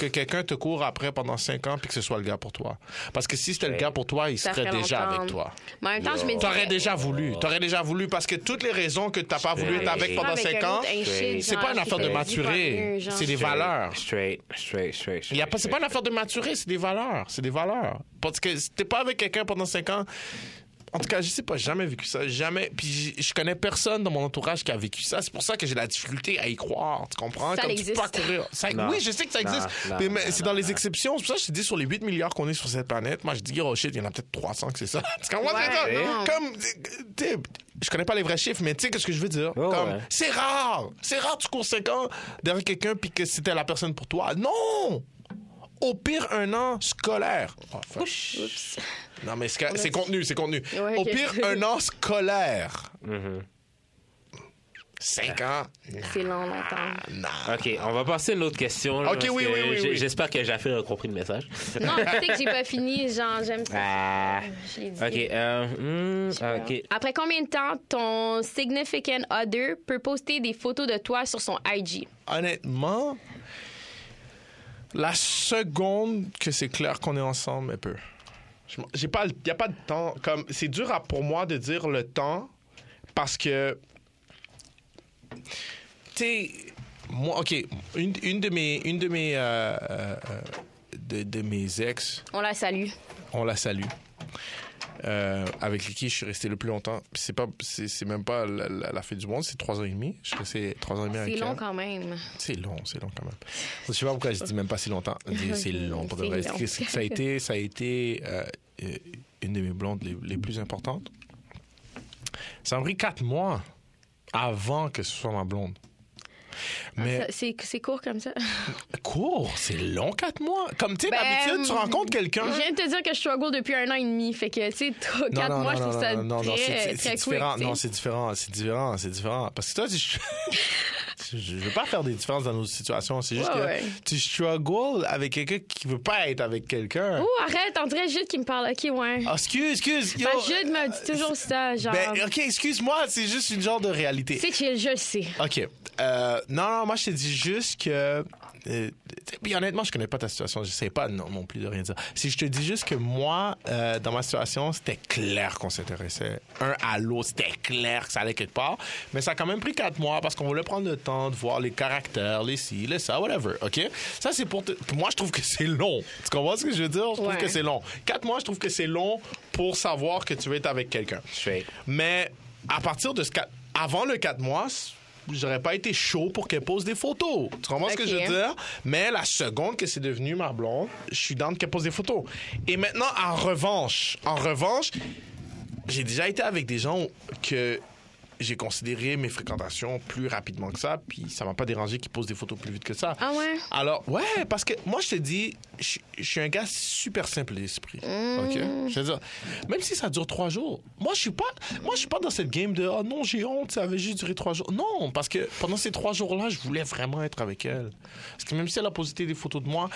Speaker 2: que quelqu'un te court après pendant 5 ans puis que ce soit le gars pour toi. Parce que si c'était le gars pour toi, il
Speaker 3: Ça
Speaker 2: serait
Speaker 3: fait
Speaker 2: déjà
Speaker 3: longtemps.
Speaker 2: avec toi.
Speaker 3: Mais en même temps, je me dis.
Speaker 2: T'aurais déjà voulu, t'aurais déjà voulu parce que toutes les raisons que t'as pas voulu être avec pendant
Speaker 3: Avec
Speaker 2: 5
Speaker 3: un
Speaker 2: ans,
Speaker 3: autre, un shit,
Speaker 2: c'est
Speaker 3: genre,
Speaker 2: pas une
Speaker 3: qui
Speaker 2: affaire de
Speaker 3: te dit pas
Speaker 2: maturer,
Speaker 3: mieux, genre.
Speaker 2: c'est des valeurs.
Speaker 1: Straight, straight, straight.
Speaker 2: Il y a pas, c'est pas une affaire de maturer, c'est des valeurs. C'est des valeurs. Parce que si t'es pas avec quelqu'un pendant 5 ans, en tout cas, je sais pas, j'ai jamais vécu ça, jamais. Puis j- je connais personne dans mon entourage qui a vécu ça. C'est pour ça que j'ai la difficulté à y croire. Tu comprends?
Speaker 3: Ça
Speaker 2: Comme tu peux
Speaker 3: existe.
Speaker 2: pas courir. Ça-
Speaker 1: Non.
Speaker 2: oui, je sais que ça
Speaker 1: Non,
Speaker 2: existe.
Speaker 1: non,
Speaker 2: mais mais
Speaker 1: non,
Speaker 2: c'est
Speaker 1: non,
Speaker 2: dans les
Speaker 1: non.
Speaker 2: exceptions. C'est pour ça que je te dis sur les 8 milliards qu'on est sur cette planète, moi je dis, oh shit, il y en a peut-être 300 que c'est ça. Tu comprends?
Speaker 3: Ouais,
Speaker 2: C'est ça.
Speaker 3: non.
Speaker 2: Comme, tu sais, je connais pas les vrais chiffres, mais tu sais ce que je veux dire?
Speaker 1: Oh,
Speaker 2: Comme,
Speaker 1: ouais.
Speaker 2: c'est rare. C'est rare tu cours 5 ans derrière quelqu'un puis que c'était la personne pour toi. Non! Au pire, un an scolaire. Oh, fuck.
Speaker 3: Oups.
Speaker 2: non, mais c'est c'est contenu, c'est contenu.
Speaker 3: Ouais,
Speaker 2: Au
Speaker 3: ok.
Speaker 2: pire, un an scolaire.
Speaker 1: Mm-hmm.
Speaker 2: Cinq ans?
Speaker 3: C'est long, longtemps.
Speaker 2: Non.
Speaker 1: OK, on va passer à une autre question. là,
Speaker 2: OK,
Speaker 1: parce
Speaker 2: oui,
Speaker 1: que
Speaker 2: oui, oui,
Speaker 1: j'ai-
Speaker 2: oui.
Speaker 1: J'espère que Jaffé a compris le message.
Speaker 3: Non, tu sais que j'ai pas fini, genre, j'aime ça.
Speaker 1: Ah.
Speaker 3: Je l'ai dit.
Speaker 1: OK, euh, hmm, OK.
Speaker 3: Après combien de temps ton significant other peut poster des photos de toi sur son IG?
Speaker 2: Honnêtement, la seconde que c'est clair qu'on est ensemble, elle peut. Je m'en- J'ai pas, il y a pas de temps. Comme c'est dur à- pour moi de dire le temps parce que, tu sais, moi, ok, une, une de mes, une de mes, euh, euh, euh, de, de mes ex,
Speaker 3: On la salue.
Speaker 2: on la salue. Euh, avec qui je suis resté le plus longtemps. Puis C'est pas, c'est c'est même pas la, la- la fête du monde, c'est trois ans et demi. Je suis resté trois ans et demi avec
Speaker 3: C'est long
Speaker 2: elle.
Speaker 3: quand même.
Speaker 2: C'est long, c'est long quand même. Je sais pas pourquoi je dis même pas si longtemps. Mais C'est long pour de
Speaker 3: C'est
Speaker 2: vrai.
Speaker 3: long.
Speaker 2: C'est- c'est- Ça a été, ça a été euh, euh, une de mes blondes les, les plus importantes. Ça m'a pris quatre mois avant que ce soit ma blonde. Mais Ah.
Speaker 3: Ça, C'est c'est court comme Ah, ça.
Speaker 2: court, c'est long, quatre mois. Comme, tu sais,
Speaker 3: Ben,
Speaker 2: d'habitude, tu rencontres quelqu'un.
Speaker 3: Je viens de te dire que je struggle depuis un an et demi. Fait que, tu sais, trois-
Speaker 2: Non,
Speaker 3: quatre
Speaker 2: non,
Speaker 3: mois,
Speaker 2: non,
Speaker 3: je
Speaker 2: non,
Speaker 3: trouve ça
Speaker 2: non, non, non,
Speaker 3: très,
Speaker 2: c'est- c'est
Speaker 3: très
Speaker 2: c'est
Speaker 3: quick,
Speaker 2: différent.
Speaker 3: tu sais.
Speaker 2: Non, c'est différent, c'est différent, c'est différent. Parce que toi, tu- je, je veux pas faire des différences dans nos situations. C'est juste
Speaker 3: Ouais,
Speaker 2: que
Speaker 3: ouais.
Speaker 2: tu struggles avec quelqu'un qui veut pas être avec quelqu'un.
Speaker 3: Ouh, arrête, on dirait Jude qui me parle. OK, ouais.
Speaker 2: Ah, excuse, excuse. yo.
Speaker 3: Ben, Jude me dit toujours ça, genre...
Speaker 2: Ben, ok, excuse-moi, c'est juste une genre de réalité.
Speaker 3: C'est chill, je le sais.
Speaker 2: OK. Euh, non, non, moi, je te dis juste que. euh, puis honnêtement, je connais pas ta situation. Je sais pas non, non plus de rien dire. Si je te dis juste que moi, euh, dans ma situation, c'était clair qu'on s'intéressait un à l'autre. C'était clair que ça allait quelque part. Mais ça a quand même pris quatre mois parce qu'on voulait prendre le temps de voir les caractères, les ci, les ça, whatever. OK? Ça, c'est pour. te- Moi, je trouve que c'est long. Tu comprends ce que je veux dire? Je trouve
Speaker 3: Ouais.
Speaker 2: que c'est long. Quatre mois, je trouve que c'est long pour savoir que tu veux être avec quelqu'un.
Speaker 1: Straight.
Speaker 2: Mais à partir de ce quatre- avant le 4 mois, c- j'aurais pas été chaud pour qu'elle pose des photos. Tu comprends ce que
Speaker 3: Ok.
Speaker 2: je veux dire? Mais la seconde que c'est devenu ma blonde, je suis dans qu'elle pose des photos. Et maintenant, en revanche, en revanche, j'ai déjà été avec des gens que j'ai considéré mes fréquentations plus rapidement que ça, puis ça m'a pas dérangé qu'ils posent des photos plus vite que ça.
Speaker 3: Ah ouais?
Speaker 2: Alors, ouais, parce que moi, je te dis, je, je suis un gars super simple d'esprit.
Speaker 3: Mm.
Speaker 2: OK? Je veux dire, même si ça dure trois jours, moi, je suis pas, moi, je suis pas dans cette game de, oh non, j'ai honte, ça avait juste duré trois jours. Non, parce que pendant ces trois jours-là, je voulais vraiment être avec elle. Parce que même si elle a posté des photos de moi,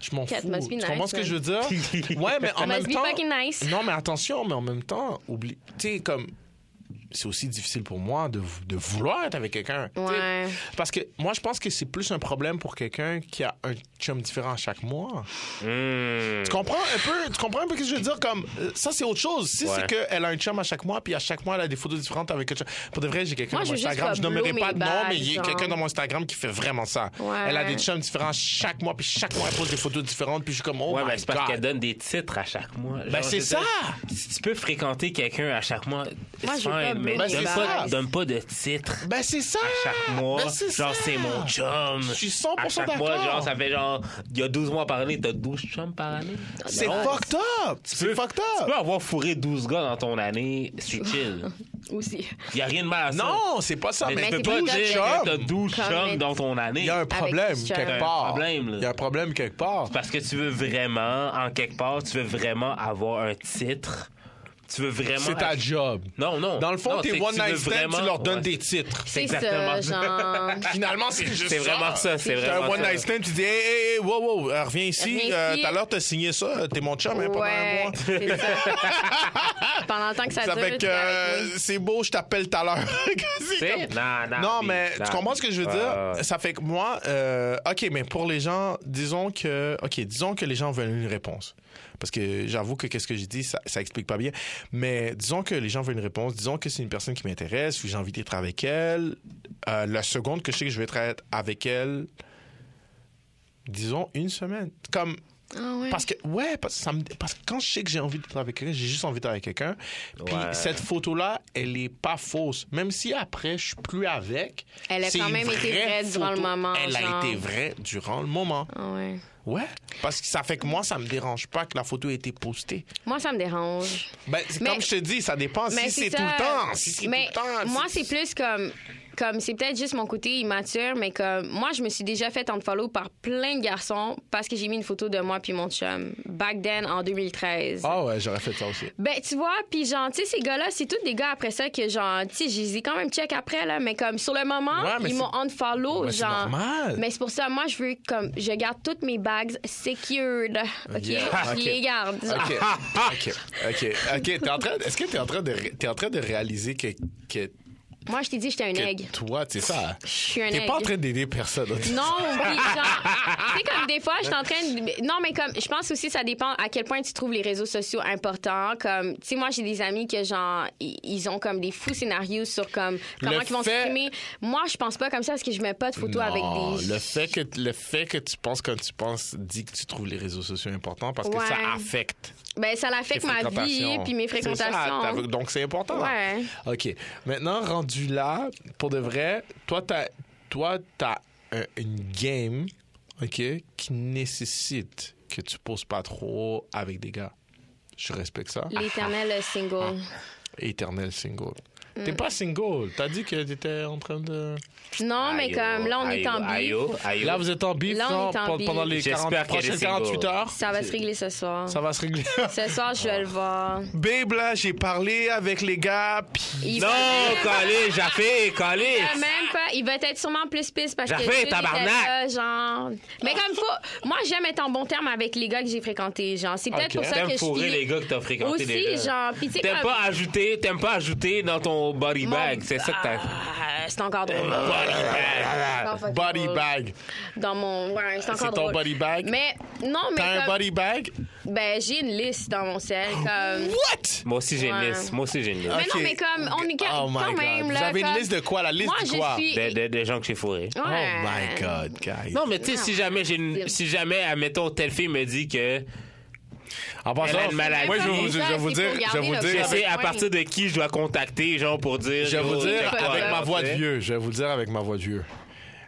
Speaker 2: je m'en fous.
Speaker 3: Cat
Speaker 2: Tu
Speaker 3: must be nice, hein?
Speaker 2: comprends ce que
Speaker 3: man.
Speaker 2: je veux dire? Ouais, mais en
Speaker 3: Must
Speaker 2: même
Speaker 3: be
Speaker 2: temps.
Speaker 3: fucking nice.
Speaker 2: Non, mais attention, mais en même temps, oublie. Tu sais, comme. C'est aussi difficile pour moi de, de vouloir être avec quelqu'un. Tu sais,
Speaker 3: Ouais.
Speaker 2: Parce que moi, je pense que c'est plus un problème pour quelqu'un qui a un chum différent à chaque mois.
Speaker 1: Mm.
Speaker 2: Tu comprends un peu, tu comprends un peu ce que je veux dire? Comme, euh, ça, c'est autre chose. Si
Speaker 1: Ouais.
Speaker 2: c'est qu'elle a un chum à chaque mois, puis à chaque mois, elle a des photos différentes avec un chum. Pour de vrai, j'ai quelqu'un
Speaker 3: Moi,
Speaker 2: dans mon
Speaker 3: je veux juste
Speaker 2: Instagram. Je
Speaker 3: pas
Speaker 2: nommerai
Speaker 3: blow
Speaker 2: pas
Speaker 3: mes
Speaker 2: de nom, mais
Speaker 3: bases,
Speaker 2: il y a
Speaker 3: genre.
Speaker 2: quelqu'un dans mon Instagram qui fait vraiment ça.
Speaker 3: Ouais.
Speaker 2: Elle a des chums différents chaque mois, puis chaque mois, elle pose des photos différentes, puis je suis comme, oh
Speaker 1: Ouais,
Speaker 2: my
Speaker 1: ben, c'est parce qu'elle
Speaker 2: God.
Speaker 1: donne des titres à chaque mois.
Speaker 2: Ben,
Speaker 1: Genre,
Speaker 2: c'est
Speaker 1: je veux dire,
Speaker 2: ça!
Speaker 1: Si tu peux fréquenter quelqu'un à chaque mois,
Speaker 3: Moi,
Speaker 1: c'est
Speaker 3: je veux pas
Speaker 1: fine, mais
Speaker 3: bloquer
Speaker 1: donne,
Speaker 2: les
Speaker 1: pas,
Speaker 2: bases.
Speaker 1: donne pas de titre
Speaker 2: Ben, c'est ça!
Speaker 1: à chaque mois.
Speaker 2: Ben, c'est
Speaker 1: genre,
Speaker 2: ça.
Speaker 1: c'est mon chum.
Speaker 2: Je suis
Speaker 1: À
Speaker 2: 100%
Speaker 1: chaque mois,
Speaker 2: d'accord.
Speaker 1: genre, ça fait genre, il y a 12 mois par année, t'as 12 chums par année.
Speaker 2: C'est
Speaker 1: Non.
Speaker 2: fucked up! C'est fucked
Speaker 1: Tu
Speaker 2: up!
Speaker 1: peux avoir fourré 12 gars dans ton année, c'est chill.
Speaker 3: Aussi.
Speaker 1: Y a rien de mal à ça.
Speaker 2: Non, c'est pas ça, mais,
Speaker 1: mais
Speaker 3: Mais
Speaker 1: tu peux
Speaker 3: c'est
Speaker 1: pas
Speaker 3: douze
Speaker 1: dire
Speaker 2: chums.
Speaker 1: que t'as 12
Speaker 3: Comme
Speaker 1: chums
Speaker 3: les-
Speaker 1: dans ton année.
Speaker 2: il y a un problème
Speaker 3: Christian.
Speaker 2: quelque
Speaker 3: Il y a un
Speaker 2: part.
Speaker 1: problème, là.
Speaker 2: Il y a un problème quelque part.
Speaker 1: Parce que tu veux vraiment, en quelque part, tu veux vraiment avoir un titre. Tu veux vraiment.
Speaker 2: C'est ta job.
Speaker 1: Non, non.
Speaker 2: Dans le fond,
Speaker 1: Non,
Speaker 2: tes
Speaker 1: c'est que
Speaker 2: one
Speaker 1: tu veux
Speaker 2: night stand,
Speaker 1: vraiment-
Speaker 2: tu leur donnes
Speaker 1: Ouais.
Speaker 2: des titres.
Speaker 3: C'est
Speaker 1: exactement
Speaker 3: ça, genre...
Speaker 2: Finalement, c'est juste
Speaker 1: C'est vraiment ça, c'est
Speaker 2: T'as
Speaker 1: vraiment
Speaker 2: un one
Speaker 1: ça.
Speaker 2: night stand, tu dis, hey, hey, hey, wow, wow, euh, reviens ici.
Speaker 3: Reviens
Speaker 2: Euh,
Speaker 3: ici.
Speaker 2: Tout à l'heure, t'as signé ça, euh, t'es mon chum, hein, pendant un
Speaker 3: Ouais,
Speaker 2: mois.
Speaker 3: c'est ça. Pendant le temps que ça,
Speaker 2: Ça
Speaker 3: dure,
Speaker 2: fait que
Speaker 3: t'es avec
Speaker 2: euh,
Speaker 3: moi.
Speaker 2: c'est beau, je t'appelle tout à l'heure.
Speaker 1: C'est-
Speaker 2: C'est comme-
Speaker 1: Non, non,
Speaker 2: Non,
Speaker 1: puis-
Speaker 2: mais
Speaker 1: non, Ah.
Speaker 2: tu comprends ce que je veux
Speaker 1: ouais, ouais,
Speaker 2: dire?
Speaker 1: ouais.
Speaker 2: Ça fait que moi, euh, OK, mais pour les gens, disons que, OK, disons que les gens veulent une réponse. Parce que j'avoue que qu'est-ce que j'ai dit, ça, ça explique pas bien. Mais disons que les gens veulent une réponse. Disons que c'est une personne qui m'intéresse, ou j'ai envie d'être avec elle. Euh, la seconde que je sais que je vais être avec elle, disons une semaine. Comme
Speaker 3: Ah ouais.
Speaker 2: parce que, ouais, parce que, ça me- parce que quand je sais que j'ai envie d'être avec quelqu'un, j'ai juste envie d'être avec quelqu'un. Puis
Speaker 1: Ouais.
Speaker 2: cette photo-là, elle est pas fausse. Même si après, je suis plus avec.
Speaker 3: Elle a
Speaker 2: c'est
Speaker 3: quand même
Speaker 2: une
Speaker 3: été vraie durant le moment,
Speaker 2: Elle
Speaker 3: genre.
Speaker 2: a été vraie durant le moment.
Speaker 3: Ah ouais.
Speaker 2: Ouais. Parce que ça fait que moi, ça me dérange pas que la photo ait été postée.
Speaker 3: Moi, ça me dérange.
Speaker 2: Ben, c'est
Speaker 3: Mais-
Speaker 2: comme je te dis, ça dépend si c'est tout
Speaker 3: ça.
Speaker 2: le temps. Si c'est tout
Speaker 3: Mais
Speaker 2: le temps.
Speaker 3: Moi,
Speaker 2: si-
Speaker 3: c'est plus comme. Comme c'est peut-être juste mon côté immature, mais comme moi, je me suis déjà fait unfollow par plein de garçons parce que j'ai mis une photo de moi puis mon chum. Back then, en 2013.
Speaker 2: Ah ouais, j'aurais fait ça aussi.
Speaker 3: Ben, tu vois, puis genre, tu sais, ces gars-là, c'est tous des gars après ça que genre, tu sais, je les ai quand même check après, là, mais comme sur le moment,
Speaker 2: Ouais, mais
Speaker 3: ils
Speaker 2: c'est-
Speaker 3: m'ont unfollow,
Speaker 2: Ouais, c'est
Speaker 3: genre.
Speaker 2: normal.
Speaker 3: Mais c'est pour ça, moi, je veux comme, je garde toutes mes bags secured, OK?
Speaker 2: Yeah,
Speaker 3: Je
Speaker 2: ok.
Speaker 3: les garde.
Speaker 2: OK. OK. OK. OK. T'es en train- Est-ce que tu es, en train de ré- t'es en train de réaliser que, que,
Speaker 3: Moi, je t'ai dit, j'étais un
Speaker 2: que
Speaker 3: egg.
Speaker 2: toi, c'est ça?
Speaker 3: Je suis un
Speaker 2: T'es
Speaker 3: egg.
Speaker 2: pas en train d'aider personne.
Speaker 3: Non, puis genre, tu sais, comme des fois, je suis en train de. Non, mais comme, je pense aussi, ça dépend à quel point tu trouves les réseaux sociaux importants. Comme, tu sais, moi, j'ai des amis que, genre, i- ils ont comme des fous scénarios sur comme, comment ils vont
Speaker 2: fait-
Speaker 3: s'exprimer. Moi, je pense pas comme ça parce que je mets pas de photos avec
Speaker 2: Non,
Speaker 3: des.
Speaker 2: le fait que le fait que tu penses quand tu penses dit que tu trouves les réseaux sociaux importants parce que
Speaker 3: Ouais.
Speaker 2: ça affecte
Speaker 3: Ben, ça l'affecte
Speaker 2: tes
Speaker 3: ma vie,
Speaker 2: fréquentations.
Speaker 3: puis mes
Speaker 2: C'est ça,
Speaker 3: fréquentations.
Speaker 2: t'as- donc c'est important.
Speaker 3: Ouais.
Speaker 2: OK. Maintenant rendu là pour de vrai, toi t'as toi t'as un- une game OK qui nécessite que tu poses pas trop avec des gars. Je respecte ça. Ah.
Speaker 3: L'éternel single.
Speaker 2: Éternel single. T'es
Speaker 3: Mm.
Speaker 2: pas single. T'as dit que t'étais en train de.
Speaker 3: Non, mais
Speaker 1: Aïe,
Speaker 3: comme là, on est
Speaker 1: aïe,
Speaker 3: en
Speaker 1: aïe,
Speaker 3: bif.
Speaker 1: aïe.
Speaker 2: Là, vous êtes en bif
Speaker 3: Là, on
Speaker 2: non,
Speaker 3: est en
Speaker 2: pe-
Speaker 3: bif.
Speaker 2: pendant les
Speaker 1: J'espère
Speaker 2: 40
Speaker 1: qu'elle est
Speaker 2: prochaines
Speaker 1: single.
Speaker 2: 48 heures.
Speaker 3: Ça va se régler ce soir.
Speaker 2: Ça va se régler.
Speaker 3: Ce soir, je vais le voir.
Speaker 2: Babe, là, j'ai parlé avec les gars, puis
Speaker 3: Il
Speaker 1: Non,
Speaker 3: va-
Speaker 1: collé, jappé, collé.
Speaker 3: Euh, Même pas. Il va être sûrement plus pisse parce que.
Speaker 1: Jaffé,
Speaker 3: Jude était
Speaker 1: tabarnak.
Speaker 3: là, genre. Mais comme faut. Moi, j'aime être en bon terme avec les gars que j'ai fréquentés. Genre, c'est peut-être
Speaker 2: Ok.
Speaker 3: pour ça que
Speaker 1: T'aimes
Speaker 3: je
Speaker 1: fourrer
Speaker 3: suis.
Speaker 1: les gars que t'as fréquenté
Speaker 3: Aussi,
Speaker 1: déjà.
Speaker 3: genre, pis tu sais,
Speaker 1: T'aimes
Speaker 3: comme-
Speaker 1: pas ajouter, t'aimes pas ajouter dans ton body
Speaker 3: Mon-
Speaker 1: bag. C'est ça que t'as.
Speaker 3: Ah, c'est encore drôle. Encore fucking
Speaker 2: body
Speaker 3: drôle.
Speaker 2: bag.
Speaker 3: Dans mon. Ouais, c'est
Speaker 2: C'est
Speaker 3: encore
Speaker 2: ton
Speaker 3: drôle.
Speaker 2: body bag?
Speaker 3: Mais non, mais.
Speaker 2: T'as un
Speaker 3: comme-
Speaker 2: body bag?
Speaker 3: Ben, j'ai une liste dans mon sel. Comme...
Speaker 2: What?
Speaker 1: Moi aussi j'ai une
Speaker 3: Ouais.
Speaker 1: liste. Moi aussi j'ai une liste.
Speaker 3: Mais non,
Speaker 2: Ok.
Speaker 3: mais comme, on est
Speaker 2: Oh
Speaker 3: quand
Speaker 2: my
Speaker 3: quand
Speaker 2: God.
Speaker 3: même.
Speaker 2: Vous
Speaker 3: là,
Speaker 2: avez une
Speaker 3: comme-
Speaker 2: liste de quoi? La liste
Speaker 3: Moi,
Speaker 2: du
Speaker 3: je
Speaker 2: quoi?
Speaker 3: suis-
Speaker 1: Des, des- des gens que j'ai fourrés.
Speaker 2: Oh
Speaker 3: Ouais.
Speaker 2: my God, guys.
Speaker 1: Non, mais tu sais,
Speaker 3: Non.
Speaker 1: si jamais j'ai une- si jamais, admettons, telle fille me dit que
Speaker 2: En
Speaker 1: Elle a une maladie.
Speaker 2: Moi, je vais vous, je vais vous
Speaker 3: C'est
Speaker 2: dire,
Speaker 3: pour
Speaker 2: je vais vous
Speaker 3: garder
Speaker 1: je
Speaker 2: dire,
Speaker 3: le
Speaker 1: sais à
Speaker 3: avec-
Speaker 1: partir de qui je dois contacter, genre, pour dire.
Speaker 2: je vais vous
Speaker 1: gros,
Speaker 2: dire
Speaker 1: check-toi,
Speaker 2: avec
Speaker 1: là,
Speaker 2: ma voix de
Speaker 1: tu sais.
Speaker 2: vieux. Je vais vous le dire avec ma voix de vieux.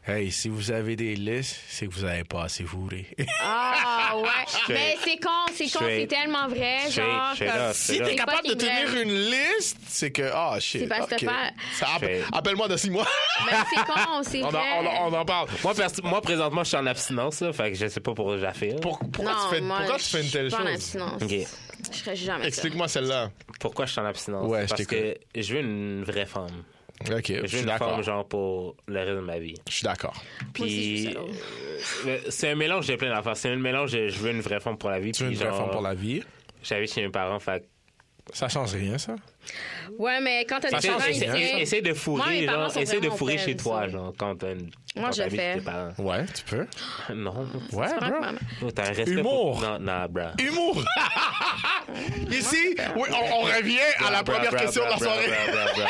Speaker 2: Hey, si vous avez des listes, c'est que vous avez pas assez fourré.
Speaker 3: Ah, ouais. Mais c'est con, c'est con, c'est
Speaker 1: Straight.
Speaker 3: tellement vrai.
Speaker 1: Straight,
Speaker 3: Genre,
Speaker 1: straight
Speaker 3: comme-
Speaker 1: up,
Speaker 2: si
Speaker 1: C'est là.
Speaker 2: t'es
Speaker 1: C'est
Speaker 2: capable
Speaker 3: pas
Speaker 2: de
Speaker 3: des
Speaker 2: tenir
Speaker 3: vrais.
Speaker 2: une liste, c'est que, ah, shit.
Speaker 3: C'est parce que
Speaker 2: ok.
Speaker 3: t'as
Speaker 2: Ça, app-
Speaker 1: Shit.
Speaker 2: Appelle-moi dans six mois.
Speaker 3: Ben, c'est con, c'est
Speaker 2: on, en,
Speaker 3: vrai.
Speaker 2: on en- on en parle.
Speaker 1: Moi, perso- moi, présentement, je suis en abstinence, là, fait que je sais pas pour Jaffé. là.
Speaker 2: Pour- pourquoi,
Speaker 3: Non,
Speaker 2: tu fais,
Speaker 3: moi,
Speaker 2: pourquoi tu fais une telle
Speaker 3: Je suis pas en
Speaker 2: chose?
Speaker 3: abstinence.
Speaker 1: Ok.
Speaker 3: Je serais jamais ça.
Speaker 2: Explique-moi celle-là.
Speaker 1: Pourquoi je suis en abstinence?
Speaker 2: Ouais, je
Speaker 1: Parce
Speaker 2: t'écoute.
Speaker 1: que je veux une vraie femme.
Speaker 2: Ok, je
Speaker 1: Je veux
Speaker 2: suis
Speaker 1: une
Speaker 2: d'accord.
Speaker 1: femme, genre, pour le reste de ma vie.
Speaker 2: Je suis d'accord.
Speaker 3: Moi aussi, je
Speaker 1: Puis,
Speaker 3: veux ça, là.
Speaker 1: euh, c'est un mélange de plein d'affaires. C'est un mélange de je veux une vraie femme pour la vie.
Speaker 2: Tu veux une
Speaker 1: puis
Speaker 2: vraie
Speaker 1: genre, euh,
Speaker 2: femme pour la vie?
Speaker 1: J'habite chez mes parents, fait que-
Speaker 2: Ça change rien, ça?
Speaker 3: Ouais, mais quand t'as
Speaker 2: Ça
Speaker 3: des
Speaker 1: Essaye
Speaker 2: change
Speaker 3: parents
Speaker 2: rien.
Speaker 1: essaye-
Speaker 3: ici.
Speaker 1: essaye de
Speaker 3: Moi, mes
Speaker 1: fourrer,
Speaker 3: parents
Speaker 1: genre,
Speaker 3: sont
Speaker 1: essaye de
Speaker 3: vraiment
Speaker 1: fourrer
Speaker 3: open,
Speaker 1: chez toi,
Speaker 3: ça.
Speaker 1: genre, quand t'as une.
Speaker 3: Moi,
Speaker 1: quand
Speaker 3: je le
Speaker 1: t'habites
Speaker 3: fais.
Speaker 1: chez tes parents.
Speaker 2: Ouais, tu peux.
Speaker 1: Non.
Speaker 2: Ouais,
Speaker 3: C'est
Speaker 2: bro.
Speaker 3: vraiment que
Speaker 1: Oh, T'as un respect.
Speaker 2: Humour.
Speaker 1: Pour... Non, non, bro.
Speaker 2: Humour! Ici, oui, on, on revient à la
Speaker 1: Bro,
Speaker 2: première
Speaker 1: bro,
Speaker 2: question de la
Speaker 1: bro, bro,
Speaker 2: soirée.
Speaker 1: bro, bro, bro.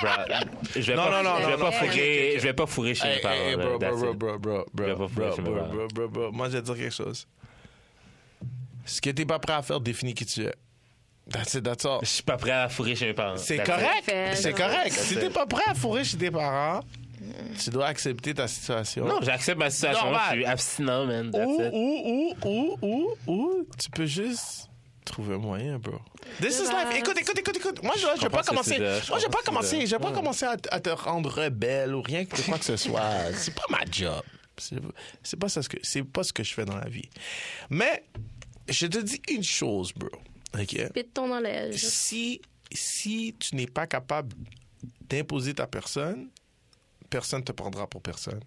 Speaker 1: Bro. Je vais
Speaker 2: Non,
Speaker 1: pas,
Speaker 2: non, non,
Speaker 1: je vais
Speaker 2: non,
Speaker 1: pas
Speaker 2: non.
Speaker 1: fourrer, je vais pas fourrer chez mes
Speaker 2: Hey,
Speaker 1: parents.
Speaker 2: hey, hey,
Speaker 1: là,
Speaker 2: bro,
Speaker 1: that's
Speaker 2: bro, bro,
Speaker 1: it.
Speaker 2: bro, bro,
Speaker 1: Je vais
Speaker 2: bro,
Speaker 1: pas
Speaker 2: bro,
Speaker 1: flasher mes
Speaker 2: bro,
Speaker 1: parents.
Speaker 2: bro, bro, bro. Moi, je vais te dire quelque chose. Ce que t'es pas prêt à faire définit qui tu es. That's it, that's all.
Speaker 1: Je suis pas prêt à fourrer chez mes parents.
Speaker 2: C'est
Speaker 1: That's it.
Speaker 2: correct.
Speaker 3: Fait,
Speaker 2: C'est
Speaker 3: that's it.
Speaker 2: correct.
Speaker 1: That's
Speaker 2: Si
Speaker 1: it.
Speaker 2: t'es pas prêt à fourrer chez tes parents,
Speaker 1: Mm.
Speaker 2: tu dois accepter ta situation.
Speaker 1: Non, j'accepte ma situation.
Speaker 2: Normal.
Speaker 1: Je suis abstinent, man. That's
Speaker 2: ou,
Speaker 1: it.
Speaker 2: ou, ou, ou, ou, ou, tu peux juste trouver un moyen, bro. This is life. Écoute, écoute, écoute, écoute. Moi, je, je vais
Speaker 1: comprends
Speaker 2: pas
Speaker 1: ce que
Speaker 2: commencer.
Speaker 1: tu dis, je
Speaker 2: Moi, je vais
Speaker 1: comprends ce que
Speaker 2: pas
Speaker 1: tu Mm.
Speaker 2: commencer.
Speaker 1: dis.
Speaker 2: Je vais pas commencer à, t- à te rendre rebelle ou rien que quoi que ce soit. C'est pas ma job. C'est- C'est pas ça ce que c'est pas ce que je fais dans la vie. Mais je te dis une chose, bro. OK
Speaker 3: Pite ton enlège.
Speaker 2: si, si tu n'es pas capable d'imposer ta personne, personne te prendra pour personne.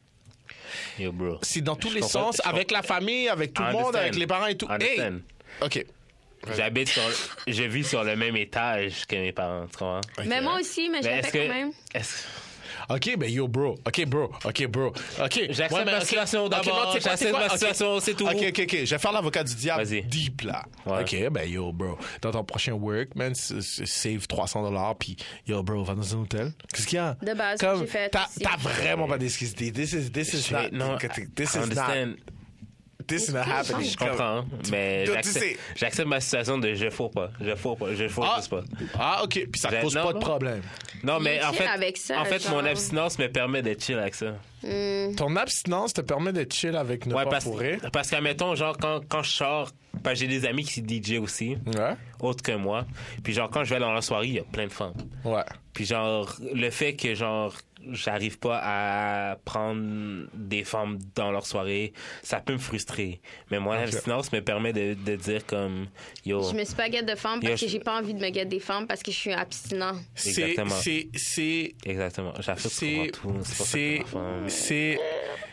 Speaker 1: Yo, bro.
Speaker 2: C'est dans tous
Speaker 1: Je
Speaker 2: les
Speaker 1: comprends-
Speaker 2: sens,
Speaker 1: je
Speaker 2: avec la famille, avec tout le monde,
Speaker 1: Understand.
Speaker 2: avec les parents et tout. Hey!
Speaker 1: Understand.
Speaker 2: OK.
Speaker 1: J'habite sur. Je vis sur le même étage que mes parents, tu comprends?
Speaker 3: Mais moi aussi, mais je
Speaker 1: Mais
Speaker 3: le
Speaker 1: est-ce
Speaker 3: fais
Speaker 1: que.
Speaker 3: quand même.
Speaker 1: est-ce-
Speaker 2: OK, ben yo, bro. OK, bro. OK, bro. OK.
Speaker 1: J'accepte
Speaker 2: Ouais, mais
Speaker 1: ma
Speaker 2: ok.
Speaker 1: situation
Speaker 2: Ok, non,
Speaker 1: d'abord.
Speaker 2: tu sais quoi, tu sais
Speaker 1: J'accepte
Speaker 2: quoi?
Speaker 1: ma
Speaker 2: Ok.
Speaker 1: situation, c'est tout.
Speaker 2: OK, OK, OK. Je vais faire l'avocat du diable.
Speaker 1: Vas-y.
Speaker 2: Deep, là.
Speaker 1: Ouais.
Speaker 2: OK, ben yo, bro. Dans ton prochain work, man, s- s- save 300 puis yo, bro, va dans un hôtel. Qu'est-ce qu'il y a?
Speaker 3: De base,
Speaker 2: Comme,
Speaker 3: j'ai fait
Speaker 2: T'as
Speaker 3: ici.
Speaker 2: t'as vraiment pas d'excuses. This is, this is
Speaker 1: Je
Speaker 2: not...
Speaker 1: fais- non,
Speaker 2: this is not...
Speaker 1: understand.
Speaker 2: This is not happening.
Speaker 1: Je comprends, mais
Speaker 2: tu sais.
Speaker 1: j'accepte- j'accepte ma situation de je fourre pas, je fourre pas, je fourre
Speaker 2: Ah,
Speaker 1: juste pas.
Speaker 2: ah, OK. Puis ça
Speaker 1: J'ai-
Speaker 2: cause
Speaker 1: non,
Speaker 2: pas de
Speaker 1: non.
Speaker 2: problème.
Speaker 1: Non, mais
Speaker 3: est
Speaker 1: en
Speaker 3: chill
Speaker 1: fait,
Speaker 3: avec ça,
Speaker 1: en fait
Speaker 3: genre.
Speaker 1: mon abstinence me permet d'être chill avec ça.
Speaker 3: Mm.
Speaker 2: Ton abstinence te permet de chill avec ne
Speaker 1: Ouais,
Speaker 2: pas
Speaker 1: parce,
Speaker 2: fourrer.
Speaker 1: parce qu'admettons, genre, quand, quand je sors, parce que j'ai des amis qui sont DJ aussi,
Speaker 2: Ouais.
Speaker 1: autres que moi, puis genre, quand je vais dans la soirée, il y a plein de femmes.
Speaker 2: Ouais.
Speaker 1: Puis genre, le fait que genre, j'arrive pas à prendre des femmes dans leur soirée, ça peut me frustrer. Mais mon abstinence me permet de, de dire comme, yo,
Speaker 3: Je me suis pas guette de femmes
Speaker 1: Yo,
Speaker 3: parce que
Speaker 1: je-
Speaker 3: j'ai pas envie de me guette des femmes parce que je suis abstinent.
Speaker 2: C'est...
Speaker 1: Exactement.
Speaker 2: C'est... C'est...
Speaker 1: exactement, j'accepte
Speaker 2: c'est
Speaker 1: tout, c'est pas ça que
Speaker 2: c'est
Speaker 1: ma femme-
Speaker 2: c'est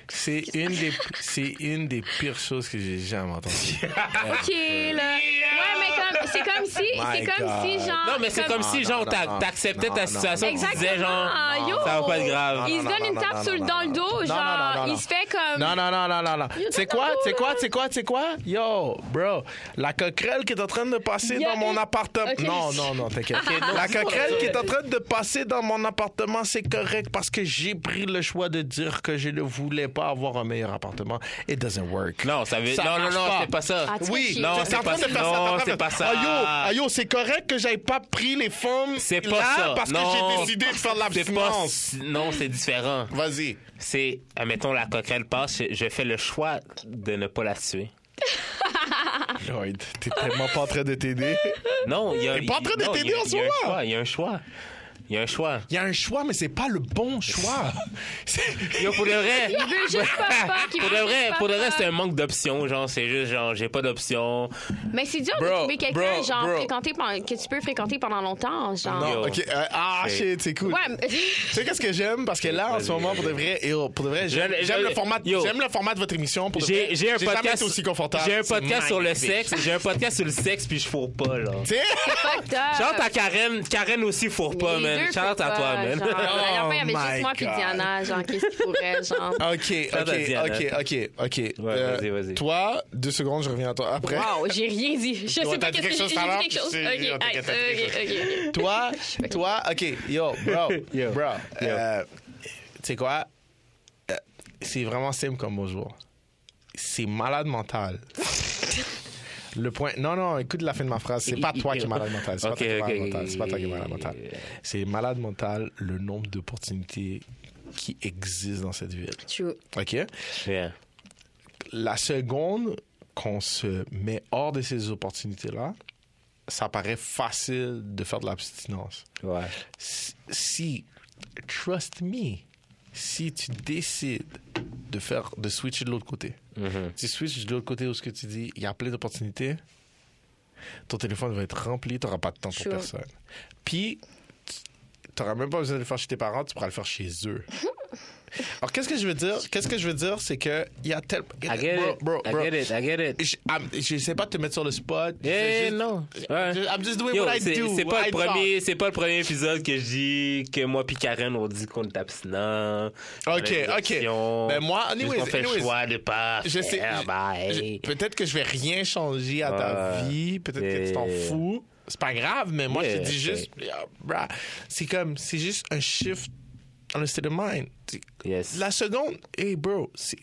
Speaker 2: c'est une des c'est une des pires choses que j'ai jamais entendues.
Speaker 3: OK, là. Ouais, mais comme, c'est comme si,
Speaker 2: My
Speaker 3: c'est comme si,
Speaker 2: God.
Speaker 3: genre.
Speaker 1: Non, mais c'est comme, si,
Speaker 2: non,
Speaker 1: genre,
Speaker 2: non,
Speaker 1: t'ac-
Speaker 2: non,
Speaker 1: t'acceptais
Speaker 2: non,
Speaker 1: ta situation,
Speaker 2: non,
Speaker 1: tu disais, genre,
Speaker 3: Exactement, Ah, yo.
Speaker 1: ça va pas être grave.
Speaker 3: Il se
Speaker 2: Non, non,
Speaker 3: donne une
Speaker 2: non, non,
Speaker 3: tape sur le
Speaker 2: non,
Speaker 3: dans le
Speaker 2: non, non,
Speaker 3: dos,
Speaker 2: non, non, non,
Speaker 3: genre,
Speaker 2: non.
Speaker 3: il se fait comme.
Speaker 2: Non non non non non non.
Speaker 3: Yo,
Speaker 2: C'est
Speaker 3: t'as
Speaker 2: quoi
Speaker 3: pas
Speaker 2: C'est
Speaker 3: beau,
Speaker 2: quoi
Speaker 3: là.
Speaker 2: C'est quoi C'est quoi Yo, bro, la coquerelle qui est en train de passer
Speaker 3: Il y a
Speaker 2: dans mon
Speaker 3: une-
Speaker 2: appartement.
Speaker 3: Ok,
Speaker 2: Non
Speaker 3: je-
Speaker 2: non non, t'inquiète. La coquerelle qui est en train de passer dans mon appartement, c'est correct parce que j'ai pris le choix de dire que je ne voulais pas avoir un meilleur appartement. It doesn't work.
Speaker 1: Non, ça veut
Speaker 2: Ça
Speaker 1: non, non,
Speaker 2: marche
Speaker 1: non,
Speaker 2: pas.
Speaker 1: c'est pas ça.
Speaker 3: Ah, tu fais
Speaker 2: Oui,
Speaker 3: chier.
Speaker 1: non,
Speaker 2: t'es
Speaker 1: c'est
Speaker 2: en train
Speaker 1: pas
Speaker 2: de
Speaker 1: ça.
Speaker 2: faire ça, t'es en
Speaker 1: Non,
Speaker 2: train de
Speaker 1: c'est pas
Speaker 2: faire-
Speaker 1: ça.
Speaker 2: Ah, yo, ah, yo, c'est correct que j'aille pas pris les femmes
Speaker 1: C'est
Speaker 2: là
Speaker 1: pas ça.
Speaker 2: parce que
Speaker 1: Non.
Speaker 2: j'ai décidé de faire de
Speaker 1: C'est pas.
Speaker 2: l'abstinence.
Speaker 1: Non, c'est différent.
Speaker 2: Vas-y.
Speaker 1: C'est, admettons, la coquerelle passe, je, je fais le choix de ne pas la tuer.
Speaker 2: Lloyd, t'es tellement pas en train de t'aider.
Speaker 1: Non, il y a.
Speaker 2: T'es pas en train de
Speaker 1: non,
Speaker 2: t'aider
Speaker 1: il y a-
Speaker 2: en
Speaker 1: il y a un
Speaker 2: soi.
Speaker 1: choix, Il y a un choix. Il y a un choix.
Speaker 2: Il y a un choix, mais c'est pas le bon choix. C'est-
Speaker 1: Yo, pour le vrai.
Speaker 3: Il veut juste pas fuck, il
Speaker 1: Pour
Speaker 3: veut
Speaker 1: le
Speaker 3: juste
Speaker 1: vrai,
Speaker 3: pas
Speaker 1: pour le vrai,
Speaker 3: fuck.
Speaker 1: c'est un manque d'options. Genre, c'est juste genre, j'ai pas d'options.
Speaker 3: Mais c'est dur de
Speaker 2: Bro,
Speaker 3: trouver quelqu'un
Speaker 2: bro,
Speaker 3: genre
Speaker 2: bro.
Speaker 3: fréquenté pen- que tu peux fréquenter pendant longtemps, genre.
Speaker 2: Non,
Speaker 1: Yo.
Speaker 2: ok. euh, ah,
Speaker 1: C'est-
Speaker 2: shit, c'est cool.
Speaker 3: Ouais, mais-
Speaker 2: Tu sais qu'est-ce que j'aime parce que là en ce moment pour de vrai et oh, pour de vrai j'aime
Speaker 1: Je-
Speaker 2: j'aime
Speaker 1: je-
Speaker 2: le format
Speaker 1: yo.
Speaker 2: j'aime le format de votre émission pour de vrai.
Speaker 1: J'ai j'ai un
Speaker 2: jamais
Speaker 1: podcast.
Speaker 2: été aussi confortable.
Speaker 1: J'ai un
Speaker 2: C'est
Speaker 1: podcast sur le
Speaker 2: magnifique.
Speaker 1: sexe. J'ai un podcast sur le sexe, puis je fourre pas, là.
Speaker 2: Tu sais
Speaker 3: fucked up.
Speaker 1: Chante à Karen. Karen aussi fourre pas,
Speaker 3: Les
Speaker 1: man.
Speaker 3: deux hein.
Speaker 1: Chante à toi,
Speaker 3: faut pas,
Speaker 1: man.
Speaker 3: genre. La dernière fois, il y avait
Speaker 2: Oh my
Speaker 3: juste moi puis
Speaker 2: God. Ah,
Speaker 3: Diana, genre, qu'est-ce qu'il faudrait, genre.
Speaker 2: OK,
Speaker 1: Fais ta
Speaker 2: OK,
Speaker 1: Diana.
Speaker 2: OK, OK, OK.
Speaker 1: hein.
Speaker 2: Euh,
Speaker 1: vas-y, vas-y.
Speaker 2: Toi, deux secondes, je reviens à toi après.
Speaker 3: Wow, j'ai rien dit. Je
Speaker 2: Ouais,
Speaker 3: sais
Speaker 2: t'as
Speaker 3: pas
Speaker 2: dit
Speaker 3: qu'est-ce
Speaker 2: quelque
Speaker 3: que j'ai
Speaker 2: chose
Speaker 3: j'ai
Speaker 2: tout à l'heure,
Speaker 3: dit quelque chose.
Speaker 2: puis
Speaker 3: Ok,
Speaker 2: c'est- t'inquiète, t'as dit
Speaker 3: ok, ok, ok.
Speaker 2: Toi, toi, OK, yo, bro.
Speaker 1: Yo.
Speaker 2: Bro.
Speaker 1: Yo.
Speaker 2: euh, tu sais quoi Euh, C'est vraiment simple comme bonjour. C'est malade mental. Le point. Non, non, écoute la fin de ma phrase. C'est pas toi qui es malade mental. C'est pas
Speaker 1: Ok,
Speaker 2: toi qui es
Speaker 1: ok,
Speaker 2: malade mental.
Speaker 1: ok.
Speaker 2: C'est pas toi qui es malade mental. C'est malade mental le nombre d'opportunités qui existent dans cette ville.
Speaker 3: True.
Speaker 2: OK?
Speaker 1: Yeah.
Speaker 2: la seconde qu'on se met hors de ces opportunités-là, ça paraît facile de faire de l'abstinence.
Speaker 1: Ouais.
Speaker 2: Si- Si, trust me, si tu décides de faire, de switcher de l'autre côté,
Speaker 1: Mhm.
Speaker 2: tu switches de l'autre côté où ce que tu dis, il y a plein d'opportunités, ton téléphone va être rempli, tu n'auras pas de temps
Speaker 3: Sure.
Speaker 2: pour personne. Puis, tu n'auras même pas besoin de le faire chez tes parents, tu pourras le faire chez eux. Alors, qu'est-ce que je veux dire? Qu'est-ce que je veux dire, c'est que il y a tel...
Speaker 1: I get
Speaker 2: Bro,
Speaker 1: it.
Speaker 2: bro,
Speaker 1: I
Speaker 2: bro.
Speaker 1: get it. I get it.
Speaker 2: Je, I'm- je sais pas te mettre sur le spot.
Speaker 1: Yeah,
Speaker 2: Je- juste-
Speaker 1: non. Ouais.
Speaker 2: Je- I'm just doing
Speaker 1: Yo,
Speaker 2: what I
Speaker 1: c'est
Speaker 2: do.
Speaker 1: c'est
Speaker 2: what
Speaker 1: pas, le
Speaker 2: I talk.
Speaker 1: premier- c'est pas le premier épisode que je dis que moi puis Karen on dit qu'on est abstinent. qu'on a
Speaker 2: Ok,
Speaker 1: des
Speaker 2: ok.
Speaker 1: options,
Speaker 2: Ben, moi,
Speaker 1: juste
Speaker 2: anyways,
Speaker 1: qu'on fait
Speaker 2: anyways,
Speaker 1: le choix de pas.
Speaker 2: Je sais.
Speaker 1: faire,
Speaker 2: je-
Speaker 1: bye.
Speaker 2: je- Peut-être que je vais rien changer à ta
Speaker 1: Ouais.
Speaker 2: vie. Peut-être que tu t'en
Speaker 1: Yeah.
Speaker 2: fous. C'est pas grave, mais moi, je
Speaker 1: Yeah,
Speaker 2: te dis
Speaker 1: ok.
Speaker 2: juste, yeah, bruh. c'est comme, c'est juste un shift dans le state of mind. C'est-
Speaker 1: Yes.
Speaker 2: La seconde, hey bro, c'est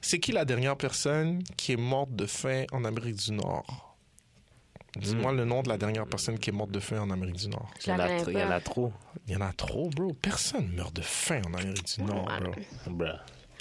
Speaker 2: c'est qui la dernière personne qui est morte de faim en Amérique du Nord?
Speaker 1: Hmm.
Speaker 2: Dis-moi le nom de la dernière personne qui est morte de faim en Amérique du Nord.
Speaker 1: Il y en a
Speaker 3: J'avais
Speaker 1: tr- il y en
Speaker 3: pas.
Speaker 1: a trop.
Speaker 2: Il y en a trop, bro. Personne meurt de faim en Amérique du Nord, bro.
Speaker 1: Bruh.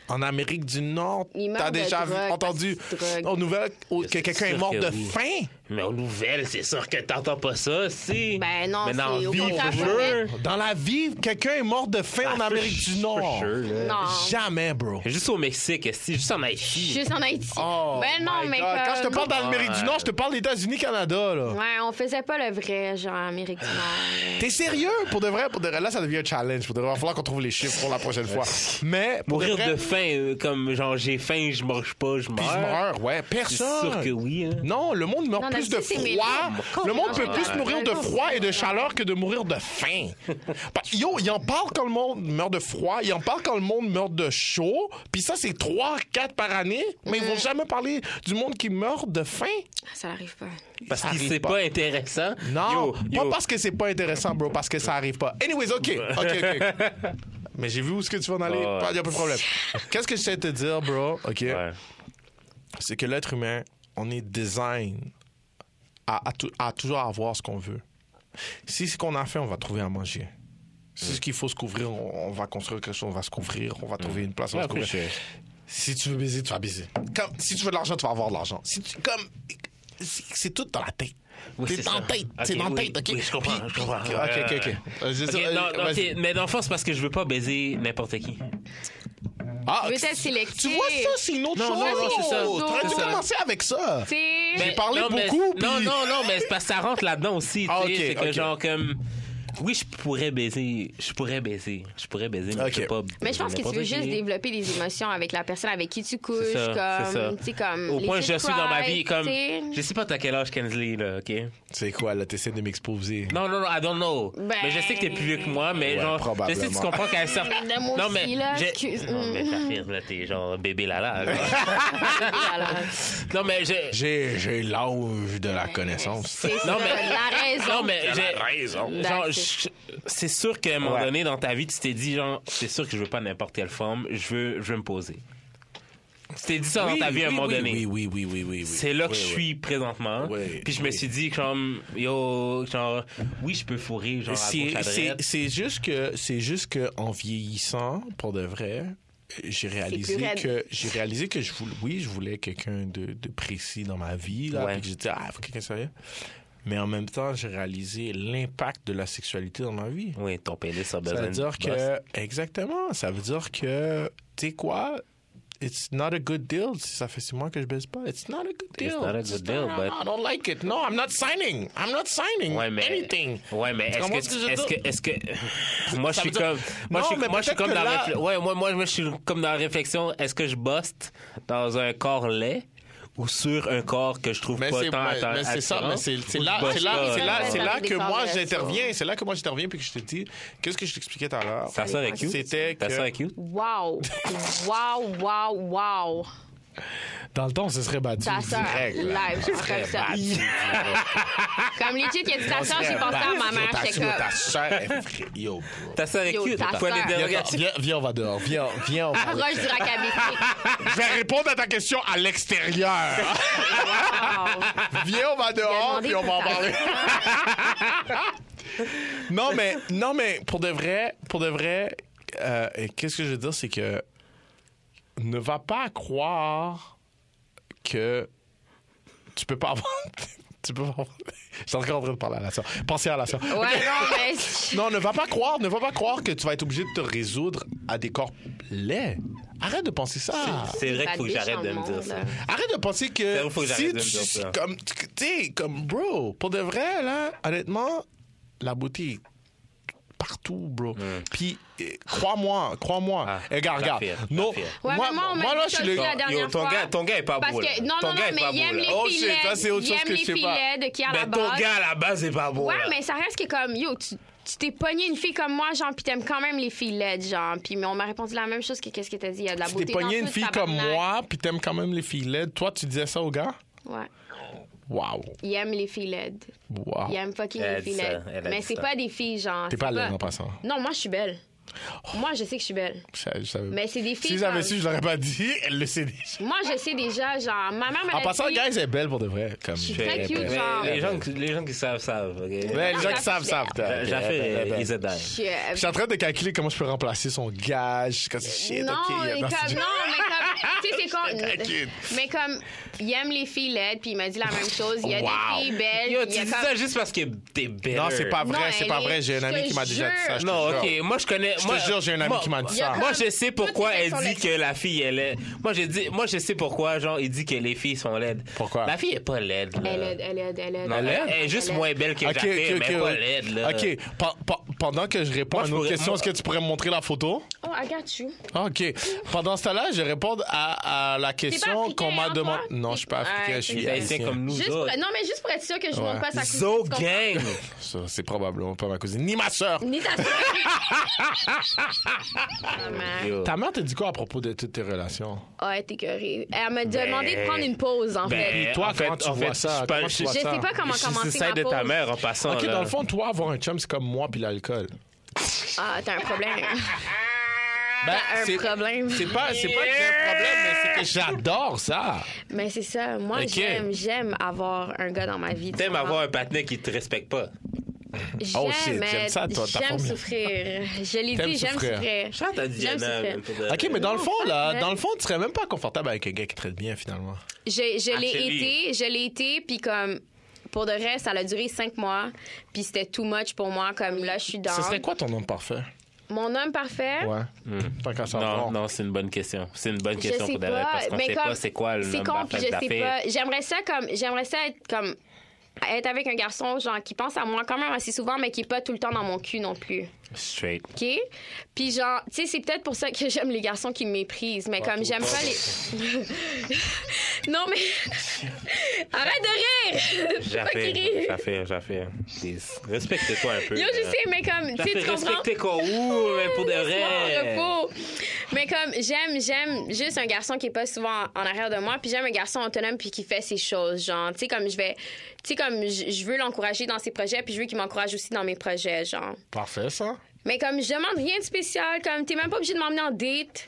Speaker 2: En Amérique du Nord,
Speaker 3: Ils meurent
Speaker 2: t'as
Speaker 3: de
Speaker 2: déjà vu-
Speaker 3: drogue,
Speaker 2: entendu
Speaker 3: parce que c'est drogue.
Speaker 2: aux nouvelles au- que
Speaker 1: C'est
Speaker 2: quelqu'un est
Speaker 1: sûr
Speaker 2: mort
Speaker 1: que
Speaker 2: de
Speaker 1: oui.
Speaker 2: faim?
Speaker 1: Mais aux nouvelles, c'est sûr que t'entends pas ça, si.
Speaker 3: Ben non,
Speaker 1: Mais dans
Speaker 3: c'est au
Speaker 1: vie, for
Speaker 3: contraire, faut
Speaker 1: sure.
Speaker 2: Dans la vie, quelqu'un est mort de faim en
Speaker 1: Ah,
Speaker 2: Amérique
Speaker 1: for
Speaker 2: du Nord.
Speaker 1: sure, là.
Speaker 3: Non.
Speaker 2: Jamais, bro.
Speaker 1: Juste au Mexique, si, juste en Haïti.
Speaker 3: Juste en Haïti.
Speaker 2: Oh
Speaker 3: ben non,
Speaker 2: my
Speaker 3: mais
Speaker 2: God. Quand je te
Speaker 3: comme-
Speaker 2: parle d'Amérique du Nord, je te parle des États-Unis, Canada, là.
Speaker 3: Ouais, on faisait pas le vrai, genre, Amérique du Nord.
Speaker 2: T'es sérieux? Pour de vrai, pour de vrai, là, ça devient un challenge. Pour de vrai, il va falloir qu'on trouve les chiffres pour la prochaine fois. Mais, pour
Speaker 1: Mourir
Speaker 2: vrai,
Speaker 1: de faim, euh, comme genre j'ai faim, je mange pas, je
Speaker 2: puis
Speaker 1: meurs.
Speaker 2: je meurs, ouais.
Speaker 1: C'est
Speaker 2: Personne.
Speaker 1: sûr que oui. hein.
Speaker 2: Non, le monde meurt
Speaker 3: Non, on a
Speaker 2: plus
Speaker 3: dit
Speaker 2: de
Speaker 3: c'est mes
Speaker 2: froid.
Speaker 3: lèvres.
Speaker 2: Le monde peut
Speaker 3: Ouais.
Speaker 2: plus mourir de
Speaker 3: Ouais.
Speaker 2: froid et de chaleur que de mourir de faim. Bah, Yo, il en parle quand le monde meurt de froid, il en parle quand le monde meurt de chaud, puis ça, c'est 3, 4 par année, mais ils vont
Speaker 3: Mm.
Speaker 2: jamais parler du monde qui meurt de faim.
Speaker 3: Ça n'arrive pas.
Speaker 1: Parce
Speaker 2: ça
Speaker 1: que
Speaker 2: arrive
Speaker 1: c'est
Speaker 2: pas.
Speaker 1: pas. intéressant.
Speaker 2: Non,
Speaker 1: Yo, yo.
Speaker 2: pas parce que c'est pas intéressant, bro, parce que ça arrive pas. Anyways, OK, OK, OK. Mais j'ai vu où est-ce que tu vas en aller,
Speaker 1: Ouais.
Speaker 2: il y a pas de problème. Qu'est-ce que je sais te dire, bro, OK?
Speaker 1: Ouais.
Speaker 2: c'est que l'être humain, on est design à, à tou- à toujours avoir ce qu'on veut. Si ce qu'on a fait, on va trouver à manger. Si
Speaker 1: Mm.
Speaker 2: ce qu'il faut se couvrir, on, on va construire quelque chose, on va se couvrir, on va trouver une place, on va
Speaker 1: Mm. Ouais,
Speaker 2: se couvrir.
Speaker 1: for sure.
Speaker 2: Si tu veux baiser, tu vas baiser. Comme, si tu veux de l'argent, tu vas avoir de l'argent. Si tu, comme, c'est c'est tout dans la tête.
Speaker 1: Oui,
Speaker 2: c'est
Speaker 1: c'est
Speaker 2: dans la
Speaker 1: ça.
Speaker 2: tête. c'est
Speaker 1: Ok,
Speaker 2: dans la
Speaker 1: oui,
Speaker 2: tête, OK?
Speaker 1: oui, je comprends,
Speaker 2: Puis-
Speaker 1: je comprends.
Speaker 2: puis- OK, OK, OK. Euh, c'est
Speaker 1: Ok,
Speaker 2: ça, euh,
Speaker 1: non, non,
Speaker 2: vas-y.
Speaker 1: ok, mais dans le fond, c'est parce que je veux pas baiser n'importe qui.
Speaker 2: Ah,
Speaker 3: Tu veux être
Speaker 2: tu
Speaker 3: sélectif.
Speaker 2: vois, ça, c'est une autre
Speaker 1: Non,
Speaker 2: chose.
Speaker 1: non, non, c'est ça.
Speaker 2: T'aurais dû
Speaker 1: C'est ça.
Speaker 2: commencer avec ça.
Speaker 3: Tu sais,
Speaker 1: Mais-
Speaker 2: parlé
Speaker 1: non, mais-
Speaker 2: beaucoup, puis-
Speaker 1: Non, non, non, mais c'est parce que ça rentre là-dedans aussi.
Speaker 2: Ah,
Speaker 1: tu sais,
Speaker 2: ok,
Speaker 1: c'est que
Speaker 2: ok.
Speaker 1: genre comme. Oui, je pourrais baiser. Je pourrais baiser. Je pourrais baiser, mais
Speaker 2: Ok.
Speaker 1: je peux pas.
Speaker 3: Mais je pense que tu
Speaker 1: baiser
Speaker 3: veux juste
Speaker 1: n'importe qui. hein.
Speaker 3: développer des émotions avec la personne avec qui tu couches,
Speaker 1: C'est ça, c'est
Speaker 3: comme,
Speaker 1: ça.
Speaker 3: tu sais, comme.
Speaker 1: Au
Speaker 3: les
Speaker 1: point où je
Speaker 3: petites
Speaker 1: suis dans ma vie,
Speaker 3: prides,
Speaker 1: comme.
Speaker 3: tu sais.
Speaker 1: Je sais pas t'as quel âge, Kensley, là, OK?
Speaker 2: C'est quoi, là? T'essaies de m'exposer.
Speaker 1: Non, non, non, I don't know.
Speaker 3: Ben-
Speaker 1: Mais je sais que t'es plus vieux que moi, mais
Speaker 2: Ouais,
Speaker 1: genre. Je sais que
Speaker 2: probablement.
Speaker 1: tu comprends qu'à un certain.
Speaker 3: Ben, moi
Speaker 1: Non,
Speaker 3: aussi,
Speaker 1: mais.
Speaker 3: là,
Speaker 1: j'ai-
Speaker 3: excuse-
Speaker 1: Non, mais ta fille, là, t'es genre bébé Lala. là.
Speaker 3: Voilà.
Speaker 1: non, mais j'ai.
Speaker 2: J'ai, j'ai l'âge de la connaissance.
Speaker 3: C'est
Speaker 1: Non,
Speaker 3: ça,
Speaker 1: mais-
Speaker 3: la raison.
Speaker 1: Non, mais j'ai. Genre,
Speaker 3: D'accord.
Speaker 1: je- c'est sûr qu'à un moment
Speaker 2: Ouais.
Speaker 1: donné dans ta vie, tu t'es dit, genre, c'est sûr que je veux pas n'importe quelle forme, je veux, je veux me poser. Tu t'es dit ça dans ta vie à un moment donné.
Speaker 2: Oui, oui, oui, oui, oui. oui.
Speaker 1: C'est là que
Speaker 2: Oui,
Speaker 1: je
Speaker 2: oui.
Speaker 1: suis présentement.
Speaker 2: Oui,
Speaker 1: Puis je me
Speaker 2: oui.
Speaker 1: suis dit, comme, yo, genre, oui, je peux fourrer, genre, à gauche, à
Speaker 2: C'est, c'est,
Speaker 1: droite.
Speaker 2: c'est juste que, c'est juste que, en vieillissant, pour de vrai, j'ai réalisé
Speaker 3: plus raide.
Speaker 2: que, j'ai réalisé que je voulais, oui, je voulais quelqu'un de, de précis dans ma vie, là,
Speaker 1: Ouais.
Speaker 2: puis que j'ai dit, ah, faut quelqu'un de sérieux. mais en même temps, j'ai réalisé l'impact de la sexualité dans ma vie.
Speaker 1: Oui, ton pénis a besoin
Speaker 2: Ça veut dire
Speaker 1: de bosse.
Speaker 2: que. Exactement. Ça veut dire que. Tu sais quoi? It's not a good deal. Si ça fait six mois que je baisse pas, it's not a good deal.
Speaker 1: It's not a good deal,
Speaker 2: not-
Speaker 1: but-
Speaker 2: I don't like it. No, I'm not signing. I'm not signing
Speaker 1: Ouais, mais,
Speaker 2: anything.
Speaker 1: Ouais, mais
Speaker 2: Tu
Speaker 1: est-ce
Speaker 2: comprends
Speaker 1: que,
Speaker 2: ce que je veux
Speaker 1: est-ce
Speaker 2: dire?
Speaker 1: que, est-ce que, moi, je
Speaker 2: Ça
Speaker 1: suis
Speaker 2: veut dire-
Speaker 1: comme, moi,
Speaker 2: Non,
Speaker 1: je suis,
Speaker 2: mais
Speaker 1: moi, je suis
Speaker 2: peut-être
Speaker 1: comme
Speaker 2: que
Speaker 1: dans la
Speaker 2: là-
Speaker 1: réfle- ouais, moi, moi, je suis comme dans la réflexion, est-ce que je buste dans un corps laid ou sur un corps que je trouve
Speaker 2: Mais
Speaker 1: pas
Speaker 2: c'est
Speaker 1: tant
Speaker 2: mais-
Speaker 1: atta-
Speaker 2: mais c'est ça,
Speaker 1: attirant,
Speaker 2: mais c'est c'est
Speaker 1: ou je
Speaker 2: là,
Speaker 1: buste
Speaker 2: c'est là,
Speaker 1: pas,
Speaker 2: c'est là,
Speaker 1: euh,
Speaker 2: c'est
Speaker 3: Ça
Speaker 2: là
Speaker 3: dépend
Speaker 2: que
Speaker 3: des
Speaker 2: moi
Speaker 3: formes,
Speaker 2: j'interviens. C'est là que moi j'interviens puis que je te dis, qu'est-ce que je t'expliquais tout à l'heure
Speaker 1: Ta sœur est cute.
Speaker 2: C'était
Speaker 1: Ta
Speaker 2: que-
Speaker 1: sœur est cute.
Speaker 3: Wow! Wow, wow, wow!
Speaker 2: Dans le temps, ce serait battu
Speaker 3: Ta sœur, live, je suis comme ça. Comme les titres, il y a dit ta sœur, j'ai pensé à ma mère, j'étais
Speaker 2: Yo, ta
Speaker 3: comme...
Speaker 2: sœur est fri- Yo, bro.
Speaker 1: Ta sœur est
Speaker 3: Yo,
Speaker 1: cute.
Speaker 3: ta
Speaker 1: Point
Speaker 3: sœur.
Speaker 2: Viens,
Speaker 1: d'interrogation.
Speaker 2: viens, viens, on va dehors. Viens, viens, on va
Speaker 3: Approche du racabétique.
Speaker 2: Je vais répondre à ta question à l'extérieur.
Speaker 3: Wow!
Speaker 2: Viens, on va
Speaker 3: Il a
Speaker 2: dehors,
Speaker 3: demandé
Speaker 2: puis on va en
Speaker 3: pour ta
Speaker 2: parler. non, mais, non, mais pour de vrai, pour de vrai, euh, et qu'est-ce que je veux dire, c'est que ne va pas croire que tu peux pas avoir... tu peux pas avoir... Je suis encore en train de parler à la soeur. Pensez à la soeur.
Speaker 3: Ouais, non, mais...
Speaker 2: Non, ne va pas croire, ne va pas croire que tu vas être obligé de te résoudre à des corps laids. Arrête de penser ça.
Speaker 1: C'est vrai
Speaker 3: Pas
Speaker 1: qu'il faut que
Speaker 3: de
Speaker 1: j'arrête
Speaker 3: biche
Speaker 1: de me
Speaker 3: dans le
Speaker 1: dire
Speaker 3: monde,
Speaker 1: ça.
Speaker 3: là.
Speaker 2: Arrête de penser que
Speaker 1: Faut- faut que
Speaker 2: si
Speaker 1: j'arrête de me dire
Speaker 2: tu
Speaker 1: ça.
Speaker 2: comme tu sais comme bro pour de vrai là honnêtement la beauté est partout bro puis eh, crois-moi crois-moi
Speaker 1: Ah,
Speaker 2: Eh, regarde regarde
Speaker 1: parfait,
Speaker 2: non
Speaker 1: parfait.
Speaker 3: Ouais,
Speaker 2: moi,
Speaker 3: mais moi, on m'a
Speaker 2: moi,
Speaker 3: dit
Speaker 2: là je
Speaker 3: ça
Speaker 2: suis le
Speaker 3: aussi la dernière
Speaker 1: Yo, ton
Speaker 3: fois.
Speaker 1: gars, ton gars est pas
Speaker 3: Parce
Speaker 1: beau, là.
Speaker 3: que, non,
Speaker 1: Ton
Speaker 3: non, non,
Speaker 1: gars est
Speaker 3: mais
Speaker 1: pas
Speaker 3: il
Speaker 1: beau,
Speaker 3: aime
Speaker 1: là.
Speaker 3: les
Speaker 2: Oh, shit,
Speaker 3: filets.
Speaker 2: ça, c'est autre
Speaker 3: il
Speaker 2: chose
Speaker 3: aime
Speaker 2: que
Speaker 3: les
Speaker 2: je sais pas.
Speaker 3: filets de qui à la
Speaker 1: Mais Ben, ton
Speaker 3: base.
Speaker 1: gars, à la base, est pas beau.
Speaker 3: Ouais,
Speaker 1: là.
Speaker 3: mais ça reste que comme, yo, tu tu t'es pogné une fille comme moi, genre, puis t'aimes quand même les filles laides, genre. Puis mais on m'a répondu la même chose que qu'est-ce que t'as dit. Il y a de la
Speaker 2: tu
Speaker 3: beauté
Speaker 2: t'es pogné
Speaker 3: dans
Speaker 2: une
Speaker 3: tout,
Speaker 2: fille comme
Speaker 3: tabarnak.
Speaker 2: moi puis t'aimes quand même les filles laides toi tu disais ça aux gars
Speaker 3: Ouais.
Speaker 2: waouh
Speaker 3: Il aime les filles laides. Il
Speaker 2: waouh
Speaker 3: aime fucking
Speaker 1: Elle a
Speaker 3: les
Speaker 1: dit
Speaker 3: filles
Speaker 1: ça,
Speaker 3: laides.
Speaker 1: elle a
Speaker 3: Mais
Speaker 1: dit
Speaker 3: c'est
Speaker 1: ça.
Speaker 3: pas des filles, genre.
Speaker 2: t'es
Speaker 3: c'est
Speaker 2: pas laide en passant
Speaker 3: Non, moi, je suis belle. Moi, je sais que je suis belle.
Speaker 2: Je- je savais-
Speaker 3: Mais c'est des filles.
Speaker 2: si j'avais
Speaker 3: comme-
Speaker 2: su je l'aurais pas dit elle le sait déjà
Speaker 3: Moi, je sais déjà, genre, ma mère m'a
Speaker 2: en passant
Speaker 3: dit...
Speaker 2: guys elle est belle pour de vrai comme
Speaker 3: suis
Speaker 1: Mais-
Speaker 3: très
Speaker 2: Elle est
Speaker 3: cute,
Speaker 2: belle.
Speaker 3: genre.
Speaker 1: Les gens, qui- les gens qui savent, savent. ok?
Speaker 2: Ouais, les gens qui savent
Speaker 3: J'affiche-
Speaker 2: savent
Speaker 1: J'a- J'ai
Speaker 2: Elle est
Speaker 1: fait
Speaker 2: belle.
Speaker 1: euh, Is a Dime.
Speaker 3: Je-
Speaker 2: Je suis en train de calculer comment je peux remplacer son gage. Comme, shit,
Speaker 3: non,
Speaker 2: ok, il y a- non,
Speaker 3: mais comme,
Speaker 2: c'est-
Speaker 3: non, mais comme, tu sais, c'est
Speaker 2: T'inquiète.
Speaker 3: con. mais comme, il aime les filles laides, puis il m'a dit la même chose. Il y a
Speaker 2: Wow.
Speaker 3: des filles belles.
Speaker 1: Yo,
Speaker 3: il
Speaker 1: tu
Speaker 3: y a
Speaker 1: dis
Speaker 3: comme-
Speaker 1: ça juste parce que t'es belle.
Speaker 2: Non, c'est pas
Speaker 3: Non,
Speaker 2: vrai, c'est
Speaker 3: elle
Speaker 2: pas
Speaker 3: est-
Speaker 2: vrai. J'ai un
Speaker 3: je
Speaker 2: ami
Speaker 3: te
Speaker 2: qui m'a déjà dit ça. je te
Speaker 1: Non, ok.
Speaker 2: jure.
Speaker 1: Moi, je connais.
Speaker 2: Je te
Speaker 1: moi-
Speaker 2: jure, j'ai un ami
Speaker 1: moi-
Speaker 2: qui m'a dit
Speaker 1: moi-
Speaker 2: ça.
Speaker 1: Moi,
Speaker 3: Comme-
Speaker 1: je sais pourquoi
Speaker 3: Toutes les
Speaker 1: elle
Speaker 3: gens
Speaker 1: dit
Speaker 3: sont
Speaker 1: que la fille, elle est. Moi, je dis, moi, je sais pourquoi, genre, il dit que les filles sont laides.
Speaker 2: Pourquoi?
Speaker 1: La fille est pas laide, là.
Speaker 3: Elle aide, elle aide, elle aide.
Speaker 1: Non, elle,
Speaker 2: laide?
Speaker 1: elle est juste moins belle que
Speaker 2: Ok,
Speaker 1: Jacques, mais
Speaker 2: ok,
Speaker 1: elle est
Speaker 2: ok.
Speaker 1: pas laide, là.
Speaker 2: Ok, pa- pa- pendant que je réponds
Speaker 1: Moi, je
Speaker 2: à une autre
Speaker 1: pourrais-
Speaker 2: question,
Speaker 1: moi-
Speaker 2: est-ce que tu pourrais me montrer la photo?
Speaker 3: Oh, I got you.
Speaker 2: Ah, Ok. Pendant ce temps-là, je réponds à, à la question
Speaker 3: africain,
Speaker 2: qu'on m'a
Speaker 3: hein,
Speaker 2: demandé.
Speaker 3: toi?
Speaker 2: Non, je suis pas
Speaker 3: Ouais,
Speaker 2: africain, je
Speaker 3: c'est
Speaker 1: Il
Speaker 2: suis
Speaker 1: est haïtien
Speaker 2: haïtien.
Speaker 1: Ben, comme nous
Speaker 3: Juste pour-
Speaker 1: autres.
Speaker 3: non, mais juste pour être sûr que je
Speaker 2: Ouais.
Speaker 3: monte pas sa
Speaker 1: Zo gang!
Speaker 2: Ça, C'est probablement pas ma cousine, ni ma sœur.
Speaker 3: Ni ta Maman.
Speaker 1: Yo.
Speaker 2: Ta mère t'a dit quoi à propos de toutes tes relations?
Speaker 3: Ah, elle t'es curée. Elle m'a demandé
Speaker 1: Ben,
Speaker 3: de prendre une pause, en fait.
Speaker 2: Puis toi,
Speaker 1: en fait,
Speaker 2: comment tu
Speaker 1: en
Speaker 2: vois
Speaker 1: fait,
Speaker 2: ça?
Speaker 1: je parle-
Speaker 2: Comment tu
Speaker 1: je-
Speaker 2: vois
Speaker 3: Je sais
Speaker 2: ça?
Speaker 3: pas comment
Speaker 1: Je suis
Speaker 3: commencer
Speaker 1: ça
Speaker 3: ma
Speaker 1: de ta
Speaker 3: pause.
Speaker 1: mère en passant.
Speaker 2: Ok,
Speaker 1: là.
Speaker 2: dans le fond, toi, avoir un chum, c'est comme moi puis l'alcool.
Speaker 3: Ah, t'as un problème.
Speaker 2: Ben,
Speaker 3: T'as un problème.
Speaker 2: C'est pas, c'est pas que j'ai un problème, mais c'est que j'adore ça.
Speaker 3: Mais c'est ça. Moi,
Speaker 2: Ok.
Speaker 3: j'aime, j'aime avoir un gars dans ma vie. tu
Speaker 1: T'aimes
Speaker 3: comprends?
Speaker 1: avoir un patinet qui te respecte pas.
Speaker 3: J'aime,
Speaker 2: Oh shit, j'aime ça, toi, ta
Speaker 3: J'aime
Speaker 2: formule.
Speaker 3: souffrir. Je l'ai
Speaker 2: T'aimes
Speaker 3: dit, j'aime
Speaker 2: souffrir.
Speaker 3: souffrir.
Speaker 1: Je t'as dit
Speaker 3: J'aime souffrir.
Speaker 1: Euh,
Speaker 2: Ok, mais dans le fond, là,
Speaker 3: mais-
Speaker 2: dans le fond, tu serais même pas confortable avec un gars qui traite bien, finalement.
Speaker 3: Je, je l'ai
Speaker 1: Actually.
Speaker 3: été, je l'ai été, puis comme pour de reste, ça a duré cinq mois, puis c'était too much pour moi. Comme là, je suis dans
Speaker 2: Ce serait quoi ton homme parfait?
Speaker 3: mon homme parfait.
Speaker 2: Ouais. Tant qu'à
Speaker 1: Hmm. Non,
Speaker 2: savoir.
Speaker 1: non, c'est une bonne question. C'est une bonne
Speaker 3: Je
Speaker 1: question
Speaker 3: sais
Speaker 1: pour David parce qu'on
Speaker 3: mais
Speaker 1: sait
Speaker 3: comme-
Speaker 1: pas c'est quoi le
Speaker 3: C'est
Speaker 1: nombre
Speaker 3: con, puis
Speaker 1: d'affaires
Speaker 3: je
Speaker 1: que
Speaker 3: sais
Speaker 1: t'as
Speaker 3: pas. J'aimerais ça comme, j'aimerais ça être comme être avec un garçon genre qui pense à moi quand même assez souvent, mais qui est pas tout le temps dans mon cul non plus.
Speaker 1: fait. Straight.
Speaker 3: OK? Puis genre, tu sais, c'est peut-être pour ça que j'aime les garçons qui me méprisent, mais
Speaker 1: Ah,
Speaker 3: comme j'aime pas les... non, mais... Arrête de rire!
Speaker 1: J'affaire,
Speaker 3: Fakiri.
Speaker 1: j'affaire, j'affaire. Please. Respecte-toi un peu.
Speaker 3: Yo, je
Speaker 1: là.
Speaker 3: sais, mais comme, tu sais,
Speaker 1: J'affaire,
Speaker 3: tu comprends?
Speaker 1: euh, respecter quoi? Ouh, mais pour de vrai.
Speaker 3: Laisse-moi en repos. Mais comme j'aime j'aime juste un garçon qui est pas souvent en arrière de moi, puis j'aime un garçon autonome puis qui fait ses choses, genre tu sais comme je vais tu sais comme je je veux l'encourager dans ses projets puis je veux qu'il m'encourage aussi dans mes projets, genre.
Speaker 2: Parfait, ça?
Speaker 3: Mais comme je demande rien de spécial, comme t'es même pas obligé de m'emmener en date.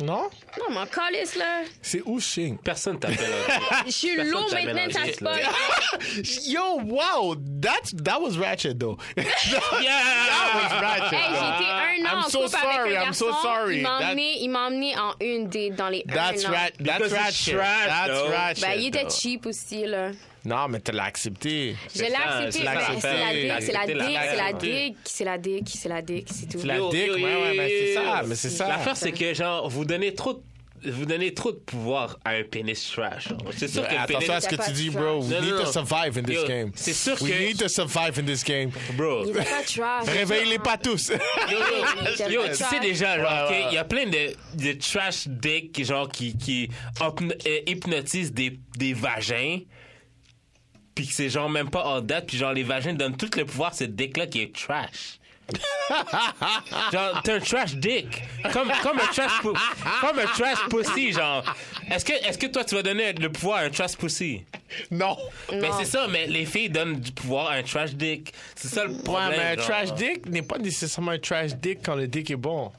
Speaker 2: Non?
Speaker 3: Non, m'en calisse, là.
Speaker 2: C'est où, Shing?
Speaker 1: Personne t'appelle. un-
Speaker 3: Je suis
Speaker 1: Personne
Speaker 3: lourd
Speaker 1: jamais
Speaker 3: maintenant,
Speaker 1: dans
Speaker 3: ça
Speaker 1: le
Speaker 3: se
Speaker 1: date, là.
Speaker 3: passe.
Speaker 2: Yo, wow! That, that was ratchet, though. that
Speaker 1: Yeah!
Speaker 2: was ratchet.
Speaker 3: Hey, j'ai été un an
Speaker 2: I'm
Speaker 3: en
Speaker 2: so
Speaker 3: couple
Speaker 2: sorry,
Speaker 3: avec un
Speaker 2: I'm
Speaker 3: garçon.
Speaker 2: so sorry.
Speaker 3: Il m'a
Speaker 2: That-
Speaker 3: emmené, il m'a emmené en une date dans les
Speaker 2: That's
Speaker 3: un an.
Speaker 2: right. That's
Speaker 1: Because it's
Speaker 2: ratchet.
Speaker 1: trash,
Speaker 2: That's
Speaker 1: though.
Speaker 2: ratchet.
Speaker 3: Ben, il était
Speaker 2: though.
Speaker 3: cheap aussi, là.
Speaker 2: Non, mais tu l'as accepté.
Speaker 3: Je l'ai
Speaker 1: ça,
Speaker 3: accepté,
Speaker 1: c'est ça,
Speaker 3: mais
Speaker 1: c'est
Speaker 3: c'est la
Speaker 1: ça.
Speaker 3: dick, c'est la
Speaker 1: Accepter
Speaker 3: dick,
Speaker 1: la
Speaker 3: c'est la
Speaker 1: merde.
Speaker 3: dick, c'est la dick, c'est la dick, c'est tout.
Speaker 2: Tu l'as
Speaker 1: Yo,
Speaker 2: dick,
Speaker 1: yo,
Speaker 2: ouais,
Speaker 1: yo,
Speaker 2: ouais, mais c'est
Speaker 1: yo.
Speaker 2: ça, mais c'est ça.
Speaker 1: L'affaire, c'est que, genre, vous donnez trop de- vous donnez trop de pouvoir à un pénis trash. genre. C'est sûr que le pénis...
Speaker 2: Attention à ce que
Speaker 3: T'as
Speaker 2: tu
Speaker 3: pas
Speaker 2: dis,
Speaker 3: de
Speaker 2: bro.
Speaker 3: choix.
Speaker 2: We
Speaker 1: Non,
Speaker 2: need
Speaker 1: non,
Speaker 2: to
Speaker 1: non.
Speaker 2: survive in this
Speaker 1: Yo,
Speaker 2: game.
Speaker 1: c'est sûr
Speaker 2: We
Speaker 1: que-
Speaker 2: need to survive in this game.
Speaker 1: Bro.
Speaker 3: Il était pas trash.
Speaker 2: Réveillez-les pas tous.
Speaker 1: Yo, yo,
Speaker 3: Tellement
Speaker 1: yo, tu
Speaker 3: trash.
Speaker 1: sais déjà, genre,
Speaker 2: Ouais,
Speaker 1: qu'il
Speaker 2: ouais, ouais.
Speaker 1: y a plein de, de trash dick, genre, qui, qui hypno- euh, hypnotisent des, des vagins, puis que c'est genre même pas hors date, puis genre, les vagins donnent tout le pouvoir à ce dick-là qui est trash. genre, t'es un trash dick. Comme, comme, un trash pou- comme un trash pussy, genre. Est-ce que, est que toi, tu vas donner le pouvoir à un trash pussy?
Speaker 2: non.
Speaker 1: Mais c'est ça, mais les filles donnent du pouvoir à un trash dick. C'est ça le
Speaker 2: Ouais,
Speaker 1: problème.
Speaker 2: mais un
Speaker 1: genre.
Speaker 2: trash dick n'est pas nécessairement un trash dick quand le dick est bon.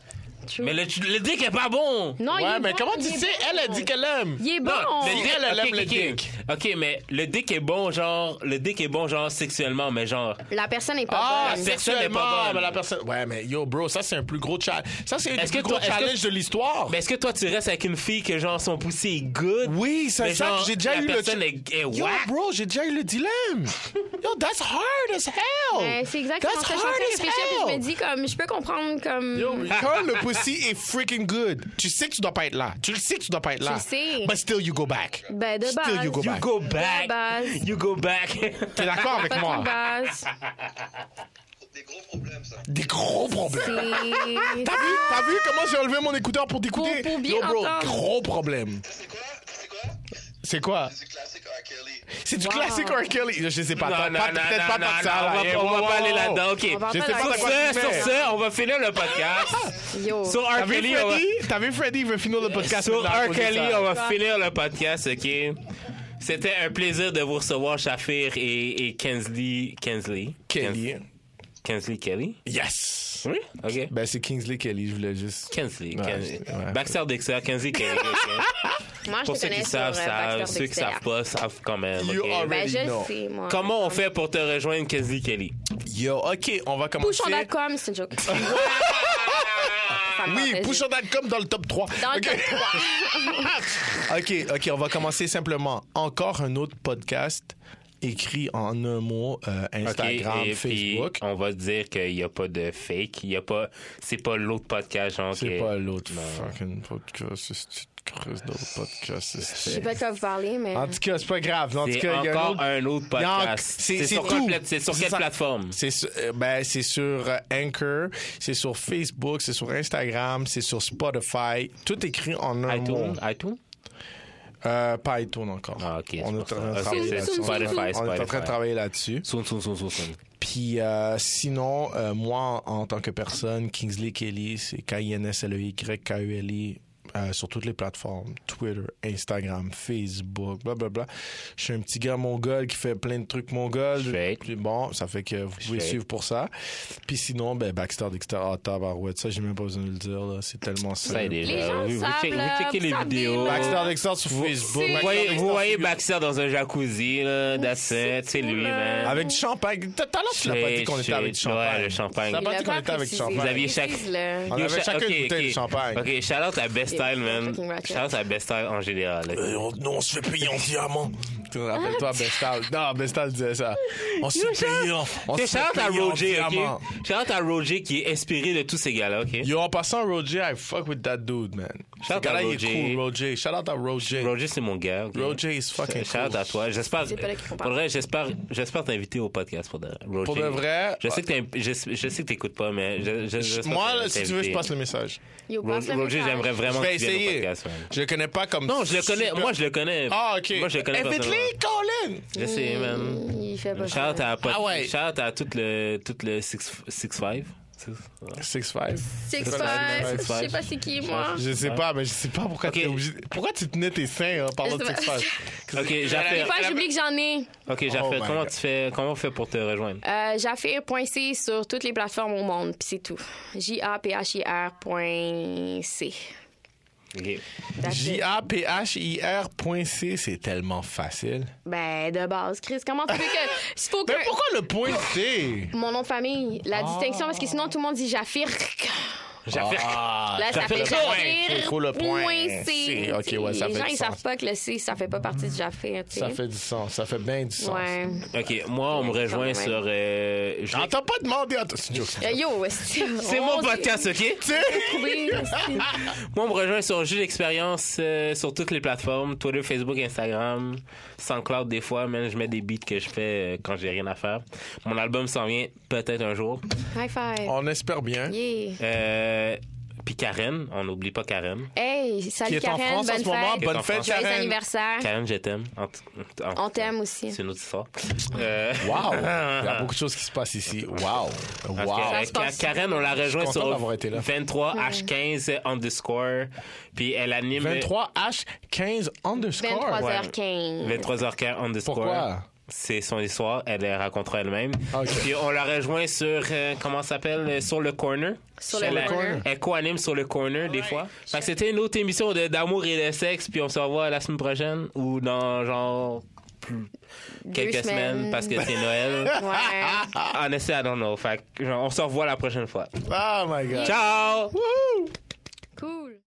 Speaker 1: Mais le, le dick est pas bon!
Speaker 3: Non, il
Speaker 2: ouais,
Speaker 3: est
Speaker 2: mais
Speaker 3: bon,
Speaker 2: comment tu
Speaker 3: il est
Speaker 2: sais?
Speaker 3: bon.
Speaker 2: Elle a dit qu'elle aime.
Speaker 3: Il est bon.
Speaker 1: Non, le
Speaker 2: Si
Speaker 1: dick-
Speaker 2: elle, elle
Speaker 1: ok,
Speaker 2: aime le
Speaker 1: ok,
Speaker 2: dick.
Speaker 1: ok. Ok, mais le dick est bon, genre, le dick est bon, genre, sexuellement, mais genre.
Speaker 3: La personne n'est pas
Speaker 2: Ah,
Speaker 3: bonne.
Speaker 1: c'est- personne n'est pas
Speaker 2: sexuellement,
Speaker 1: bonne.
Speaker 2: mais la personne. Ouais, mais yo, bro, ça c'est un plus gros challenge. Ça c'est un
Speaker 1: Est-ce
Speaker 2: plus
Speaker 1: que
Speaker 2: gros
Speaker 1: toi- est-ce que-
Speaker 2: challenge de l'histoire.
Speaker 1: Mais est-ce que toi, tu restes avec une fille que, genre, son poussé est good?
Speaker 2: Oui, c'est
Speaker 1: mais
Speaker 2: ça.
Speaker 1: genre,
Speaker 2: J'ai déjà
Speaker 1: la
Speaker 2: eu le.
Speaker 1: personne est, est
Speaker 2: Yo,
Speaker 1: whack.
Speaker 2: bro, j'ai déjà eu le dilemme. Yo, that's hard as hell.
Speaker 3: Ouais, Ben, c'est exactement
Speaker 2: that's
Speaker 3: ça. Je suis en
Speaker 2: hard
Speaker 3: train de
Speaker 2: as
Speaker 3: réfléchir, puis je
Speaker 2: hell.
Speaker 3: me dis comme, je peux comprendre comme.
Speaker 2: Yo, quand le pussy est freaking good, tu sais que tu dois pas être là. Tu le sais que tu dois pas être là.
Speaker 3: le sais.
Speaker 2: But still you go back.
Speaker 3: Ben, de
Speaker 2: Still
Speaker 3: base.
Speaker 2: you go
Speaker 1: You
Speaker 2: back.
Speaker 1: go back.
Speaker 3: base.
Speaker 1: You go back.
Speaker 2: T'es d'accord avec
Speaker 3: Pas
Speaker 2: moi?
Speaker 3: de base.
Speaker 4: Des gros problèmes, ça.
Speaker 2: Des gros problèmes.
Speaker 3: C'est-
Speaker 2: T'as vu, t'as vu comment j'ai enlevé mon écouteur pour t'écouter?
Speaker 3: Pour- pour bien
Speaker 2: Yo, bro,
Speaker 3: entendre.
Speaker 2: gros problème.
Speaker 4: C'est quoi C'est quoi
Speaker 2: C'est quoi?
Speaker 4: C'est du classique R. Kelly.
Speaker 2: C'est du
Speaker 3: Wow.
Speaker 2: classique R. Kelly. Je sais pas.
Speaker 1: Non,
Speaker 2: tant-
Speaker 1: non,
Speaker 2: pas-
Speaker 1: non,
Speaker 2: Peut-être
Speaker 1: non,
Speaker 2: pas
Speaker 1: non,
Speaker 2: tant que
Speaker 1: non,
Speaker 2: ça.
Speaker 1: on
Speaker 2: là.
Speaker 1: va-
Speaker 2: Hey,
Speaker 1: on va
Speaker 2: wow,
Speaker 1: pas aller
Speaker 2: wow,
Speaker 1: là-dedans.
Speaker 3: On va
Speaker 1: OK.
Speaker 3: pas
Speaker 2: Je sais pas
Speaker 3: dans-
Speaker 2: de
Speaker 1: Sur
Speaker 2: quoi tu
Speaker 1: ce, sur
Speaker 2: mets.
Speaker 1: ce, on va finir le podcast.
Speaker 3: Yo.
Speaker 1: Sur R.
Speaker 2: Ah! T'as vu
Speaker 1: Kelly, on va-
Speaker 2: Freddy? T'as vu Freddy? Il veut finir le podcast.
Speaker 1: Sur
Speaker 2: maintenant à
Speaker 1: R.
Speaker 2: cause de
Speaker 1: Kelly,
Speaker 2: ça.
Speaker 1: on va finir le podcast, OK? C'était un plaisir de vous recevoir, Shafir et, et Kensley. Kensley.
Speaker 2: Kelly.
Speaker 1: Kensley Kelly?
Speaker 2: Yes.
Speaker 1: Oui. OK.
Speaker 2: Ben, c'est Kingsley Kelly. Je voulais juste.
Speaker 1: Kensley.
Speaker 2: Ouais,
Speaker 1: Kensley.
Speaker 2: c'est- ouais.
Speaker 1: Baxter Dexter, Kensley Kelly. ok.
Speaker 3: Moi, Ah, je
Speaker 1: Pour
Speaker 3: te
Speaker 1: ceux
Speaker 3: connais
Speaker 1: qui
Speaker 3: sur euh,
Speaker 1: savent, savent.
Speaker 3: Baxter
Speaker 1: Ceux qui savent
Speaker 3: Dexter.
Speaker 1: pas, savent quand même.
Speaker 2: You
Speaker 1: ok?
Speaker 2: are
Speaker 3: Ben,
Speaker 2: Really,
Speaker 3: je
Speaker 2: non.
Speaker 3: sais, moi.
Speaker 1: Comment on fait pour te rejoindre, Kensley Kelly?
Speaker 2: Yo, OK, on va commencer.
Speaker 3: Bouchon.com, c'est une joke. Ça me
Speaker 2: Oui,
Speaker 3: fait
Speaker 2: Push
Speaker 3: plaisir.
Speaker 2: on that comme dans le top 3.
Speaker 3: Ah, Dans le
Speaker 2: OK.
Speaker 3: top trois.
Speaker 2: OK, OK, on va commencer simplement. Encore un autre podcast écrit en un mot euh,
Speaker 1: Ok,
Speaker 2: Instagram,
Speaker 1: et puis,
Speaker 2: Facebook.
Speaker 1: on va dire qu'il n'y a pas de fake. Il y a pas. C'est pas l'autre podcast, genre.
Speaker 2: C'est
Speaker 1: que-
Speaker 2: pas l'autre fucking podcast, c'est une petite crise d'autre podcast.
Speaker 3: Je
Speaker 2: c'est-
Speaker 3: sais pas de quoi vous parler, mais.
Speaker 2: En tout cas, c'est pas grave. En tout
Speaker 1: C'est
Speaker 2: cas, il y a un
Speaker 1: encore
Speaker 2: autre-
Speaker 1: un autre
Speaker 2: Il y a un-
Speaker 1: podcast.
Speaker 2: c'est-
Speaker 1: C'est
Speaker 2: c'est
Speaker 1: sur, quelle
Speaker 2: tout.
Speaker 1: plate- c'est sur
Speaker 2: C'est
Speaker 1: quelle
Speaker 2: ça.
Speaker 1: plateforme?
Speaker 2: C'est sur, euh, ben, c'est sur euh, Anchor, c'est sur Facebook, c'est sur Instagram, c'est sur Spotify. Tout écrit en un mot.
Speaker 1: iTunes? iTunes?
Speaker 2: Euh, pas iTunes encore.
Speaker 1: Ah, ok, c'est
Speaker 2: On est en
Speaker 1: pour ça.
Speaker 2: train de
Speaker 1: Ok,
Speaker 2: travailler
Speaker 1: c'est
Speaker 2: là-dessus.
Speaker 1: Spotify,
Speaker 2: On est en train
Speaker 1: Spotify.
Speaker 2: de travailler là-dessus.
Speaker 1: Soun, soun, soun, soun, soun.
Speaker 2: Puis euh, sinon, euh, moi, en tant que personne, Kingsley Kelly, c'est E K-I-N-S-L-E-Y-K-E-L-I. euh, sur toutes les plateformes, Twitter, Instagram, Facebook, blablabla. Je suis un petit gars mongol qui fait plein de trucs mongols.
Speaker 1: Straight.
Speaker 2: Puis Bon, ça fait que vous pouvez
Speaker 1: Straight.
Speaker 2: suivre pour ça. Puis sinon, ben, Baxter, Dexter, ah, tabarouette, ça, j'ai même pas besoin de le dire, là. C'est tellement
Speaker 1: Ça
Speaker 2: simple.
Speaker 1: est déjà.
Speaker 3: Les gens
Speaker 1: vous, vous
Speaker 3: savent,
Speaker 1: check- vous
Speaker 3: là,
Speaker 1: checkez
Speaker 3: vous
Speaker 1: les
Speaker 3: savez,
Speaker 1: vidéos.
Speaker 3: là.
Speaker 2: Baxter, Dexter sur Facebook.
Speaker 1: Vous
Speaker 2: Baxter
Speaker 1: voyez,
Speaker 2: Dexter
Speaker 1: vous
Speaker 2: sur
Speaker 1: voyez
Speaker 2: YouTube.
Speaker 1: Baxter dans un jacuzzi, là, that's it, c'est lui, man.
Speaker 2: Avec du champagne. Tout à l'heure, tu l'as pas dit qu'on était avec du
Speaker 1: Shit,
Speaker 2: champagne.
Speaker 1: ouais, le champagne.
Speaker 2: Tu l'as
Speaker 1: Il
Speaker 2: pas
Speaker 3: l'a
Speaker 2: dit qu'on
Speaker 3: pas
Speaker 2: était avec du
Speaker 3: précisé.
Speaker 2: champagne.
Speaker 1: Vous aviez chaque.
Speaker 3: Précise-le.
Speaker 1: Yo,
Speaker 2: On avait
Speaker 1: cha-
Speaker 2: chacun
Speaker 1: ok,
Speaker 2: une bouteille de
Speaker 1: ok.
Speaker 2: champagne.
Speaker 1: Ok, shout out à Best
Speaker 3: Yeah,
Speaker 1: Style, man.
Speaker 3: fucking ratchet.
Speaker 1: Shout out à Best Style en général. là.
Speaker 2: Euh, on- nous, on se fait payer en diamant. Tu te Rappelle-toi,
Speaker 3: Ah,
Speaker 2: Bestal. Non, Bestal disait ça. On se fait payer en on
Speaker 1: Ok,
Speaker 2: se fait
Speaker 1: Shout out à
Speaker 2: payer en
Speaker 1: Roger,
Speaker 2: diamant.
Speaker 1: ok? Shout out à Roger qui est inspiré de tous ces gars-là, ok?
Speaker 2: Yo, en passant, Roger, I fuck with that dude, man.
Speaker 1: Shout
Speaker 2: Ce
Speaker 1: out à
Speaker 2: gars-là, il
Speaker 1: Roger.
Speaker 2: est cool, Roger. Shout out à Roger.
Speaker 1: Roger, c'est mon gars. ok?
Speaker 2: Roger is fucking
Speaker 1: Shout out
Speaker 2: cool.
Speaker 1: à toi. J'espère.
Speaker 3: C'est pas là qu'il faut
Speaker 1: Pour
Speaker 3: parler.
Speaker 1: vrai, j'espère, j'espère t'inviter au podcast pour de vrai. Roger.
Speaker 2: Pour de vrai,
Speaker 1: Je sais que t'aimes- je, je sais que t'écoutes pas, mais je, je- j'espère
Speaker 2: moi,
Speaker 1: que
Speaker 2: là, si tu veux, je
Speaker 1: t'inviter.
Speaker 2: passe le message.
Speaker 3: Yo,
Speaker 1: Ro-
Speaker 3: passe le
Speaker 1: Roger,
Speaker 3: message.
Speaker 1: j'aimerais vraiment
Speaker 2: je vais
Speaker 1: que tu viennes au
Speaker 2: essayer.
Speaker 1: podcast. man.
Speaker 2: Je le connais pas comme
Speaker 1: Non, je le connais.
Speaker 2: super-
Speaker 1: Moi, je le connais.
Speaker 2: Ah, ok.
Speaker 1: Moi, je le connais.
Speaker 2: Invite-les,
Speaker 1: personnellement.
Speaker 2: Colin!
Speaker 1: Je sais, man.
Speaker 3: Il fait pas
Speaker 1: Shout out à,
Speaker 2: Ah ouais.
Speaker 1: shout out à tout le, tout le 6-5.
Speaker 2: 6-5.
Speaker 3: Six
Speaker 2: Six
Speaker 3: Five.
Speaker 2: Five.
Speaker 3: Je sais pas c'est qui, moi.
Speaker 2: Je sais pas, mais je sais pas pourquoi
Speaker 1: Ok.
Speaker 2: t'es obligé. Pourquoi tu tenais tes seins hein, en parlant de
Speaker 3: Je sais pas.
Speaker 2: sexe
Speaker 1: Ok, j'appelle.
Speaker 3: Des fois, j'oublie que j'en ai.
Speaker 1: Ok, j'ai
Speaker 2: Oh
Speaker 1: fait.
Speaker 2: my
Speaker 1: Comment
Speaker 2: God.
Speaker 1: tu fais, comment on fait pour te rejoindre?
Speaker 3: Euh, Japhir.c sur toutes les plateformes au monde, puis c'est tout. J-A-P-H-I-R.c.
Speaker 1: Ok.
Speaker 3: That's it.
Speaker 2: J-A-P-H-I-R.C, c'est tellement facile.
Speaker 3: Ben, de base, Chris, comment tu veux que. Il faut que.
Speaker 2: Mais pourquoi le point C? Ah.
Speaker 3: Mon nom de famille, la distinction, parce que sinon tout le monde dit Jaffir.
Speaker 1: J'affaire.
Speaker 2: Ah.
Speaker 3: Là, ça, fait
Speaker 2: le point.
Speaker 3: jaffir.
Speaker 2: C'est cool, le point.
Speaker 3: Point C.
Speaker 2: Ok, ouais, ça
Speaker 3: les
Speaker 2: fait
Speaker 3: gens,
Speaker 2: du
Speaker 3: ils savent
Speaker 2: sens.
Speaker 3: pas que le C, ça fait pas partie du jaffir, tu sais.
Speaker 2: Ça fait du sens. Ça fait bien du sens.
Speaker 3: Ouais.
Speaker 1: OK, moi, on me rejoint sur... euh, je-
Speaker 2: J'entends pas demander à toi. C'est une joke.
Speaker 3: Euh, Yo, Oh, c'est
Speaker 1: C'est mon podcast, OK? Moi, on me rejoint sur Jus d'expérience euh, sur toutes les plateformes, Twitter, Facebook, Instagram, SoundCloud des fois, même je mets des beats que je fais euh, quand j'ai rien à faire. Mon album s'en vient peut-être un jour.
Speaker 3: High five.
Speaker 2: On espère bien.
Speaker 3: Yeah.
Speaker 1: Euh, Puis Karen, on n'oublie pas Karen.
Speaker 3: Hey,
Speaker 2: Qui
Speaker 3: salut
Speaker 2: est en
Speaker 3: Karen,
Speaker 2: France en
Speaker 3: bonne
Speaker 2: ce moment.
Speaker 3: fête.
Speaker 1: Qui
Speaker 2: Bonne
Speaker 1: est en
Speaker 2: fête,
Speaker 1: France.
Speaker 3: Joyeux
Speaker 2: Karen.
Speaker 3: anniversaire.
Speaker 1: Karen, je t'aime. En- en- en-
Speaker 3: On t'aime aussi.
Speaker 1: C'est une autre histoire. Euh,
Speaker 2: Wow! Il y a beaucoup de choses qui se passent ici. Wow!
Speaker 1: parce que,
Speaker 2: Wow!
Speaker 1: euh,
Speaker 3: se passe.
Speaker 1: Karen, on la rejoint
Speaker 2: content
Speaker 1: sur
Speaker 2: d'avoir été là.
Speaker 1: 23H15 underscore. Puis elle anime
Speaker 2: 23H15 underscore.
Speaker 3: 23h15.
Speaker 1: 23h15 underscore.
Speaker 2: Pourquoi?
Speaker 1: C'est son histoire, elle la racontera elle-même.
Speaker 2: Ah, ok.
Speaker 1: Puis on la rejoint sur, euh, comment ça s'appelle, euh, Sur le Corner.
Speaker 3: Sur le
Speaker 1: Elle-
Speaker 3: Corner.
Speaker 1: Elle co-anime Sur le Corner, des fois. Fait que c'était une autre émission de- d'amour et de sexe, puis on se revoit la semaine prochaine ou dans genre plus- quelques semaines.
Speaker 3: semaines.
Speaker 1: parce que c'est Noël.
Speaker 3: Ouais.
Speaker 1: En effet, I don't know. Fait que, genre, on se revoit la prochaine fois.
Speaker 2: Oh my god!
Speaker 1: Ciao!
Speaker 3: Cool.